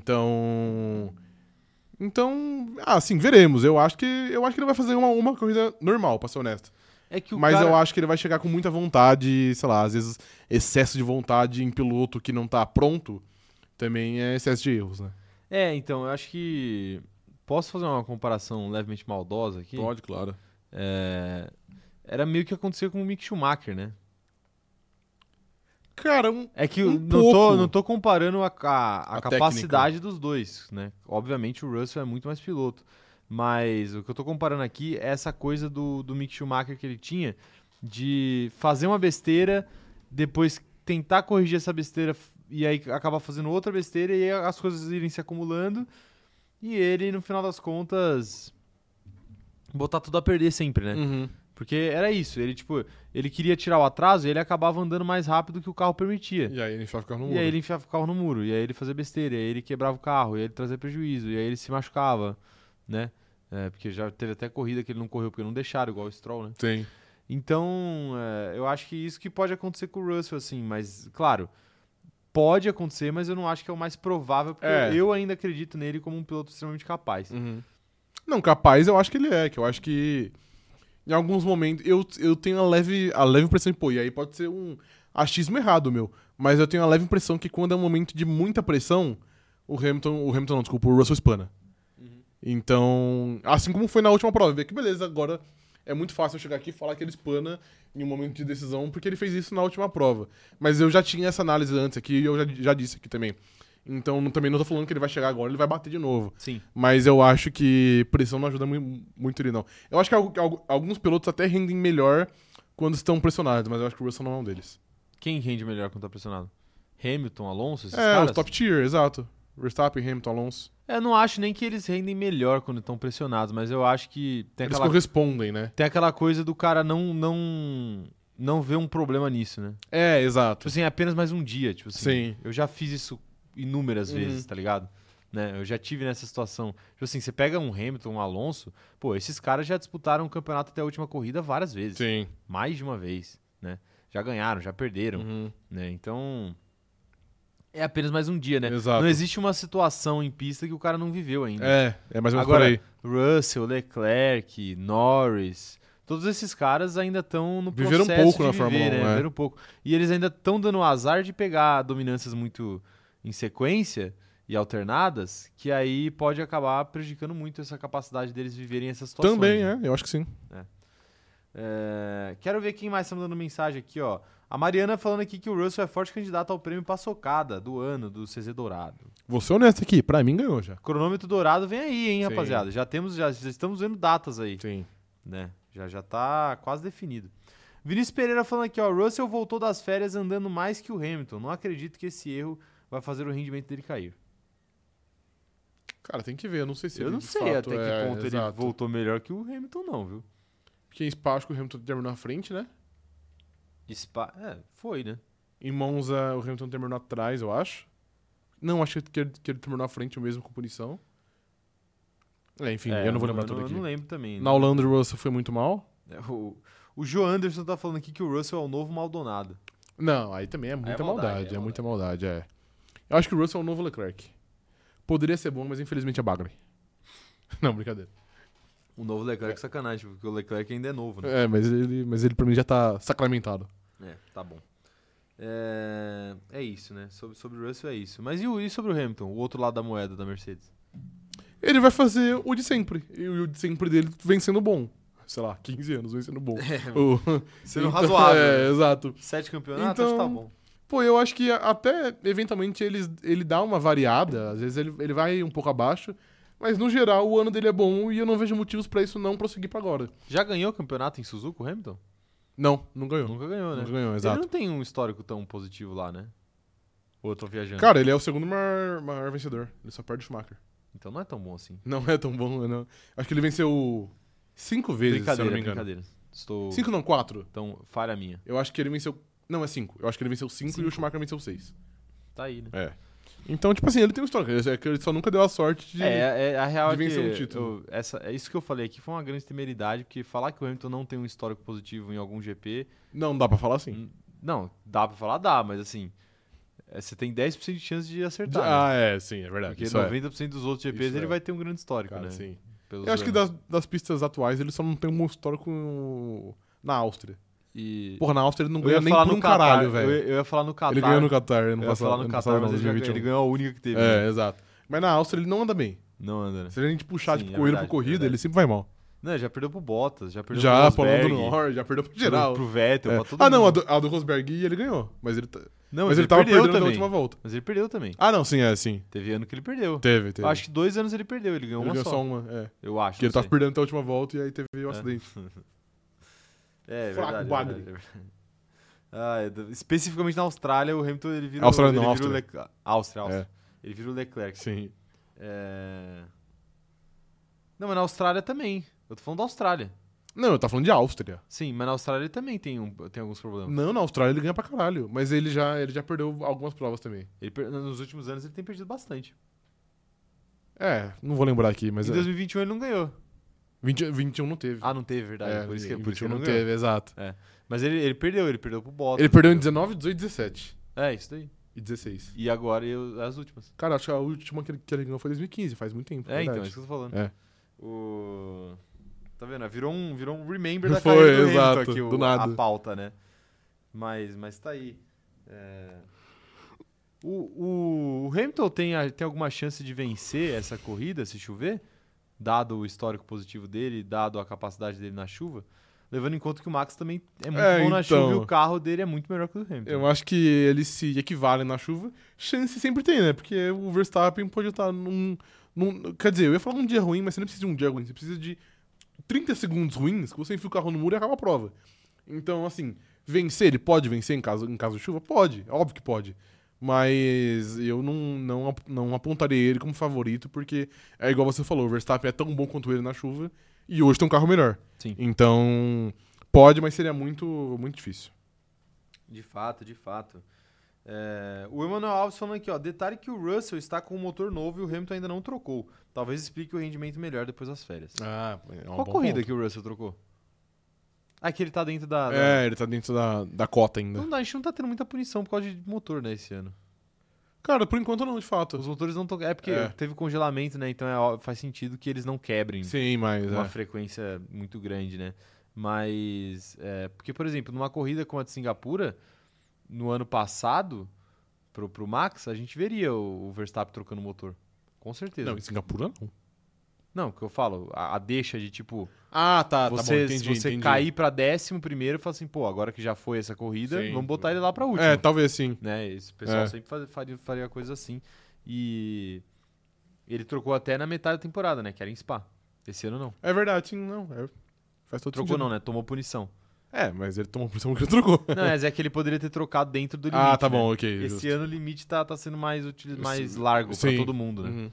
Speaker 2: Então. Então, ah, sim, veremos. Eu acho que eu acho que ele vai fazer uma, uma corrida normal, pra ser honesto.
Speaker 1: É que o
Speaker 2: Mas
Speaker 1: cara...
Speaker 2: eu acho que ele vai chegar com muita vontade, sei lá, às vezes excesso de vontade em piloto que não tá pronto também é excesso de erros, né?
Speaker 1: É, então, eu acho que. Posso fazer uma comparação levemente maldosa aqui?
Speaker 2: claro.
Speaker 1: É, Era meio que aconteceu com o Mick Schumacher, né?
Speaker 2: Cara, um-
Speaker 1: É que eu
Speaker 2: Um
Speaker 1: não, tô,
Speaker 2: pouco.
Speaker 1: não tô comparando a, ca- a
Speaker 2: A
Speaker 1: capacidade dos dois, né? Obviamente o Russell é muito mais piloto. Mas o que eu tô comparando aqui é essa coisa do, do Mick Schumacher que ele tinha de fazer uma besteira, depois tentar corrigir essa besteira f- e aí acabar fazendo outra besteira e aí as coisas irem se acumulando. E ele, no final das contas, botar tudo a perder sempre, né?
Speaker 2: Uhum.
Speaker 1: Porque era isso, ele tipo, ele queria tirar o atraso e ele acabava andando mais rápido que o carro permitia.
Speaker 2: E aí ele só ficava no
Speaker 1: E
Speaker 2: muro.
Speaker 1: aí ele enfiava o carro no muro, e aí ele fazia besteira, e aí ele quebrava o carro, e aí ele trazia prejuízo, e aí ele se machucava, né? É, porque já teve até corrida que ele não correu porque não deixaram, igual o Stroll, né?
Speaker 2: Tem.
Speaker 1: Então, é, eu acho que isso que pode acontecer com o Russell, assim, mas, claro, pode acontecer, mas eu não acho que é o mais provável, porque
Speaker 2: É. Uhum.
Speaker 1: eu ainda acredito nele como um piloto extremamente capaz.
Speaker 2: Não, capaz eu acho que ele é, que eu acho que em alguns momentos eu, eu tenho a leve, a leve impressão, pô, e aí pode ser um achismo errado meu, mas eu tenho a leve impressão que quando é um momento de muita pressão, o Hamilton, o Hamilton não, desculpa, o Russell espana. Então, assim como foi na última prova, vê que beleza, agora é muito fácil eu chegar aqui e falar que ele espana em um momento de decisão, porque ele fez isso na última prova. Mas eu já tinha essa análise antes aqui e eu já, já disse aqui também. Então, não- também não tô falando que ele vai chegar agora, ele vai bater de novo.
Speaker 1: Sim.
Speaker 2: Mas eu acho que pressão não ajuda mui- muito ele, não. Eu acho que algu- algu- alguns pilotos até rendem melhor quando estão pressionados, mas eu acho que o Russell não é um deles.
Speaker 1: Quem rende melhor quando tá pressionado? Hamilton, Alonso, esses
Speaker 2: é,
Speaker 1: caras?
Speaker 2: os top tier, exato. Verstappen, Hamilton, Alonso.
Speaker 1: Eu não acho nem que eles rendem melhor quando estão pressionados, mas eu acho que tem
Speaker 2: Eles
Speaker 1: aquela,
Speaker 2: correspondem, né?
Speaker 1: tem aquela coisa do cara não, não, não ver um problema nisso, né?
Speaker 2: É, exato.
Speaker 1: Tipo assim, é apenas mais um dia, tipo assim.
Speaker 2: Sim.
Speaker 1: Eu já fiz isso inúmeras
Speaker 2: Uhum.
Speaker 1: vezes, tá ligado? Né? Eu já tive nessa situação. Tipo assim, você pega um Hamilton, um Alonso, pô, esses caras já disputaram o campeonato até a última corrida várias vezes.
Speaker 2: Sim.
Speaker 1: Mais de uma vez, né? Já ganharam, já perderam,
Speaker 2: Uhum.
Speaker 1: né? Então. É apenas mais um dia, né?
Speaker 2: Exato.
Speaker 1: Não existe uma situação em pista que o cara não viveu ainda.
Speaker 2: É, é mais ou menos
Speaker 1: Agora,
Speaker 2: por aí.
Speaker 1: Russell, Leclerc, Norris, todos esses caras ainda estão no
Speaker 2: Viveram um
Speaker 1: processo
Speaker 2: pouco
Speaker 1: de
Speaker 2: na
Speaker 1: viver,
Speaker 2: Fórmula 1,
Speaker 1: né?
Speaker 2: é.
Speaker 1: Viveram pouco. E eles ainda estão dando o azar de pegar dominâncias muito em sequência e alternadas, que aí pode acabar prejudicando muito essa capacidade deles viverem essas situações.
Speaker 2: Também,
Speaker 1: né?
Speaker 2: é, eu acho que sim.
Speaker 1: É, Quero ver quem mais está mandando mensagem aqui, ó. A Mariana falando aqui que o Russell é forte candidato ao prêmio Paçocada do ano do CZ Dourado.
Speaker 2: Vou ser honesto aqui, pra mim ganhou já.
Speaker 1: Cronômetro Dourado vem aí, hein,
Speaker 2: Sim.
Speaker 1: rapaziada? Já temos, já, já estamos vendo datas aí.
Speaker 2: Sim.
Speaker 1: né? Já já tá quase definido. Vinícius Pereira falando aqui, ó, Russell voltou das férias andando mais que o Hamilton. Não acredito que esse erro vai fazer o rendimento dele cair.
Speaker 2: Cara, tem que ver, eu não sei se
Speaker 1: Eu
Speaker 2: ele
Speaker 1: não
Speaker 2: de
Speaker 1: sei
Speaker 2: fato
Speaker 1: até
Speaker 2: é,
Speaker 1: que ponto ele
Speaker 2: exato.
Speaker 1: voltou melhor que o Hamilton não, viu?
Speaker 2: Porque em Spa, acho que o Hamilton terminou na frente, né?
Speaker 1: Spa, é, foi, né?
Speaker 2: Em Monza, o Hamilton terminou atrás, eu acho. Não, acho que ele, que ele terminou na frente mesmo com punição. É, enfim,
Speaker 1: É,
Speaker 2: eu não vou lembrar
Speaker 1: Eu
Speaker 2: tudo
Speaker 1: não
Speaker 2: aqui.
Speaker 1: lembro também. né?
Speaker 2: Na Holanda, o Russell foi muito mal.
Speaker 1: É, O, o Joe Anderson tá falando aqui que o Russell é o novo Maldonado.
Speaker 2: Não, aí também é muita
Speaker 1: maldade,
Speaker 2: maldade,
Speaker 1: é
Speaker 2: é, muita maldade, é. Eu acho que o Russell é o novo Leclerc. Poderia ser bom, mas infelizmente é bagre. (laughs) Não, brincadeira.
Speaker 1: O novo Leclerc, sacanagem, porque o Leclerc ainda é novo, né?
Speaker 2: É, mas ele, mas ele pra mim já tá sacramentado.
Speaker 1: É, tá bom. É, é isso, né? Sobre, sobre o Russell é isso. Mas e, o, e sobre o Hamilton, o outro lado da moeda da Mercedes?
Speaker 2: Ele vai fazer o de sempre. E o de sempre dele vem sendo bom. Sei lá, 15 anos vem sendo (laughs) bom. O-
Speaker 1: Sendo
Speaker 2: (laughs) Então,
Speaker 1: razoável.
Speaker 2: É, exato.
Speaker 1: Sete campeonatos,
Speaker 2: Então-
Speaker 1: acho que tá bom.
Speaker 2: Pô, eu acho que até eventualmente ele, ele dá uma variada, às vezes ele, ele vai um pouco abaixo, mas no geral o ano dele é bom e eu não vejo motivos pra isso não prosseguir pra agora.
Speaker 1: Já ganhou campeonato em Suzuka, o Hamilton?
Speaker 2: Não, não ganhou.
Speaker 1: Nunca ganhou, né?
Speaker 2: Nunca ganhou,
Speaker 1: Ele
Speaker 2: exato.
Speaker 1: não tem um histórico tão positivo lá, né? Ou eu tô viajando.
Speaker 2: Cara, ele é o segundo maior, maior vencedor, ele só perde o Schumacher.
Speaker 1: Então não é tão bom assim.
Speaker 2: Não é tão bom, não. Acho que ele venceu cinco vezes, se eu não
Speaker 1: brincadeira,
Speaker 2: me engano.
Speaker 1: brincadeira. Estou...
Speaker 2: Cinco não, quatro.
Speaker 1: Então, falha minha.
Speaker 2: Eu acho que ele venceu... Não, é cinco. Eu acho que ele venceu cinco, e o
Speaker 1: Cinco.
Speaker 2: Schumacher venceu seis.
Speaker 1: Tá aí, né?
Speaker 2: É. Então, tipo assim, ele tem um histórico. Ele- é que ele só nunca deu a sorte de...
Speaker 1: É, é, a real é
Speaker 2: de vencer
Speaker 1: que
Speaker 2: um título.
Speaker 1: eu- essa, é isso que eu falei aqui foi uma grande temeridade, porque falar que o Hamilton não tem um histórico positivo em algum GP...
Speaker 2: Não, dá pra falar assim.
Speaker 1: n- Não, dá pra falar, dá, mas assim... é, Você tem 10% de chance de
Speaker 2: De-
Speaker 1: acertar, né?
Speaker 2: ah, é, sim, é verdade.
Speaker 1: Porque
Speaker 2: isso é.
Speaker 1: 90% dos outros GPs
Speaker 2: Isso
Speaker 1: ele
Speaker 2: é.
Speaker 1: vai ter um grande histórico,
Speaker 2: Cara,
Speaker 1: né?
Speaker 2: sim.
Speaker 1: Pelos
Speaker 2: Eu acho que
Speaker 1: anos.
Speaker 2: das, das pistas atuais ele só não tem um histórico na Áustria.
Speaker 1: E...
Speaker 2: Porra, na Áustria ele não
Speaker 1: Eu ia
Speaker 2: ganha nem
Speaker 1: falar
Speaker 2: por
Speaker 1: no
Speaker 2: um
Speaker 1: Catar,
Speaker 2: caralho,
Speaker 1: eu,
Speaker 2: velho.
Speaker 1: ia- eu ia falar no Catar.
Speaker 2: Ele ganhou no Qatar ano
Speaker 1: Eu ia falar
Speaker 2: passado.
Speaker 1: no
Speaker 2: ano
Speaker 1: Qatar, mas
Speaker 2: passado, não,
Speaker 1: ele, já, ele
Speaker 2: 2021.
Speaker 1: ganhou a única que teve. né?
Speaker 2: É, exato. Mas na Áustria ele não anda bem.
Speaker 1: Não anda, né?
Speaker 2: Se a gente puxar,
Speaker 1: Sim,
Speaker 2: tipo,
Speaker 1: é
Speaker 2: corrida
Speaker 1: verdade,
Speaker 2: por
Speaker 1: é
Speaker 2: corrida,
Speaker 1: verdade.
Speaker 2: ele sempre vai mal.
Speaker 1: Não, já perdeu pro Bottas, já perdeu
Speaker 2: Já
Speaker 1: pro
Speaker 2: pra Lando
Speaker 1: Rosberg.
Speaker 2: Norris, já perdeu pro
Speaker 1: pro-
Speaker 2: geral.
Speaker 1: Pro Vettel,
Speaker 2: É.
Speaker 1: pra todo
Speaker 2: Ah, não, a
Speaker 1: mundo.
Speaker 2: do, a do Rosberg ele ganhou. Mas ele, tá-
Speaker 1: Não,
Speaker 2: mas ele, tava
Speaker 1: perdeu
Speaker 2: perdendo na
Speaker 1: também.
Speaker 2: última volta.
Speaker 1: Mas ele perdeu também.
Speaker 2: Ah, não, sim, é, sim.
Speaker 1: Teve ano que ele perdeu.
Speaker 2: Teve, teve.
Speaker 1: Eu acho que dois anos ele perdeu, ele ganhou
Speaker 2: ele
Speaker 1: uma
Speaker 2: ganhou
Speaker 1: só.
Speaker 2: só, uma, é.
Speaker 1: Eu acho.
Speaker 2: Porque ele
Speaker 1: não
Speaker 2: tava perdendo até a última volta e aí teve o
Speaker 1: É.
Speaker 2: acidente.
Speaker 1: sei. É, é
Speaker 2: fraco,
Speaker 1: verdade, é
Speaker 2: bagre.
Speaker 1: verdade, é verdade. (laughs) Ah, é do- especificamente na Austrália, o Hamilton ele vira
Speaker 2: Austrália
Speaker 1: ele
Speaker 2: não,
Speaker 1: vira o
Speaker 2: Áustria.
Speaker 1: Lec- Áustria, Áustria. Ele vira o Leclerc.
Speaker 2: É, Sim.
Speaker 1: É... Não, mas na Austrália também. Eu tô falando da Austrália.
Speaker 2: Não, eu tava falando de Áustria.
Speaker 1: Sim, mas na Austrália ele também tem, um, tem alguns problemas.
Speaker 2: Não, na Austrália ele ganha pra caralho. Mas ele já, ele já perdeu algumas provas também.
Speaker 1: Ele per- nos últimos anos ele tem perdido bastante.
Speaker 2: É, não vou lembrar aqui, mas.
Speaker 1: em
Speaker 2: É.
Speaker 1: 2021 ele não ganhou.
Speaker 2: 20 21 não teve.
Speaker 1: Ah, não teve, verdade.
Speaker 2: é,
Speaker 1: por isso que,
Speaker 2: em
Speaker 1: por isso que
Speaker 2: 21
Speaker 1: ele
Speaker 2: não
Speaker 1: não ganhou. um
Speaker 2: teve, exato.
Speaker 1: Mas ele, ele perdeu, ele perdeu pro Bottas.
Speaker 2: Ele perdeu em 19, 18, 17
Speaker 1: É, isso daí.
Speaker 2: e 16.
Speaker 1: E agora eu- as últimas.
Speaker 2: Cara, acho que a última que ele, que ele ganhou foi 2015, faz muito tempo.
Speaker 1: É,
Speaker 2: verdade.
Speaker 1: então, é isso que eu tô falando.
Speaker 2: É.
Speaker 1: O... Tá vendo? Virou um, virou um remember da
Speaker 2: Foi,
Speaker 1: carreira do Hamilton
Speaker 2: exato,
Speaker 1: aqui, o-
Speaker 2: do nada.
Speaker 1: a pauta, né? Mas, mas tá aí. É. O, o- o Hamilton tem, a- tem alguma chance de vencer essa corrida, se chover? Dado o histórico positivo dele, dado a capacidade dele na chuva? Levando em conta que o Max também é muito
Speaker 2: É,
Speaker 1: bom na
Speaker 2: então.
Speaker 1: chuva e o carro dele é muito melhor que o do Hamilton.
Speaker 2: Eu acho que eles se equivalem na chuva. Chance sempre tem, né? Porque o Verstappen pode estar num, num- Quer dizer, eu ia falar um dia ruim, mas você não precisa de um dia ruim. Você precisa de 30 segundos ruins que você enfia o carro no muro e acaba a prova. Então, assim, vencer, ele pode vencer em caso, em caso de chuva? Pode, é óbvio que pode. Mas eu não, não, ap- não apontaria ele como favorito, porque é igual você falou, o Verstappen é tão bom quanto ele na chuva e hoje tem um carro melhor.
Speaker 1: Sim.
Speaker 2: Então, pode, mas seria muito, muito difícil.
Speaker 1: De fato, de fato. É, o Emmanuel Alves falando aqui, ó. Detalhe que o Russell está com um motor novo e o Hamilton ainda não trocou. Talvez explique o rendimento melhor depois das férias.
Speaker 2: Ah, é
Speaker 1: Qual corrida que o Russell trocou? Ah, que ele tá dentro da. da-
Speaker 2: É, ele tá dentro da, da cota ainda.
Speaker 1: Não dá, a gente não tá tendo muita punição por causa de motor, né, esse ano.
Speaker 2: Cara, por enquanto não, de fato.
Speaker 1: Os motores não estão. É porque
Speaker 2: É.
Speaker 1: teve congelamento, né? Então é ó- faz sentido que eles não quebrem
Speaker 2: Sim, mas.
Speaker 1: uma
Speaker 2: É.
Speaker 1: frequência muito grande, né? Mas. é, porque, por exemplo, numa corrida como a de Singapura, no ano passado, pro, pro Max, a gente veria o, o Verstappen trocando motor. Com certeza.
Speaker 2: Não,
Speaker 1: Não,
Speaker 2: em Singapura não.
Speaker 1: o que eu falo, a, a deixa de tipo.
Speaker 2: Ah, tá,
Speaker 1: você você cair pra décimo primeiro e falar assim, pô, agora que já foi essa corrida,
Speaker 2: Sim.
Speaker 1: vamos botar ele lá pra última
Speaker 2: É, talvez sim.
Speaker 1: né? Esse pessoal
Speaker 2: É.
Speaker 1: sempre faz- faria, faria coisa assim. E ele trocou até na metade da temporada, né? Que era em Spa. Esse ano não.
Speaker 2: É verdade, sim, não. é- Faz todo
Speaker 1: Trocou
Speaker 2: sentido.
Speaker 1: não, né? Tomou punição.
Speaker 2: É, mas ele tomou a posição que ele trocou.
Speaker 1: Não, mas é que ele poderia ter trocado dentro do limite.
Speaker 2: ah, tá
Speaker 1: né?
Speaker 2: bom, ok.
Speaker 1: Esse
Speaker 2: justo.
Speaker 1: ano o limite tá, tá sendo mais, util...
Speaker 2: Esse-
Speaker 1: mais largo pra
Speaker 2: sim.
Speaker 1: todo mundo, né?
Speaker 2: Uhum.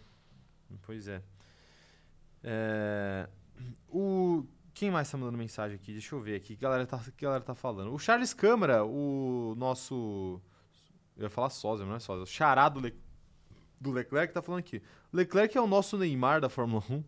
Speaker 1: Pois é. É, O... Quem mais tá mandando mensagem aqui? Deixa eu ver aqui. Que galera tá, que galera tá falando? O Charles Câmara, o nosso. Eu ia falar sósia, mas não é sósia. O xará do, Le... do Leclerc tá falando aqui. Leclerc é o nosso Neymar da Fórmula 1.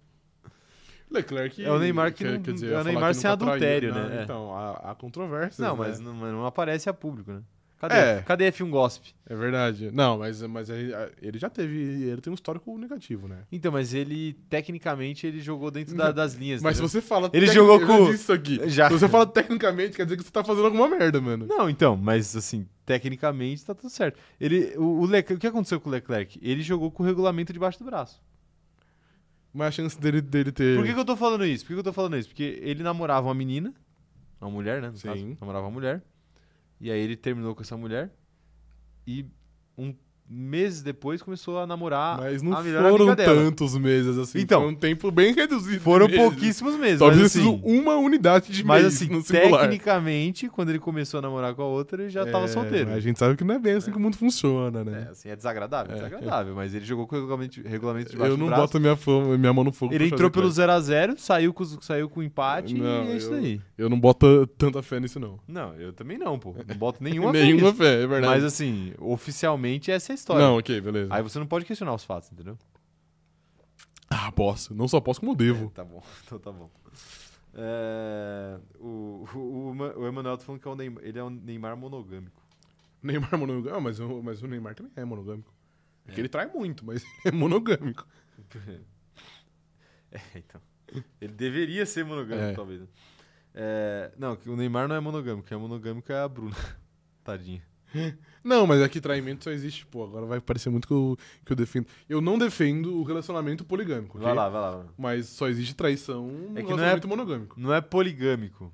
Speaker 2: Leclerc.
Speaker 1: É o Neymar que
Speaker 2: quer-
Speaker 1: não-
Speaker 2: quer dizer,
Speaker 1: é
Speaker 2: eu ia
Speaker 1: o
Speaker 2: falar
Speaker 1: Neymar
Speaker 2: que
Speaker 1: sem
Speaker 2: nunca traiu,
Speaker 1: adultério,
Speaker 2: não,
Speaker 1: né? É.
Speaker 2: Então, há, há controvérsias.
Speaker 1: Não,
Speaker 2: né?
Speaker 1: mas não, mas não aparece a público, né? Cadê,
Speaker 2: É.
Speaker 1: Cadê F1 Gossip?
Speaker 2: É verdade. Não, mas, mas ele ele já teve. Ele tem um histórico negativo, né?
Speaker 1: Então, mas ele, tecnicamente, ele jogou dentro da- das linhas.
Speaker 2: Mas se
Speaker 1: entendeu?
Speaker 2: você fala.
Speaker 1: Ele
Speaker 2: tec-
Speaker 1: jogou
Speaker 2: eu
Speaker 1: com-
Speaker 2: já disse isso aqui.
Speaker 1: Já.
Speaker 2: Se você fala tecnicamente, quer dizer que você tá fazendo alguma merda, mano.
Speaker 1: Não, então, mas assim, tecnicamente tá tudo certo. Ele, o, o Leclerc- o que aconteceu com o Leclerc? Ele jogou com o regulamento debaixo do braço.
Speaker 2: Mas a chance dele, dele ter.
Speaker 1: Por que, que eu tô falando isso? Por que, que eu tô falando isso? Porque ele namorava uma menina, uma mulher, né? No caso,
Speaker 2: Sim.
Speaker 1: namorava uma mulher. E aí ele terminou com essa mulher. E um mês depois começou a namorar
Speaker 2: Mas não
Speaker 1: Ah, a melhor
Speaker 2: foram
Speaker 1: amiga dela.
Speaker 2: tantos meses assim.
Speaker 1: Então,
Speaker 2: foi um tempo bem reduzido.
Speaker 1: Foram
Speaker 2: mesmo.
Speaker 1: pouquíssimos meses.
Speaker 2: Talvez
Speaker 1: mas,
Speaker 2: ele
Speaker 1: assim,
Speaker 2: seja uma unidade de
Speaker 1: mas
Speaker 2: mês
Speaker 1: assim,
Speaker 2: no singular.
Speaker 1: tecnicamente, quando ele começou a namorar com a outra, ele já
Speaker 2: É,
Speaker 1: tava solteiro.
Speaker 2: mas A gente sabe que não é bem assim que o mundo funciona,
Speaker 1: É,
Speaker 2: né?
Speaker 1: assim, é desagradável, é desagradável. Mas ele jogou com o regulamento, regulamento debaixo
Speaker 2: Eu não
Speaker 1: do braço.
Speaker 2: boto minha, fama- minha mão no fogo.
Speaker 1: Ele
Speaker 2: pra
Speaker 1: entrou
Speaker 2: fazer
Speaker 1: pelo
Speaker 2: coisa.
Speaker 1: 0x0, saiu com, saiu com empate
Speaker 2: Não,
Speaker 1: e é isso
Speaker 2: eu-
Speaker 1: daí.
Speaker 2: Eu não boto tanta fé nisso, não.
Speaker 1: Não, eu também não, pô. Não
Speaker 2: (laughs)
Speaker 1: boto nenhuma fé
Speaker 2: Nenhuma
Speaker 1: nisso.
Speaker 2: fé, é verdade.
Speaker 1: Mas assim, oficialmente essa é a história.
Speaker 2: não, ok, beleza.
Speaker 1: Aí você não pode questionar os fatos, entendeu?
Speaker 2: Ah, posso. Não só posso, como devo.
Speaker 1: Tá bom, (laughs) então tá bom. É, o, o, o Ma- o Emanuel tá falando que é um Neymar, ele é um Neymar monogâmico.
Speaker 2: Neymar monogâmico. Ah, mas, o- mas o Neymar também é monogâmico. É que ele trai muito, mas (laughs) ele é monogâmico.
Speaker 1: É, então. Ele deveria ser monogâmico,
Speaker 2: É.
Speaker 1: talvez. né? É, não, que o Neymar não é monogâmico. Quem é monogâmico é a Bruna. (laughs) Tadinha.
Speaker 2: Não, mas aqui traimento só existe, pô, agora vai parecer muito que eu, que eu defendo. Eu não defendo o relacionamento poligâmico, ok?
Speaker 1: Vai lá, vai lá. vai lá.
Speaker 2: Mas só existe traição no
Speaker 1: É que não é-
Speaker 2: relacionamento monogâmico.
Speaker 1: Não é poligâmico.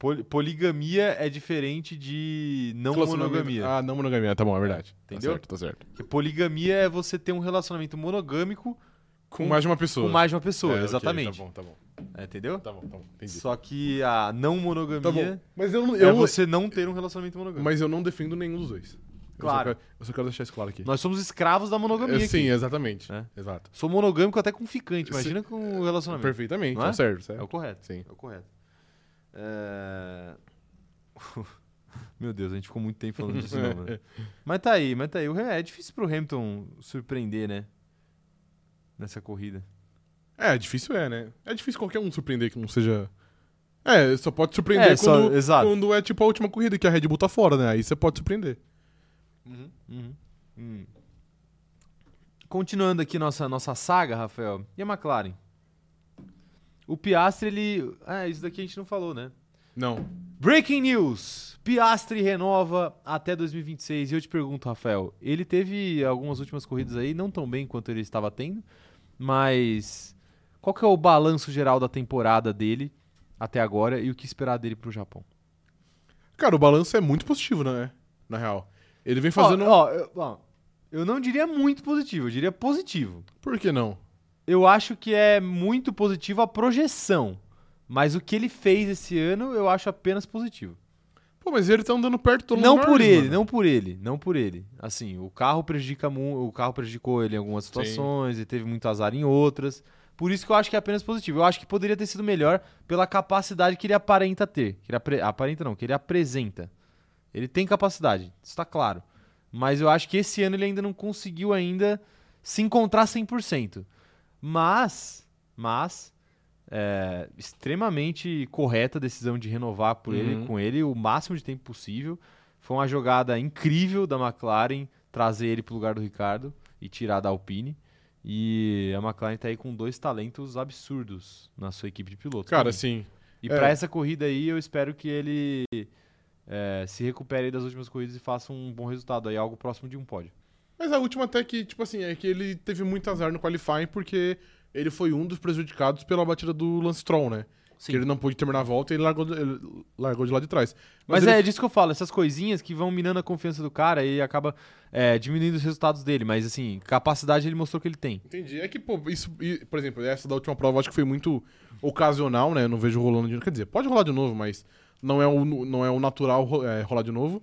Speaker 1: Poli- poligamia é diferente de não
Speaker 2: Relacionamento-
Speaker 1: monogamia.
Speaker 2: Ah, não monogamia, tá bom, é verdade.
Speaker 1: Entendeu?
Speaker 2: Tá certo, tá certo.
Speaker 1: Porque Poligamia é você ter um relacionamento monogâmico
Speaker 2: Com
Speaker 1: Com-
Speaker 2: mais de uma pessoa.
Speaker 1: com mais de uma pessoa,
Speaker 2: É, ok,
Speaker 1: exatamente.
Speaker 2: tá bom, tá
Speaker 1: É, entendeu?
Speaker 2: bom, tá bom, tá bom, entendi.
Speaker 1: Só que a não monogamia
Speaker 2: Tá bom, mas eu, não-
Speaker 1: é
Speaker 2: eu,
Speaker 1: você não ter um relacionamento monogâmico.
Speaker 2: mas eu não defendo nenhum dos dois. Eu
Speaker 1: Claro.
Speaker 2: só quero, eu só quero deixar isso claro aqui.
Speaker 1: Nós somos escravos da monogamia
Speaker 2: É,
Speaker 1: aqui.
Speaker 2: sim, exatamente,
Speaker 1: É.
Speaker 2: exato.
Speaker 1: Sou monogâmico até com ficante, imagina com o relacionamento.
Speaker 2: Perfeitamente,
Speaker 1: Não é?
Speaker 2: tá certo,
Speaker 1: É o
Speaker 2: certo.
Speaker 1: correto.
Speaker 2: Sim.
Speaker 1: É o correto. É, (laughs) Meu Deus, a gente ficou muito tempo falando disso, não, (laughs) mano. Mas tá aí, mas tá aí. O Re- É difícil pro Hamilton surpreender, né? Nessa corrida.
Speaker 2: É, difícil é, né? É difícil qualquer um surpreender que não seja. É, só pode surpreender
Speaker 1: É, só-
Speaker 2: quando,
Speaker 1: exato.
Speaker 2: quando é tipo a última corrida que a Red Bull tá fora, né? Aí você pode surpreender.
Speaker 1: Uhum. Hum. Continuando aqui nossa, nossa saga, Rafael. E a McLaren? O Piastri, ele. Ah, isso daqui a gente não falou, né?
Speaker 2: Não.
Speaker 1: Breaking news! Piastri renova até 2026. E eu te pergunto, Rafael, ele teve algumas últimas corridas aí, não tão bem quanto ele estava tendo, mas qual que é o balanço geral da temporada dele até agora e o que esperar dele pro Japão?
Speaker 2: Cara, o balanço é muito positivo, né? Na real. Ele vem fazendo.
Speaker 1: Ó, ó, eu, ó, eu não diria muito positivo, eu diria positivo.
Speaker 2: Por que não?
Speaker 1: Eu acho que é muito positivo a projeção, mas o que ele fez esse ano eu acho apenas positivo.
Speaker 2: Pô, mas ele tá andando perto do
Speaker 1: não
Speaker 2: Lando
Speaker 1: por
Speaker 2: Norris,
Speaker 1: ele,
Speaker 2: mano.
Speaker 1: não por ele, não por ele. Assim, o carro prejudica mu- o carro prejudicou ele em algumas situações, ele teve muito azar em outras. Por isso que eu acho que é apenas positivo. Eu acho que poderia ter sido melhor pela capacidade que ele aparenta ter. Que ele apre- aparenta não, que ele apresenta. Ele tem capacidade, isso tá claro. Mas eu acho que esse ano ele ainda não conseguiu ainda se encontrar 100%. Mas, mas é, extremamente correta a decisão de renovar por ele,
Speaker 2: Uhum.
Speaker 1: com ele o máximo de tempo possível. Foi uma jogada incrível da McLaren trazer ele pro lugar do Ricardo e tirar da Alpine. E a McLaren tá aí com dois talentos absurdos na sua equipe de pilotos.
Speaker 2: Cara,
Speaker 1: também.
Speaker 2: assim.
Speaker 1: E
Speaker 2: é.
Speaker 1: pra essa corrida aí, eu espero que ele é, se recupere aí das últimas corridas e faça um bom resultado aí, algo próximo de um pódio.
Speaker 2: Mas a última até que, tipo assim, é que ele teve muito azar no qualifying porque ele foi um dos prejudicados pela batida do Lance Stroll, né?
Speaker 1: Sim.
Speaker 2: Que ele não pôde terminar a volta e ele largou, ele largou de lá de trás.
Speaker 1: Mas,
Speaker 2: ele
Speaker 1: é disso que eu falo, essas coisinhas que vão minando a confiança do cara e acaba é, diminuindo os resultados dele. Mas assim, capacidade ele mostrou que ele tem.
Speaker 2: Entendi. É que, pô, isso, e, por exemplo, essa da última prova eu acho que foi muito ocasional, né? Eu não vejo rolando de novo. Quer dizer, pode rolar de novo, mas não é o, nu- não é o natural ro- é, rolar de novo.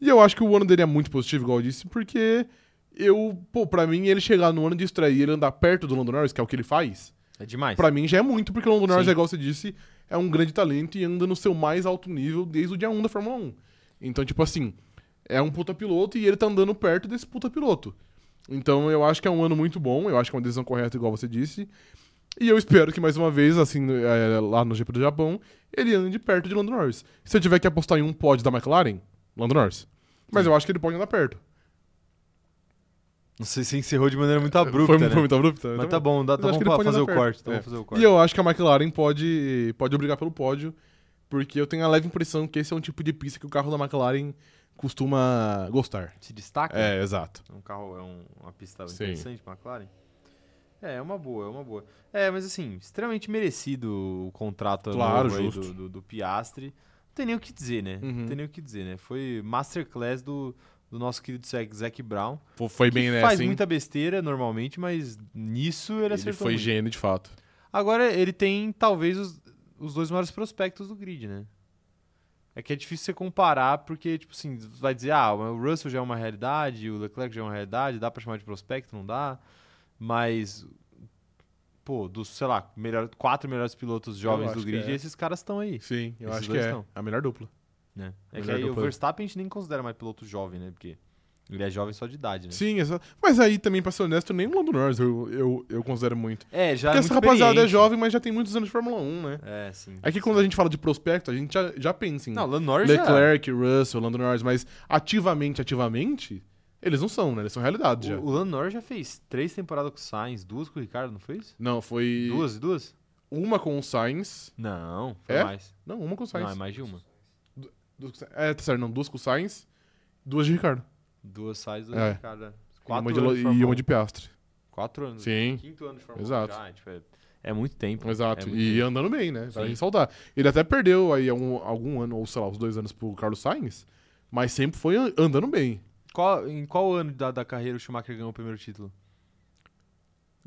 Speaker 2: E eu acho que o ano dele é muito positivo, igual eu disse, porque eu, pô, pra mim, ele chegar no ano de estreia e ele andar perto do Lando Norris, que é o que ele faz,
Speaker 1: É demais.
Speaker 2: pra mim já é muito, porque o Lando Norris,
Speaker 1: Sim.
Speaker 2: é igual você disse, é um grande talento e anda no seu mais alto nível desde o dia 1 da Fórmula 1. Então, tipo assim, é um puta piloto e ele tá andando perto desse puta piloto. Então eu acho que é um ano muito bom, eu acho que é uma decisão correta, igual você disse. E eu espero que, mais uma vez, assim, é, lá no GP do Japão, ele ande perto de Lando Norris. Se eu tiver que apostar em um pod da McLaren, Lando Norris. Mas eu acho que ele pode andar perto.
Speaker 1: Não sei se encerrou de maneira muito abrupta.
Speaker 2: foi,
Speaker 1: né?
Speaker 2: foi muito abrupta.
Speaker 1: Mas tá bom, dá,
Speaker 2: Mas
Speaker 1: tá bom
Speaker 2: acho que ele
Speaker 1: pra
Speaker 2: pode
Speaker 1: fazer
Speaker 2: andar
Speaker 1: o
Speaker 2: perto.
Speaker 1: corte. Tá bom
Speaker 2: É.
Speaker 1: fazer o
Speaker 2: E
Speaker 1: corte.
Speaker 2: eu acho que a McLaren pode, pode obrigar pelo pódio, porque eu tenho a leve impressão que esse é um tipo de pista que o carro da McLaren costuma gostar.
Speaker 1: Se destaca?
Speaker 2: É, exato.
Speaker 1: É um carro, é um- uma pista
Speaker 2: Sim.
Speaker 1: interessante, McLaren. É, é uma boa, é uma boa. É, mas assim, extremamente merecido o contrato
Speaker 2: Claro,
Speaker 1: novo aí
Speaker 2: justo.
Speaker 1: do, do, do Piastri. Não tem nem o que dizer, né?
Speaker 2: Uhum.
Speaker 1: Não tem nem o que dizer, né? Foi masterclass do, do nosso querido Zac Zac Brown.
Speaker 2: Fo- Foi
Speaker 1: que
Speaker 2: bem nessa,
Speaker 1: faz
Speaker 2: hein?
Speaker 1: muita besteira normalmente, mas nisso ele,
Speaker 2: Ele
Speaker 1: acertou
Speaker 2: foi
Speaker 1: muito.
Speaker 2: gênio, de fato.
Speaker 1: Agora ele tem talvez os, os dois maiores prospectos do grid, né? É que é difícil você comparar, porque, tipo assim, vai dizer, ah, o Russell já é uma realidade, o Leclerc já é uma realidade, dá pra chamar de prospecto, não dá. Mas, pô, dos, sei lá, melhor, quatro melhores pilotos jovens
Speaker 2: acho
Speaker 1: do
Speaker 2: que
Speaker 1: grid,
Speaker 2: é.
Speaker 1: esses caras estão aí.
Speaker 2: Sim, eu
Speaker 1: Esses
Speaker 2: acho que
Speaker 1: dois
Speaker 2: é
Speaker 1: não.
Speaker 2: a melhor dupla.
Speaker 1: Né? É que
Speaker 2: Melhor
Speaker 1: aí o
Speaker 2: dupla.
Speaker 1: Verstappen a gente nem considera mais piloto jovem, né? Porque ele é jovem só de idade, né?
Speaker 2: Sim, exato. Mas aí também, pra ser honesto, nem o Lando Norris eu, eu, eu considero muito.
Speaker 1: É, já é
Speaker 2: Porque
Speaker 1: muito
Speaker 2: essa rapaziada é
Speaker 1: experiente.
Speaker 2: jovem, mas já tem muitos anos de Fórmula 1, né?
Speaker 1: É, sim.
Speaker 2: É que quando a gente fala de prospecto, a gente já, já pensa em
Speaker 1: Não, o Lando Norris já- é.
Speaker 2: Leclerc, Russell, Lando Norris, mas ativamente, ativamente, eles não são, né? Eles são realidade já.
Speaker 1: O, o Lando Norris já fez três temporadas com o Sainz, duas com o Ricardo, não foi isso?
Speaker 2: Não, foi
Speaker 1: Duas e duas?
Speaker 2: uma com o Sainz.
Speaker 1: Não, foi
Speaker 2: É?
Speaker 1: mais.
Speaker 2: Não, uma com o Sainz.
Speaker 1: Não, é mais de uma.
Speaker 2: Duas com o Sainz. É, tá certo, não. Duas com o Sainz, duas de Ricardo.
Speaker 1: Duas Sainz, duas
Speaker 2: É.
Speaker 1: de cada.
Speaker 2: E uma
Speaker 1: Quatro
Speaker 2: de,
Speaker 1: anos.
Speaker 2: Lo-
Speaker 1: de
Speaker 2: e
Speaker 1: Fórmula
Speaker 2: uma
Speaker 1: 1.
Speaker 2: de Piastre.
Speaker 1: Quatro anos.
Speaker 2: Sim.
Speaker 1: Quinto ano de Fórmula 1
Speaker 2: Exato.
Speaker 1: já, tipo, é, é muito tempo.
Speaker 2: Exato.
Speaker 1: É muito
Speaker 2: e
Speaker 1: tempo.
Speaker 2: andando bem, né? Pra
Speaker 1: Sim.
Speaker 2: ressaltar. Ele até perdeu aí algum, algum ano, ou sei lá, os dois anos pro Carlos Sainz, mas sempre foi an- andando bem.
Speaker 1: Qual- em qual ano da, da carreira o Schumacher ganhou o primeiro título?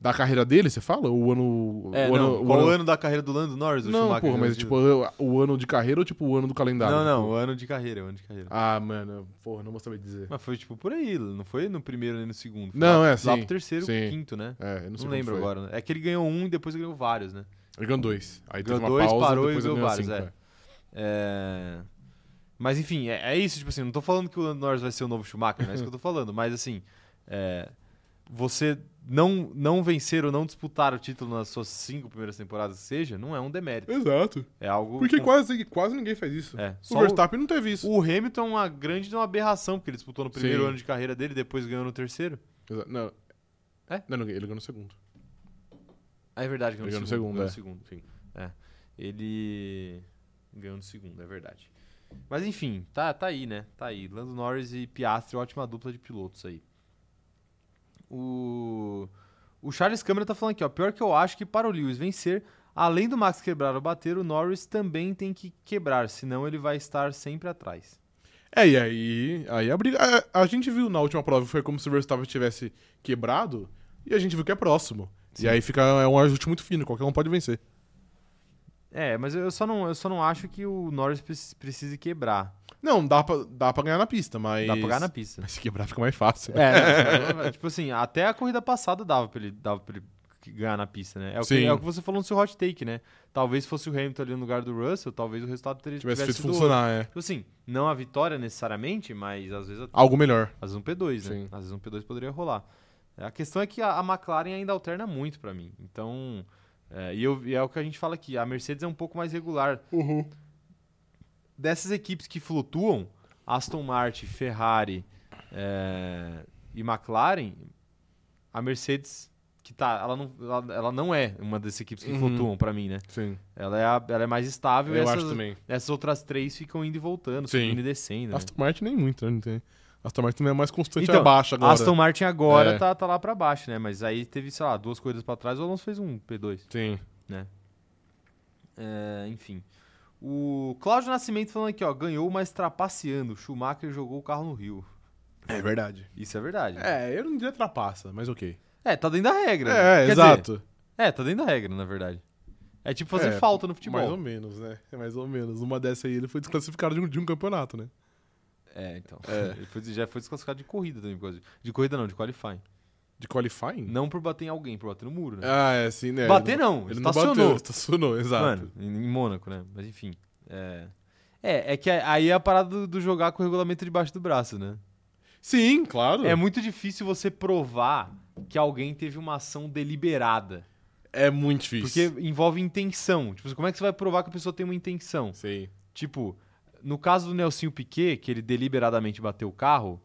Speaker 2: Da carreira dele, você fala? O ano. o ano, o
Speaker 1: É, qual
Speaker 2: ano-
Speaker 1: ano... da carreira do Lando Norris? o
Speaker 2: Não,
Speaker 1: Schumacher
Speaker 2: porra,
Speaker 1: ganhou o
Speaker 2: mas tipo,
Speaker 1: título?
Speaker 2: o ano de carreira ou tipo o ano do calendário?
Speaker 1: Não, não,
Speaker 2: Tipo,
Speaker 1: o ano de carreira, o ano de carreira.
Speaker 2: Ah, mano, porra, não vou saber dizer.
Speaker 1: Mas foi tipo por aí, não foi no primeiro nem no segundo. Foi
Speaker 2: Não,
Speaker 1: lá,
Speaker 2: é,
Speaker 1: Lá
Speaker 2: sim,
Speaker 1: pro terceiro,
Speaker 2: sim.
Speaker 1: quinto, né?
Speaker 2: É, eu não sei
Speaker 1: não
Speaker 2: como
Speaker 1: lembro
Speaker 2: foi.
Speaker 1: agora. né? É que ele ganhou um e depois ganhou vários, né?
Speaker 2: Ele ganhou dois. Aí
Speaker 1: Ganhou
Speaker 2: teve uma
Speaker 1: dois,
Speaker 2: pausa,
Speaker 1: parou e
Speaker 2: depois ele
Speaker 1: ganhou
Speaker 2: ganhou
Speaker 1: vários,
Speaker 2: cinco,
Speaker 1: é.
Speaker 2: é.
Speaker 1: É, Mas enfim, é, é isso. Tipo assim, não tô falando que o Lando Norris vai ser o novo Schumacher, não é isso que eu tô falando. Mas assim, é, você não, não vencer ou não disputar o título nas suas cinco primeiras temporadas, que seja, não é um demérito.
Speaker 2: Exato.
Speaker 1: É algo.
Speaker 2: Porque
Speaker 1: com-
Speaker 2: quase, quase ninguém faz isso.
Speaker 1: é,
Speaker 2: O
Speaker 1: só o,
Speaker 2: Verstappen não teve isso.
Speaker 1: o Hamilton é uma grande uma aberração, porque ele disputou no primeiro
Speaker 2: Sim.
Speaker 1: ano de carreira dele, depois ganhou no terceiro.
Speaker 2: Exa- Não.
Speaker 1: É?
Speaker 2: Não, não, ele ganhou no segundo.
Speaker 1: Ah, é verdade, ganhou
Speaker 2: Ele
Speaker 1: no segundo.
Speaker 2: ganhou no
Speaker 1: Ganhou no
Speaker 2: segundo,
Speaker 1: segundo. É. Ele ganhou no segundo, é verdade. Mas enfim, tá, tá aí, né? Tá aí. Lando Norris e Piastri, ótima dupla de pilotos aí. O, o Charles Câmara tá falando aqui, ó. Pior que eu acho que para o Lewis vencer, além do Max quebrar ou bater, o Norris também tem que quebrar, senão ele vai estar sempre atrás.
Speaker 2: É, e aí, aí a briga. A, a gente viu na última prova, foi como se o Verstappen tivesse quebrado, e a gente viu que é próximo. E aí fica é um ajuste muito fino, qualquer um pode vencer.
Speaker 1: É, mas eu só não, eu só não acho que o Norris pre- precise quebrar.
Speaker 2: Não, dá pra, dá pra ganhar na pista, mas.
Speaker 1: Dá pra ganhar na pista.
Speaker 2: (laughs) Mas se quebrar fica mais fácil.
Speaker 1: É, tipo assim, até a corrida passada dava pra ele, dava pra ele ganhar na pista, né? É o, que,
Speaker 2: Sim.
Speaker 1: é o que você falou no seu hot take, né? Talvez fosse o Hamilton ali no lugar do Russell, talvez o resultado teria
Speaker 2: Tivesse feito
Speaker 1: sido outro.
Speaker 2: funcionar, é.
Speaker 1: Tipo assim, não a vitória necessariamente, mas às vezes,
Speaker 2: Algo melhor.
Speaker 1: às vezes um P2, né?
Speaker 2: Sim.
Speaker 1: Às vezes um P2 poderia rolar. É, A questão é que a, a McLaren ainda alterna muito pra mim. Então, é, e, eu- e é o que a gente fala aqui, a Mercedes é um pouco mais regular.
Speaker 2: Uhum.
Speaker 1: Dessas equipes que flutuam, Aston Martin, Ferrari é, e McLaren, a Mercedes que tá, ela não, ela, ela não é uma dessas equipes que
Speaker 2: Uhum.
Speaker 1: flutuam pra mim, né?
Speaker 2: Sim.
Speaker 1: Ela é, a- ela é mais estável
Speaker 2: Eu,
Speaker 1: e essas,
Speaker 2: acho também.
Speaker 1: essas outras três ficam indo e voltando,
Speaker 2: Sim.
Speaker 1: subindo e descendo. né?
Speaker 2: Aston Martin nem muito, né? Não tem. Aston Martin não é mais constante
Speaker 1: Então,
Speaker 2: abaixo agora.
Speaker 1: Aston Martin agora
Speaker 2: É.
Speaker 1: tá, tá lá pra baixo, né? Mas aí teve, sei lá, duas corridas pra trás, o Alonso fez um P2.
Speaker 2: Sim.
Speaker 1: É, enfim. O Cláudio Nascimento falando aqui, ó, ganhou, mas trapaceando. Schumacher jogou o carro no Rio.
Speaker 2: É verdade.
Speaker 1: Isso é verdade. né?
Speaker 2: É, eu não diria trapaça, mas ok.
Speaker 1: É, tá dentro da regra. né?
Speaker 2: É,
Speaker 1: Quer
Speaker 2: exato.
Speaker 1: dizer, é, tá dentro da regra, na verdade. É tipo fazer
Speaker 2: É,
Speaker 1: falta no futebol.
Speaker 2: Mais ou menos, né? É mais ou menos. Uma dessa aí ele foi desclassificado de um, de um campeonato, né?
Speaker 1: É, então. (laughs) Ele foi- já foi desclassificado de corrida também. por causa disso. De corrida não, de qualifying.
Speaker 2: De qualifying?
Speaker 1: Não por bater em alguém, por bater no muro, né?
Speaker 2: Ah, é assim, né?
Speaker 1: bater
Speaker 2: ele
Speaker 1: não,
Speaker 2: não, ele não
Speaker 1: estacionou.
Speaker 2: bateu, ele estacionou, exato.
Speaker 1: Mano, em em Mônaco, né? Mas enfim. É, é, é que aí é a parada do, do jogar com o regulamento debaixo do braço, né?
Speaker 2: Sim, claro.
Speaker 1: É
Speaker 2: É,
Speaker 1: muito difícil você provar que alguém teve uma ação deliberada.
Speaker 2: É muito difícil.
Speaker 1: Porque envolve intenção. Tipo, como é que você vai provar que a pessoa tem uma intenção?
Speaker 2: Sim.
Speaker 1: Tipo, no caso do Nelsinho Piquet, que ele deliberadamente bateu o carro,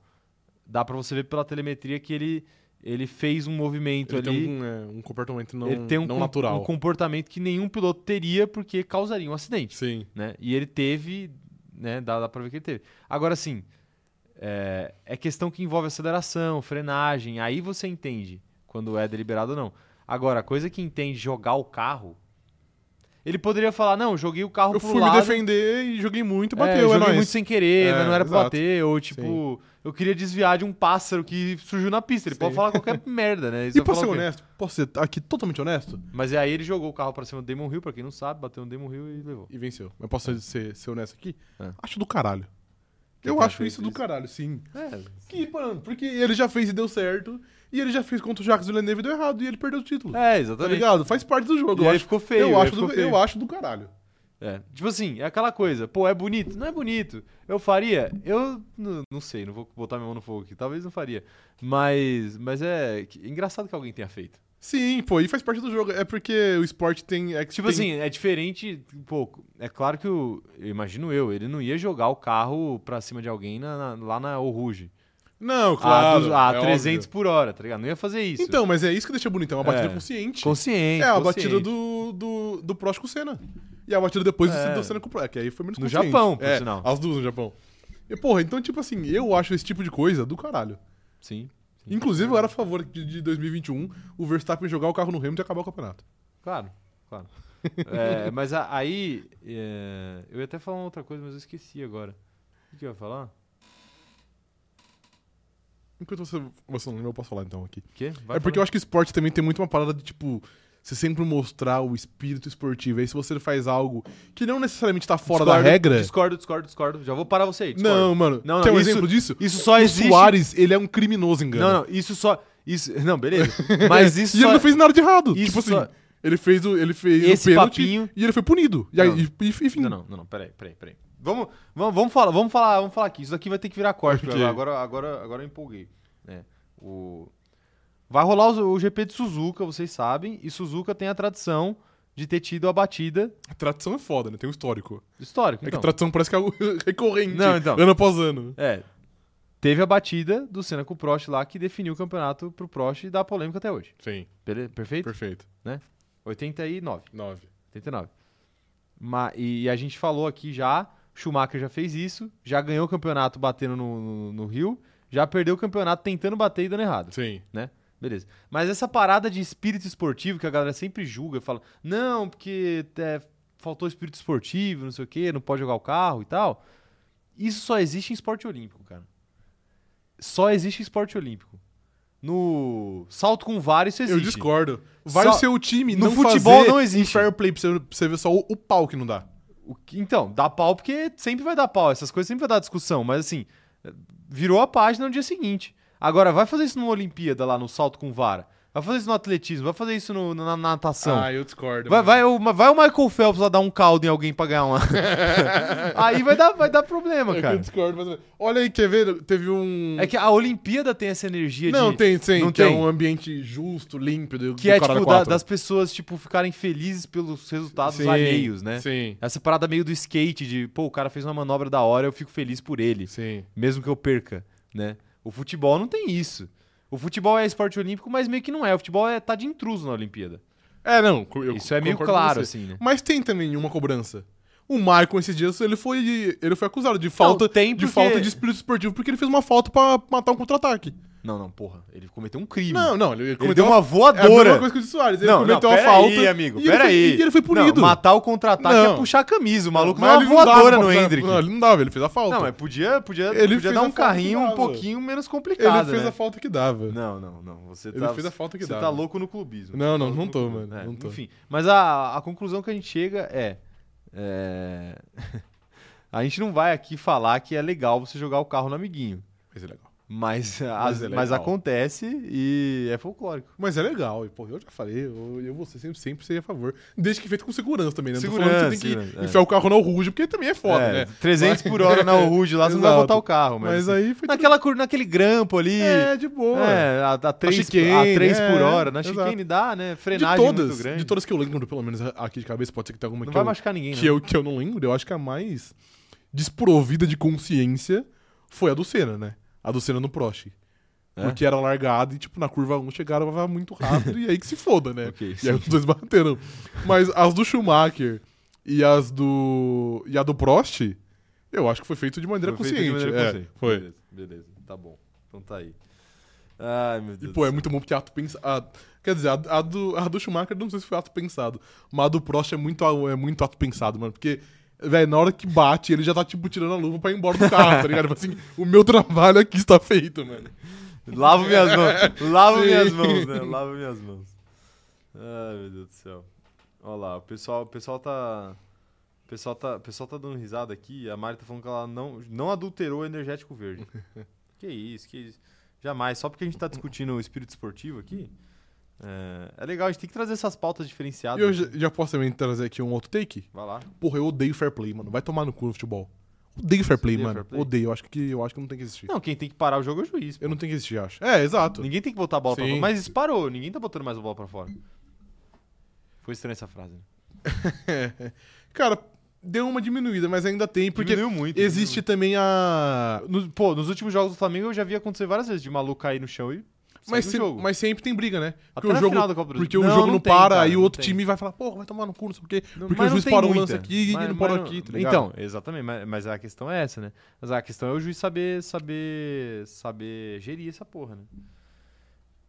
Speaker 1: dá pra você ver pela telemetria que ele, ele fez um movimento
Speaker 2: Ele
Speaker 1: ali.
Speaker 2: tem um, é, um comportamento não,
Speaker 1: ele tem um,
Speaker 2: não
Speaker 1: com-
Speaker 2: natural.
Speaker 1: um comportamento que nenhum piloto teria porque causaria um acidente
Speaker 2: Sim.
Speaker 1: né? E ele teve, né? Dá, dá pra ver que ele teve. Agora, assim, é, é questão que envolve aceleração, frenagem, aí você entende quando é deliberado ou não. Agora, a coisa que entende jogar o carro, ele poderia falar, não, joguei o carro
Speaker 2: Eu
Speaker 1: um pro
Speaker 2: fui
Speaker 1: lado,
Speaker 2: me defender e joguei muito e
Speaker 1: é,
Speaker 2: bateu, é,
Speaker 1: joguei
Speaker 2: nóis.
Speaker 1: muito sem querer,
Speaker 2: É,
Speaker 1: mas não era pra
Speaker 2: exato.
Speaker 1: bater, ou tipo, eu queria desviar de um pássaro que surgiu na pista. Ele
Speaker 2: Sim.
Speaker 1: pode falar
Speaker 2: (laughs)
Speaker 1: qualquer merda, né? Eles
Speaker 2: E
Speaker 1: vão
Speaker 2: pra
Speaker 1: falar
Speaker 2: ser
Speaker 1: o quê?
Speaker 2: honesto, posso ser aqui totalmente honesto?
Speaker 1: Mas aí ele jogou o carro pra cima do Damon Hill, pra quem não sabe, bateu no Damon Hill e levou.
Speaker 2: E venceu. Mas posso ser, ser honesto aqui?
Speaker 1: É.
Speaker 2: Acho do caralho.
Speaker 1: Que
Speaker 2: eu
Speaker 1: tenha
Speaker 2: acho
Speaker 1: feito
Speaker 2: isso do
Speaker 1: isso.
Speaker 2: caralho, sim.
Speaker 1: É,
Speaker 2: Que, mano, porque ele já fez e deu certo, e ele já fez contra o Jacques Villeneuve e deu errado, e ele perdeu o título.
Speaker 1: é
Speaker 2: Tá
Speaker 1: exatamente.
Speaker 2: ligado? Faz parte do jogo.
Speaker 1: E
Speaker 2: Eu
Speaker 1: aí
Speaker 2: acho,
Speaker 1: ficou feio.
Speaker 2: eu,
Speaker 1: aí
Speaker 2: acho
Speaker 1: ficou
Speaker 2: do,
Speaker 1: feio.
Speaker 2: eu acho do caralho.
Speaker 1: É, tipo assim, é aquela coisa, pô, é bonito? Não é bonito. Eu faria? Eu n- não sei, não vou botar minha mão no fogo aqui, talvez não faria. Mas, mas é que- é engraçado que alguém tenha feito.
Speaker 2: Sim, pô, e faz parte do jogo. É porque o esporte tem. É que
Speaker 1: Tipo
Speaker 2: tem-
Speaker 1: assim, é diferente, pô, é claro que o, eu imagino eu, ele não ia jogar o carro pra cima de alguém na- na- lá na Oruge.
Speaker 2: Não, claro.
Speaker 1: a,
Speaker 2: é
Speaker 1: dos- a
Speaker 2: óbvio.
Speaker 1: 300 por hora, tá ligado? Não ia fazer isso.
Speaker 2: Então, mas é isso que deixa bonito. É uma batida
Speaker 1: É.
Speaker 2: consciente.
Speaker 1: consciente.
Speaker 2: É a
Speaker 1: consciente.
Speaker 2: batida do, do, do Prost com o Senna. E a batida depois do-
Speaker 1: É.
Speaker 2: do Senna com o Prost. Que aí foi menos
Speaker 1: No
Speaker 2: consciente.
Speaker 1: Japão, por
Speaker 2: é,
Speaker 1: sinal.
Speaker 2: As duas no Japão. E, porra, então, tipo assim, eu acho esse tipo de coisa do caralho.
Speaker 1: Sim. sim.
Speaker 2: Inclusive, eu era a favor de, de 2021 o Verstappen jogar o carro no Hamilton e acabar o campeonato.
Speaker 1: Claro,
Speaker 2: (laughs)
Speaker 1: claro. É, mas a- aí. é, eu ia até falar uma outra coisa, mas eu esqueci agora. O que eu ia falar?
Speaker 2: Enquanto você, você não lembra, eu posso falar então aqui.
Speaker 1: O quê?
Speaker 2: é porque eu acho que esporte também tem muito uma parada de, tipo, você sempre mostrar o espírito esportivo. Aí se você faz algo que não necessariamente tá fora da regra.
Speaker 1: Discordo, discordo, discordo. Já vou parar você aí. discordo.
Speaker 2: Não, mano.
Speaker 1: Não, não,
Speaker 2: Quer um
Speaker 1: isso-
Speaker 2: exemplo disso?
Speaker 1: Isso só
Speaker 2: O
Speaker 1: existe.
Speaker 2: Soares, ele é um criminoso, engano.
Speaker 1: Não, não, isso só. Isso, não, beleza. (laughs) Mas isso
Speaker 2: E ele
Speaker 1: só.
Speaker 2: não fez nada de errado.
Speaker 1: isso
Speaker 2: tipo assim,
Speaker 1: só-
Speaker 2: Ele fez o, ele fez
Speaker 1: Esse
Speaker 2: o pênalti
Speaker 1: papinho-
Speaker 2: e ele foi punido. E aí,
Speaker 1: Não.
Speaker 2: e, e, enfim.
Speaker 1: Não, não, não, não, peraí, peraí, peraí. Vamos, vamos, vamos falar, vamos falar, vamos falar aqui. Isso daqui vai ter que virar corte,
Speaker 2: Por
Speaker 1: porque
Speaker 2: quê?
Speaker 1: agora, agora, agora eu empolguei. né? O... Vai rolar o, o GP de Suzuka, vocês sabem, e Suzuka tem a tradição de ter tido a batida
Speaker 2: A Tradição é foda, né? Tem um histórico.
Speaker 1: histórica.
Speaker 2: É que
Speaker 1: Então.
Speaker 2: a tradição parece que é algo (laughs) recorrente.
Speaker 1: Não, então.
Speaker 2: Ano após ano.
Speaker 1: É. Teve a batida do Senna com o Prost lá, que definiu o campeonato pro Prost e dá polêmica até hoje.
Speaker 2: Sim,
Speaker 1: Beleza? Perfeito?
Speaker 2: perfeito.
Speaker 1: 89.
Speaker 2: Nove.
Speaker 1: 89. Ma e, a gente falou aqui já, Schumacher já fez isso, já ganhou o campeonato batendo no, no- no Rio, já perdeu o campeonato tentando bater e dando errado.
Speaker 2: Sim.
Speaker 1: Beleza. Mas essa parada de espírito esportivo que a galera sempre julga, fala, não, porque é, faltou espírito esportivo, não sei o quê, não pode jogar o carro e tal. Isso só existe em esporte olímpico, cara. Só existe em esporte olímpico. No salto com vara isso existe.
Speaker 2: Eu discordo. Vai
Speaker 1: Só-
Speaker 2: o seu time
Speaker 1: No
Speaker 2: não
Speaker 1: futebol
Speaker 2: fazer
Speaker 1: não existe.
Speaker 2: um fair play pra você, pra você ver só o, o pau que não dá.
Speaker 1: O que- então, dá pau porque sempre vai dar pau, essas coisas sempre vai dar discussão, mas assim, virou a página no dia seguinte. Agora, vai fazer isso numa Olimpíada lá no salto com vara, vai fazer isso no atletismo, vai fazer isso no- na natação.
Speaker 2: Ah, eu discordo.
Speaker 1: Vai, vai, o, vai o Michael Phelps lá dar um caldo em alguém pra ganhar
Speaker 2: (laughs)
Speaker 1: uma. Aí vai dar, vai dar problema,
Speaker 2: Eu
Speaker 1: cara.
Speaker 2: discordo, mas... Olha aí, quer ver? Teve um...
Speaker 1: É que a Olimpíada tem essa energia
Speaker 2: Não,
Speaker 1: de.
Speaker 2: tem, tem.
Speaker 1: não
Speaker 2: que
Speaker 1: tem.
Speaker 2: é um ambiente justo, límpido.
Speaker 1: Que é, tipo, da- das pessoas, tipo, ficarem felizes pelos resultados alheios, né?
Speaker 2: Sim,
Speaker 1: Essa parada meio do skate, de, pô, o cara fez uma manobra da hora, eu fico feliz por ele.
Speaker 2: sim.
Speaker 1: mesmo que eu perca, né? O futebol não tem isso. O futebol é esporte olímpico, mas meio que não é. O futebol é tá de intruso na Olimpíada.
Speaker 2: É, não. co- eu
Speaker 1: isso é meio
Speaker 2: concordo com
Speaker 1: claro,
Speaker 2: você.
Speaker 1: assim, né?
Speaker 2: Mas tem também uma cobrança. O Maicon, esses dias, ele foi, ele foi acusado de falta,
Speaker 1: tem
Speaker 2: de,
Speaker 1: porque-
Speaker 2: falta de espírito esportivo porque ele fez uma falta pra matar um contra-ataque.
Speaker 1: Não, não, porra. Ele cometeu um crime.
Speaker 2: Não, não. Ele,
Speaker 1: ele deu
Speaker 2: cometeu
Speaker 1: uma
Speaker 2: É a mesma
Speaker 1: voadora.
Speaker 2: coisa que o Soares. Ele
Speaker 1: não, não,
Speaker 2: cometeu uma
Speaker 1: pera
Speaker 2: falta.
Speaker 1: Aí, amigo,
Speaker 2: e ele
Speaker 1: pera
Speaker 2: foi-
Speaker 1: aí.
Speaker 2: E ele foi punido.
Speaker 1: Não, matar o contra-ataque
Speaker 2: Não.
Speaker 1: é puxar a camisa. O maluco
Speaker 2: Mas
Speaker 1: não, é
Speaker 2: ele
Speaker 1: uma voadora
Speaker 2: dava
Speaker 1: no
Speaker 2: pra-
Speaker 1: Hendrick.
Speaker 2: Não,
Speaker 1: Não, é
Speaker 2: ele não dava, ele fez a falta.
Speaker 1: mas podia, podia,
Speaker 2: Ele
Speaker 1: podia
Speaker 2: fez
Speaker 1: dar
Speaker 2: a
Speaker 1: um
Speaker 2: falta
Speaker 1: carrinho
Speaker 2: que
Speaker 1: um
Speaker 2: dava.
Speaker 1: pouquinho menos
Speaker 2: ele
Speaker 1: complicado,
Speaker 2: fez
Speaker 1: né?
Speaker 2: a falta que dava.
Speaker 1: Não, não, não. Você
Speaker 2: Ele
Speaker 1: tá,
Speaker 2: fez a falta que
Speaker 1: você
Speaker 2: dava.
Speaker 1: tá louco no clubismo.
Speaker 2: Não, não,
Speaker 1: Tá louco
Speaker 2: não tô,
Speaker 1: no clubismo.
Speaker 2: mano,
Speaker 1: É,
Speaker 2: não tô.
Speaker 1: Enfim, mas a, a conclusão que a gente chega é... é, a gente não vai aqui falar que é legal você jogar o carro no amiguinho.
Speaker 2: Mas é legal.
Speaker 1: Mas, as-
Speaker 2: é legal.
Speaker 1: mas acontece e é folclórico.
Speaker 2: Mas é legal. E, pô, eu já falei, eu, eu vou ser sempre, sempre ser a favor. Desde que feito com segurança também, né? Não tô falando que você tem
Speaker 1: Segurança,
Speaker 2: que
Speaker 1: é.
Speaker 2: enfiar o carro na ruge, porque também é foda,
Speaker 1: É,
Speaker 2: né?
Speaker 1: 300 por hora na Rude lá, você não vai
Speaker 2: Exato.
Speaker 1: botar o carro. Mas,
Speaker 2: Mas aí foi
Speaker 1: naquela, cur- naquele grampo ali...
Speaker 2: É, de boa.
Speaker 1: É, a, a 3,
Speaker 2: chicane,
Speaker 1: por
Speaker 2: é,
Speaker 1: hora. Na
Speaker 2: exato.
Speaker 1: chicane dá, né?
Speaker 2: de
Speaker 1: Frenagem muito
Speaker 2: todas,
Speaker 1: grande.
Speaker 2: de todas que eu lembro, pelo menos aqui de cabeça, pode ser que tenha alguma
Speaker 1: Não
Speaker 2: que
Speaker 1: vai
Speaker 2: eu-
Speaker 1: machucar ninguém,
Speaker 2: que
Speaker 1: não.
Speaker 2: eu, que eu não lembro, eu acho que a mais desprovida de consciência foi a do Senna, né? A do Senna no Prost.
Speaker 1: É?
Speaker 2: Porque era largada e, tipo, na curva 1 chegaram muito rápido e aí que se foda, né?
Speaker 1: (laughs) Ok,
Speaker 2: e aí os dois bateram. Mas as do Schumacher e as do. e a do Prost, eu acho que foi feito de maneira
Speaker 1: Foi feito
Speaker 2: consciente.
Speaker 1: de maneira
Speaker 2: é,
Speaker 1: consciente.
Speaker 2: foi.
Speaker 1: Beleza, beleza, tá bom. Então tá aí. Ai, meu
Speaker 2: E,
Speaker 1: Deus.
Speaker 2: pô,
Speaker 1: do
Speaker 2: é
Speaker 1: céu.
Speaker 2: muito bom porque ato pensado. Quer dizer, a, a do, a do Schumacher, não sei se foi ato pensado. Mas a do Prost é muito, a- é muito ato pensado, mano. Porque, velho, na hora que bate, ele já tá, tipo, tirando a luva pra ir embora do carro, tá ligado? Tipo Assim, o meu trabalho aqui está feito, mano.
Speaker 1: Lavo minhas
Speaker 2: (laughs)
Speaker 1: mãos. Lavo
Speaker 2: Sim.
Speaker 1: minhas mãos, né? Lavo minhas mãos. Ai, meu Deus do céu. Olha lá, o pessoal, o pessoal tá. O pessoal tá, o pessoal tá dando risada aqui. A Mari tá falando que ela não, não adulterou o energético
Speaker 2: (laughs)
Speaker 1: verde. que isso, que isso. Jamais. Só porque a gente tá discutindo o espírito esportivo aqui. É, é legal, a gente tem que trazer essas pautas
Speaker 2: E
Speaker 1: diferenciadas.
Speaker 2: eu já, já posso também trazer aqui um outro take?
Speaker 1: Vai lá.
Speaker 2: Porra, eu odeio fair play, mano. Vai tomar no cu no futebol. Odeio fair play,
Speaker 1: odeia
Speaker 2: mano.
Speaker 1: fair play?
Speaker 2: Odeio. Eu acho, que, eu acho que não tem que existir.
Speaker 1: Não, quem tem que parar o jogo é o juiz.
Speaker 2: Eu não tenho que existir, acho. É, exato.
Speaker 1: Ninguém tem que botar a bola pra
Speaker 2: Sim.
Speaker 1: fora. Mas isso parou, ninguém tá botando mais a bola pra fora. Foi estranha essa frase. né?
Speaker 2: Cara, deu uma diminuída, mas ainda tem, porque
Speaker 1: Diminuiu muito.
Speaker 2: existe também a.
Speaker 1: diminuiu muito. No- pô, nos últimos jogos do Flamengo eu já vi acontecer várias vezes de maluco cair no chão e.
Speaker 2: Mas,
Speaker 1: sair do
Speaker 2: se-
Speaker 1: jogo.
Speaker 2: mas sempre tem briga, né?
Speaker 1: Até
Speaker 2: Porque o
Speaker 1: na
Speaker 2: jogo
Speaker 1: final da Copa do Brasil.
Speaker 2: Porque o
Speaker 1: Não,
Speaker 2: jogo
Speaker 1: não
Speaker 2: não
Speaker 1: tem,
Speaker 2: para,
Speaker 1: cara,
Speaker 2: aí o
Speaker 1: não
Speaker 2: outro
Speaker 1: tem.
Speaker 2: time vai falar, pô, vai tomar no cu, não sei o quê.
Speaker 1: Não-
Speaker 2: porque
Speaker 1: mas não
Speaker 2: o juiz
Speaker 1: tem
Speaker 2: parou o
Speaker 1: muita.
Speaker 2: lance aqui e
Speaker 1: Mas-
Speaker 2: não
Speaker 1: mas
Speaker 2: parou
Speaker 1: não-
Speaker 2: aqui, tá ligado?
Speaker 1: Então, exatamente. Mas, mas a questão é essa, né? Mas a questão é o juiz saber, saber, saber gerir essa porra, né?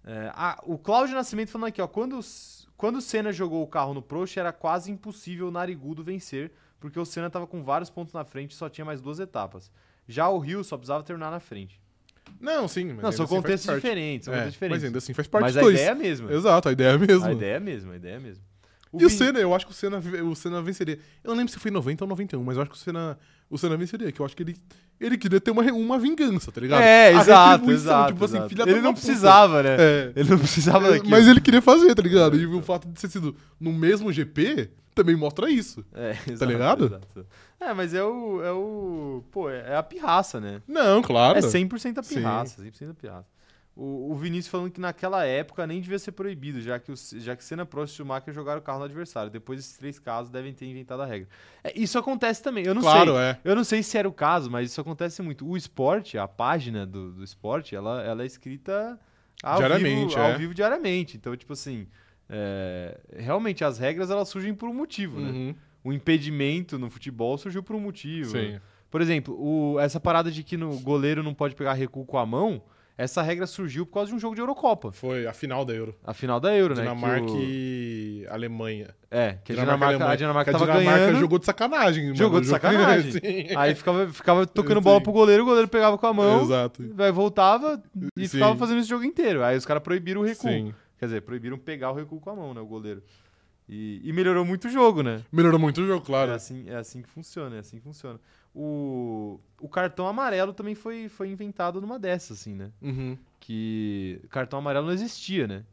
Speaker 1: É, ah, o Cláudio Nascimento falando aqui, ó. Quando, os- quando o Senna jogou o carro no Prost, era quase impossível o Narigudo vencer, porque o Senna tava com vários pontos na frente e só tinha mais duas etapas. Já o Rio só precisava terminar na frente.
Speaker 2: Não, sim, mas
Speaker 1: Não,
Speaker 2: ainda
Speaker 1: são
Speaker 2: assim faz
Speaker 1: contextos
Speaker 2: parte.
Speaker 1: diferentes. São
Speaker 2: É,
Speaker 1: contextos diferentes.
Speaker 2: Mas ainda assim faz parte
Speaker 1: Mas
Speaker 2: dos
Speaker 1: a
Speaker 2: dois.
Speaker 1: ideia é a mesma.
Speaker 2: Exato, a ideia é a mesma.
Speaker 1: A ideia é a mesma, a ideia é a mesma. O
Speaker 2: e o
Speaker 1: Vin-
Speaker 2: Senna, eu acho que o Senna, o Senna venceria. Eu não lembro se foi em 90 ou 91, mas eu acho que o Senna, o Senna venceria, que eu acho que ele, ele queria ter uma, re- uma vingança, tá ligado?
Speaker 1: É,
Speaker 2: A
Speaker 1: exato,
Speaker 2: retribuição,
Speaker 1: exato.
Speaker 2: tipo assim,
Speaker 1: exato.
Speaker 2: filha da
Speaker 1: Ele
Speaker 2: uma
Speaker 1: não
Speaker 2: puta.
Speaker 1: precisava, né?
Speaker 2: É.
Speaker 1: Ele não precisava
Speaker 2: É,
Speaker 1: daquilo.
Speaker 2: Mas ele queria fazer, tá ligado? E o fato de ter sido no mesmo GP também mostra isso.
Speaker 1: É, (laughs) exato,
Speaker 2: tá ligado?
Speaker 1: exato. É, mas é o. É o. Pô, é é a pirraça, né?
Speaker 2: Não, claro.
Speaker 1: É 100% a
Speaker 2: Sim.
Speaker 1: pirraça, 100% a pirraça. O, o Vinícius falando que naquela época nem devia ser proibido, já que, o, já que Senna, Prost e Schumacher jogaram o carro no adversário. Depois desses três casos devem ter inventado a regra. É, isso acontece também. Eu não
Speaker 2: claro,
Speaker 1: sei.
Speaker 2: é.
Speaker 1: Eu não sei se era o caso, mas isso acontece muito. O esporte, a página do, do esporte, ela, ela é escrita ao
Speaker 2: Diariamente,
Speaker 1: vivo, ao
Speaker 2: é.
Speaker 1: vivo diariamente. Então, tipo assim, é, realmente as regras elas surgem por um motivo, né?
Speaker 2: Uhum,
Speaker 1: O impedimento no futebol surgiu por um motivo.
Speaker 2: Sim.
Speaker 1: Por exemplo, o- essa parada de que no goleiro não pode pegar recuo com a mão, essa regra surgiu por causa de um jogo de Eurocopa,
Speaker 2: Foi a final da Euro.
Speaker 1: a final da Euro, né?
Speaker 2: Dinamarca
Speaker 1: que o-
Speaker 2: e Alemanha.
Speaker 1: É, que a Dinamarca,
Speaker 2: e
Speaker 1: a Dinamarca
Speaker 2: Que
Speaker 1: tava ganhando.
Speaker 2: jogou de sacanagem. mano.
Speaker 1: Jogou de sacanagem.
Speaker 2: (laughs) Sim.
Speaker 1: Aí ficava,
Speaker 2: (laughs)
Speaker 1: ficava tocando
Speaker 2: Sim.
Speaker 1: bola pro goleiro, o goleiro pegava com a mão,
Speaker 2: (laughs) Exato.
Speaker 1: vai voltava e
Speaker 2: Sim.
Speaker 1: ficava fazendo esse jogo inteiro. Aí os caras proibiram o recuo.
Speaker 2: Sim.
Speaker 1: Quer dizer, proibiram pegar o recuo com a mão, né, o goleiro. E, e melhorou muito o jogo, né?
Speaker 2: Melhorou muito o jogo,
Speaker 1: É
Speaker 2: claro.
Speaker 1: assim, é assim que funciona, é assim que funciona. O, o cartão amarelo também foi, foi inventado numa dessas, assim, né?
Speaker 2: Uhum.
Speaker 1: que cartão amarelo não existia, né?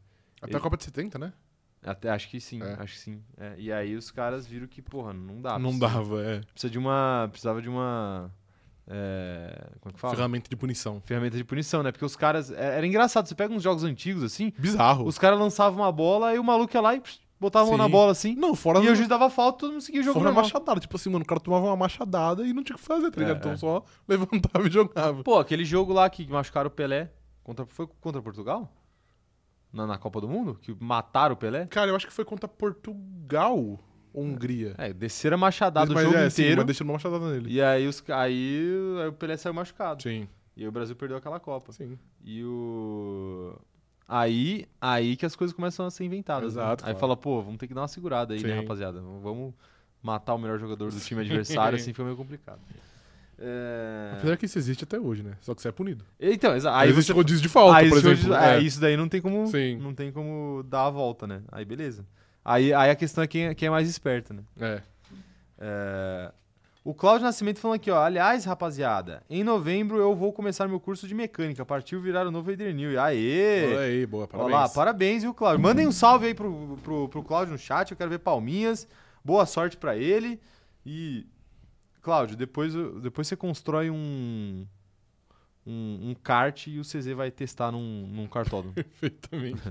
Speaker 2: Até a Copa de 70, né?
Speaker 1: Até, acho que sim,
Speaker 2: É.
Speaker 1: acho que sim. É, e aí os caras viram que, porra, não dá.
Speaker 2: Não
Speaker 1: precisa-
Speaker 2: dava, é.
Speaker 1: Precisa de uma. Precisava de uma. é, como é que fala?
Speaker 2: Ferramenta de punição.
Speaker 1: Ferramenta de punição, né? Porque os caras. é- Era engraçado, você pega uns jogos antigos assim,
Speaker 2: Bizarro.
Speaker 1: os caras lançavam uma bola e o maluco ia lá e pss, botava a mão na
Speaker 2: Sim.
Speaker 1: bola assim.
Speaker 2: Não, fora
Speaker 1: E o juiz dava falta, todo mundo seguia o jogo
Speaker 2: Fora
Speaker 1: normal.
Speaker 2: machadada. Tipo assim, mano, o cara tomava uma machadada e não tinha o que fazer, tá
Speaker 1: É,
Speaker 2: ligado? então
Speaker 1: é.
Speaker 2: só (laughs) levantava e jogava.
Speaker 1: Pô, aquele jogo lá que machucaram o Pelé. Contra, foi contra Portugal? Na, na Copa do Mundo? Que mataram o Pelé?
Speaker 2: Cara, eu acho que foi contra Portugal ou Hungria.
Speaker 1: É, desceram a machadada o
Speaker 2: Mas,
Speaker 1: jogo
Speaker 2: é, Sim,
Speaker 1: inteiro.
Speaker 2: mas deixando uma machadada nele.
Speaker 1: E aí, os, ca- aí, aí o Pelé saiu machucado.
Speaker 2: Sim,
Speaker 1: E aí o Brasil perdeu aquela Copa.
Speaker 2: sim.
Speaker 1: E o. Aí, aí que as coisas começam a ser inventadas. né?
Speaker 2: Exato,
Speaker 1: Aí
Speaker 2: claro.
Speaker 1: fala, pô, vamos ter que dar uma segurada aí, né,
Speaker 2: Sim.
Speaker 1: rapaziada? Vamos matar o melhor jogador do
Speaker 2: (laughs)
Speaker 1: time adversário, assim fica meio complicado. É...
Speaker 2: Apesar que isso existe até hoje, né? Só que você é punido.
Speaker 1: Então, exa-
Speaker 2: Aí
Speaker 1: aí
Speaker 2: existe
Speaker 1: você.
Speaker 2: rodízio de falta,
Speaker 1: aí
Speaker 2: por
Speaker 1: isso-
Speaker 2: exemplo.
Speaker 1: é,
Speaker 2: É.
Speaker 1: isso daí não tem como.
Speaker 2: Sim.
Speaker 1: Não tem como dar a volta, né? Aí beleza. Aí, aí a questão é quem, é quem é mais esperto, né?
Speaker 2: É.
Speaker 1: É, O Cláudio Nascimento falando aqui, ó. Aliás, rapaziada, em novembro eu vou começar meu curso de mecânica. Partiu virar o novo Edrenil.
Speaker 2: Olha
Speaker 1: Aê!
Speaker 2: aí, boa,
Speaker 1: Olha
Speaker 2: parabéns.
Speaker 1: lá, parabéns, viu, Cláudio? Mandem um salve aí pro, pro, pro Cláudio no chat. Eu quero ver palminhas. Boa sorte pra ele. E, Cláudio, depois, depois você constrói um, um, um kart e o CZ vai testar num, num
Speaker 2: (laughs)
Speaker 1: cartódromo.
Speaker 2: (laughs) Perfeitamente.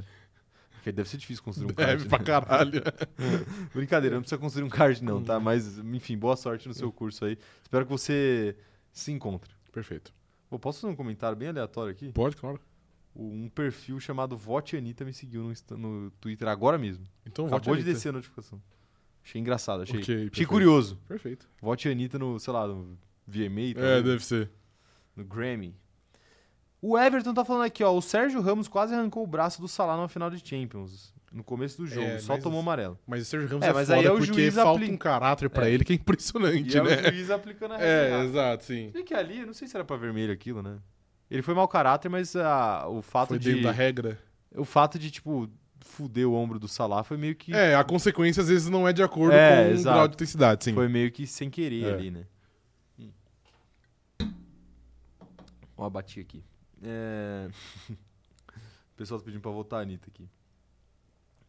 Speaker 1: Porque deve ser difícil construir um kart.
Speaker 2: Deve
Speaker 1: né?
Speaker 2: pra caralho. (laughs)
Speaker 1: Brincadeira, não precisa construir um card não, tá? Mas, enfim, boa sorte no seu curso aí. Espero que você se encontre.
Speaker 2: Perfeito.
Speaker 1: Pô, posso fazer um comentário bem aleatório aqui?
Speaker 2: Pode, claro.
Speaker 1: Um perfil chamado Vote Anitta me seguiu no, Insta- no Twitter agora mesmo.
Speaker 2: Então
Speaker 1: Acabou
Speaker 2: vote
Speaker 1: de
Speaker 2: Anitta.
Speaker 1: descer a notificação. Achei engraçado, achei,
Speaker 2: Ok,
Speaker 1: achei
Speaker 2: perfeito.
Speaker 1: curioso.
Speaker 2: Perfeito.
Speaker 1: Vote Anitta no, sei lá, no VMA,
Speaker 2: É,
Speaker 1: talvez,
Speaker 2: deve ser.
Speaker 1: no Grammy. O Everton tá falando aqui, ó. O Sérgio Ramos quase arrancou o braço do Salah numa final de Champions. No começo do jogo,
Speaker 2: É,
Speaker 1: só
Speaker 2: mas-
Speaker 1: tomou amarelo.
Speaker 2: Mas o Sérgio Ramos
Speaker 1: É,
Speaker 2: é,
Speaker 1: mas
Speaker 2: foda
Speaker 1: aí é o
Speaker 2: porque
Speaker 1: juiz
Speaker 2: falta
Speaker 1: apli-
Speaker 2: um caráter pra
Speaker 1: É.
Speaker 2: ele que é
Speaker 1: E
Speaker 2: impressionante,
Speaker 1: é o
Speaker 2: né?
Speaker 1: juiz aplicando a regra.
Speaker 2: É,
Speaker 1: errada.
Speaker 2: exato, sim.
Speaker 1: Se que ali, eu não sei se era pra vermelho aquilo, né? Ele foi mau caráter, mas ah, o fato
Speaker 2: Foi
Speaker 1: de.
Speaker 2: dentro da regra.
Speaker 1: O fato de, tipo, fuder o ombro do Salah foi meio que.
Speaker 2: É, a consequência às vezes não é de acordo
Speaker 1: É,
Speaker 2: com o
Speaker 1: exato.
Speaker 2: grau de intensidade, sim.
Speaker 1: Foi meio que sem querer
Speaker 2: É.
Speaker 1: ali, né? Hum. Ó, bati aqui. É... (laughs) o pessoal tá pedindo pra voltar a Anitta aqui.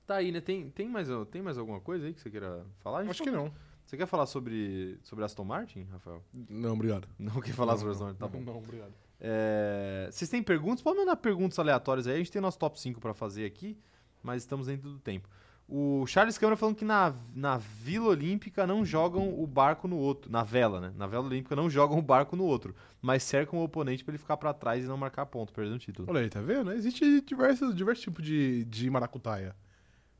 Speaker 1: Tá aí, né? Tem, tem, mais, tem mais alguma coisa aí que você queira falar? A gente
Speaker 2: Acho que não.
Speaker 1: Você quer falar sobre, sobre Aston Martin, Rafael?
Speaker 2: Não, obrigado.
Speaker 1: Não quer falar
Speaker 2: Não,
Speaker 1: sobre Aston
Speaker 2: não,
Speaker 1: Martin, tá bom.
Speaker 2: Não, obrigado.
Speaker 1: É, Vocês têm perguntas? Pode mandar perguntas aleatórias aí. A gente tem nosso top 5 pra fazer aqui, mas estamos dentro do tempo. O Charles Câmara falando que na, na Vila Olímpica não jogam o barco no outro. Na vela, né? Na Vela Olímpica não jogam o barco no outro, mas cercam o oponente pra ele ficar pra trás e não marcar ponto, perdendo o título.
Speaker 2: Olha aí, tá vendo? Existe diversos, diversos tipos de, de maracutaia.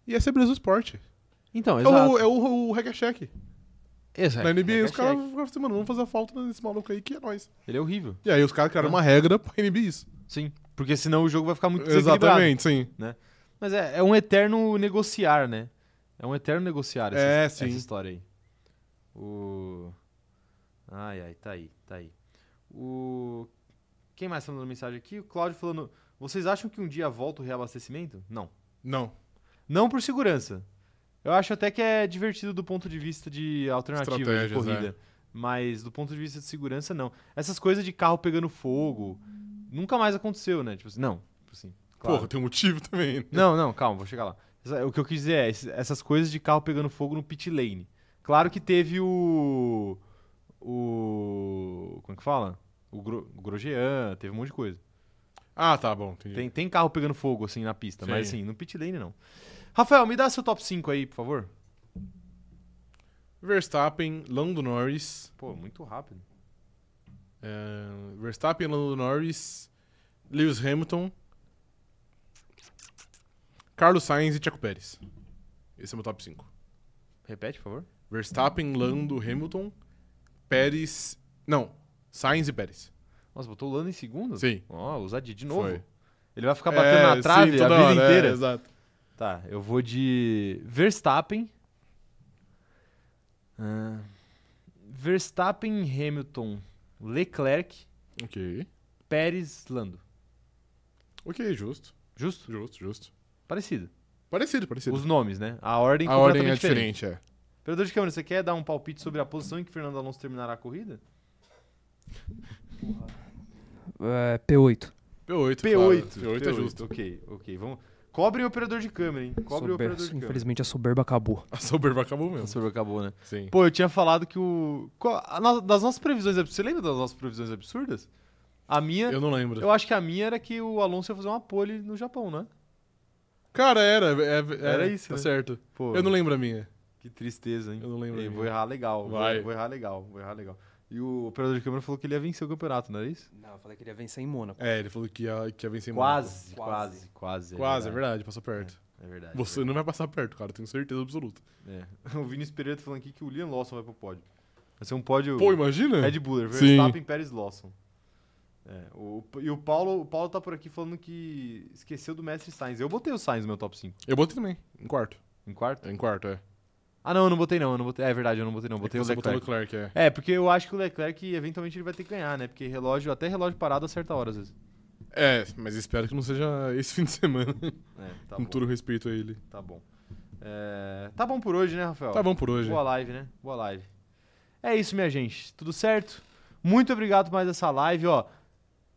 Speaker 2: E essa é a beleza do esporte.
Speaker 1: Então,
Speaker 2: É
Speaker 1: exato.
Speaker 2: o, é o, o hack-a-check.
Speaker 1: Exato.
Speaker 2: Na NBA,
Speaker 1: É
Speaker 2: os
Speaker 1: que é
Speaker 2: caras
Speaker 1: cheque.
Speaker 2: falam assim, mano, vamos fazer a falta nesse maluco aí que é nós.
Speaker 1: Ele é horrível.
Speaker 2: E aí os caras criaram uma regra pra NBA isso.
Speaker 1: Sim. Porque senão o jogo vai ficar Ah. muito desequilibrado.
Speaker 2: Exatamente, sim.
Speaker 1: Mas é, é um eterno negociar, né? É um eterno negociar essa,
Speaker 2: É,
Speaker 1: essa
Speaker 2: sim.
Speaker 1: história aí. O. Ai, ai, tá aí, tá aí. O. Quem mais tá mandando mensagem aqui? O Cláudio falando. Vocês acham que um dia volta o reabastecimento? Não.
Speaker 2: Não.
Speaker 1: Não por segurança. Eu acho até que é divertido do ponto de vista de alternativa de
Speaker 2: Estratégias, é.
Speaker 1: corrida. Mas do ponto de vista de segurança, não. Essas coisas de carro pegando fogo, nunca mais aconteceu, né? Tipo assim, não. Tipo assim, claro.
Speaker 2: Porra, tem um motivo (laughs) também. né?
Speaker 1: Não, não, calma, vou chegar lá. Essa- O que eu quis dizer é esses- essas coisas de carro pegando fogo no pit lane. Claro que teve o. O. Como é que fala? O, Gro, o Grosjean, teve um monte de coisa.
Speaker 2: Ah, tá bom, entendi.
Speaker 1: Tem, tem carro pegando fogo, assim, na pista, mas
Speaker 2: Sim.
Speaker 1: assim, no pit lane não. Rafael, me dá seu top 5 aí, por favor.
Speaker 2: Verstappen, Lando Norris.
Speaker 1: Pô, muito rápido.
Speaker 2: é, Verstappen, Lando Norris, Lewis Hamilton, Carlos Sainz e Checo Pérez. Esse é meu top 5.
Speaker 1: Repete, por favor.
Speaker 2: Verstappen, Lando, Hamilton, Pérez. Não, Sainz e Pérez.
Speaker 1: Nossa, botou o Lando em segundo?
Speaker 2: Sim.
Speaker 1: Ó, ousadia de novo.
Speaker 2: Foi. É,
Speaker 1: Ele vai ficar batendo na trave a vida inteira.
Speaker 2: exato.
Speaker 1: Tá, eu vou de Verstappen. Ah, Verstappen, Hamilton, Leclerc,
Speaker 2: Ok.
Speaker 1: Pérez, Lando.
Speaker 2: Ok, justo.
Speaker 1: Justo?
Speaker 2: Justo, justo.
Speaker 1: Parecido.
Speaker 2: Parecido, parecido.
Speaker 1: Os nomes, né? A ordem
Speaker 2: a ordem é
Speaker 1: completamente
Speaker 2: diferente, é.
Speaker 1: Operador de câmera, você quer dar um palpite sobre a posição em que Fernando Alonso terminará a corrida?
Speaker 3: É, P8.
Speaker 2: P8,
Speaker 1: P8.
Speaker 2: Claro. P8, é justo.
Speaker 1: Ok, ok. Vamos. Cobre o operador de câmera, hein? Cobre o
Speaker 3: Sober-
Speaker 1: operador de câmera.
Speaker 3: Infelizmente a soberba acabou.
Speaker 2: A soberba acabou
Speaker 1: A
Speaker 2: mesmo.
Speaker 1: soberba acabou, né?
Speaker 2: Sim.
Speaker 1: Pô, eu tinha falado que o. qual- a no- Das nossas previsões absurdas. Você lembra das nossas previsões absurdas? A minha.
Speaker 2: Eu não lembro.
Speaker 1: é- Eu acho que a minha era que o Alonso ia fazer uma pole no Japão, né?
Speaker 2: Cara, era. é- é-
Speaker 1: Era isso,
Speaker 2: Tá
Speaker 1: né?
Speaker 2: certo.
Speaker 1: Pô,
Speaker 2: Eu não lembro a minha.
Speaker 1: Que tristeza, hein?
Speaker 2: Eu não lembro
Speaker 1: Ei,
Speaker 2: a
Speaker 1: vou
Speaker 2: minha.
Speaker 1: errar legal. vou-
Speaker 2: Vai.
Speaker 1: Vou, errar legal, vou errar legal. E o operador de câmera falou que ele ia vencer o campeonato, não era isso?
Speaker 3: Não, eu falei que ele ia vencer em Mônaco.
Speaker 2: É, ele falou que ia, que ia vencer em
Speaker 1: Quase, quase,
Speaker 3: Quase.
Speaker 1: quase.
Speaker 2: Mônaco. Quase, é verdade, passou perto.
Speaker 1: É verdade.
Speaker 2: Você não vai passar perto, cara, tenho certeza absoluta.
Speaker 1: É. (laughs) O Vinícius Pereira tá falando aqui que o Liam Lawson vai pro pódio. Vai ser um pódio
Speaker 2: Pô, imagina?
Speaker 1: Red Buller,
Speaker 2: Sim.
Speaker 1: Verstappen, Pérez, Lawson. É, o, e o Paulo, o Paulo tá por aqui falando que esqueceu do mestre Sainz. Eu botei o Sainz no meu top 5.
Speaker 2: Eu botei também, em quarto.
Speaker 1: Em quarto?
Speaker 2: É, Em quarto, é.
Speaker 1: Ah, não, eu não botei não. Eu não botei, é verdade, eu não botei não. Eu
Speaker 2: É que
Speaker 1: Botei o
Speaker 2: você botou
Speaker 1: Leclerc.
Speaker 2: Leclerc, é.
Speaker 1: É, porque eu acho que o Leclerc eventualmente ele vai ter que ganhar, né? Porque relógio, até relógio parado acerta a hora às vezes.
Speaker 2: É, mas espero que não seja esse fim de semana.
Speaker 1: É, tá
Speaker 2: com
Speaker 1: bom.
Speaker 2: todo o respeito a ele.
Speaker 1: Tá bom. É, tá bom por hoje, né, Rafael?
Speaker 2: Tá bom por hoje.
Speaker 1: Boa live, né? Boa live. É isso, minha gente. Tudo certo? Muito obrigado por mais essa live, ó.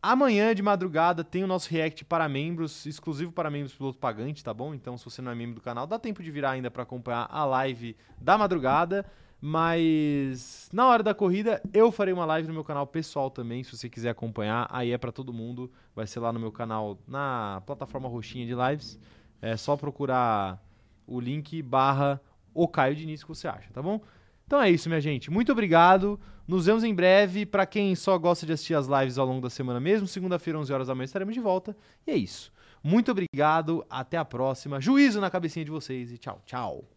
Speaker 1: Amanhã de madrugada tem o nosso react para membros, exclusivo para membros piloto pagante, tá bom? Então, se você não é membro do canal, dá tempo de virar ainda para acompanhar a live da madrugada. Mas na hora da corrida eu farei uma live no meu canal pessoal também, se você quiser acompanhar, aí é pra todo mundo, vai ser lá no meu canal na plataforma roxinha de lives. É só procurar o link barra o Caio Diniz que você acha, tá bom? Então é isso, minha gente. Muito obrigado. Nos vemos em breve. Pra quem só gosta de assistir as lives ao longo da semana mesmo, segunda-feira, 11 horas da manhã, estaremos de volta. E é isso. Muito obrigado. Até a próxima. Juízo na cabecinha de vocês e tchau, tchau.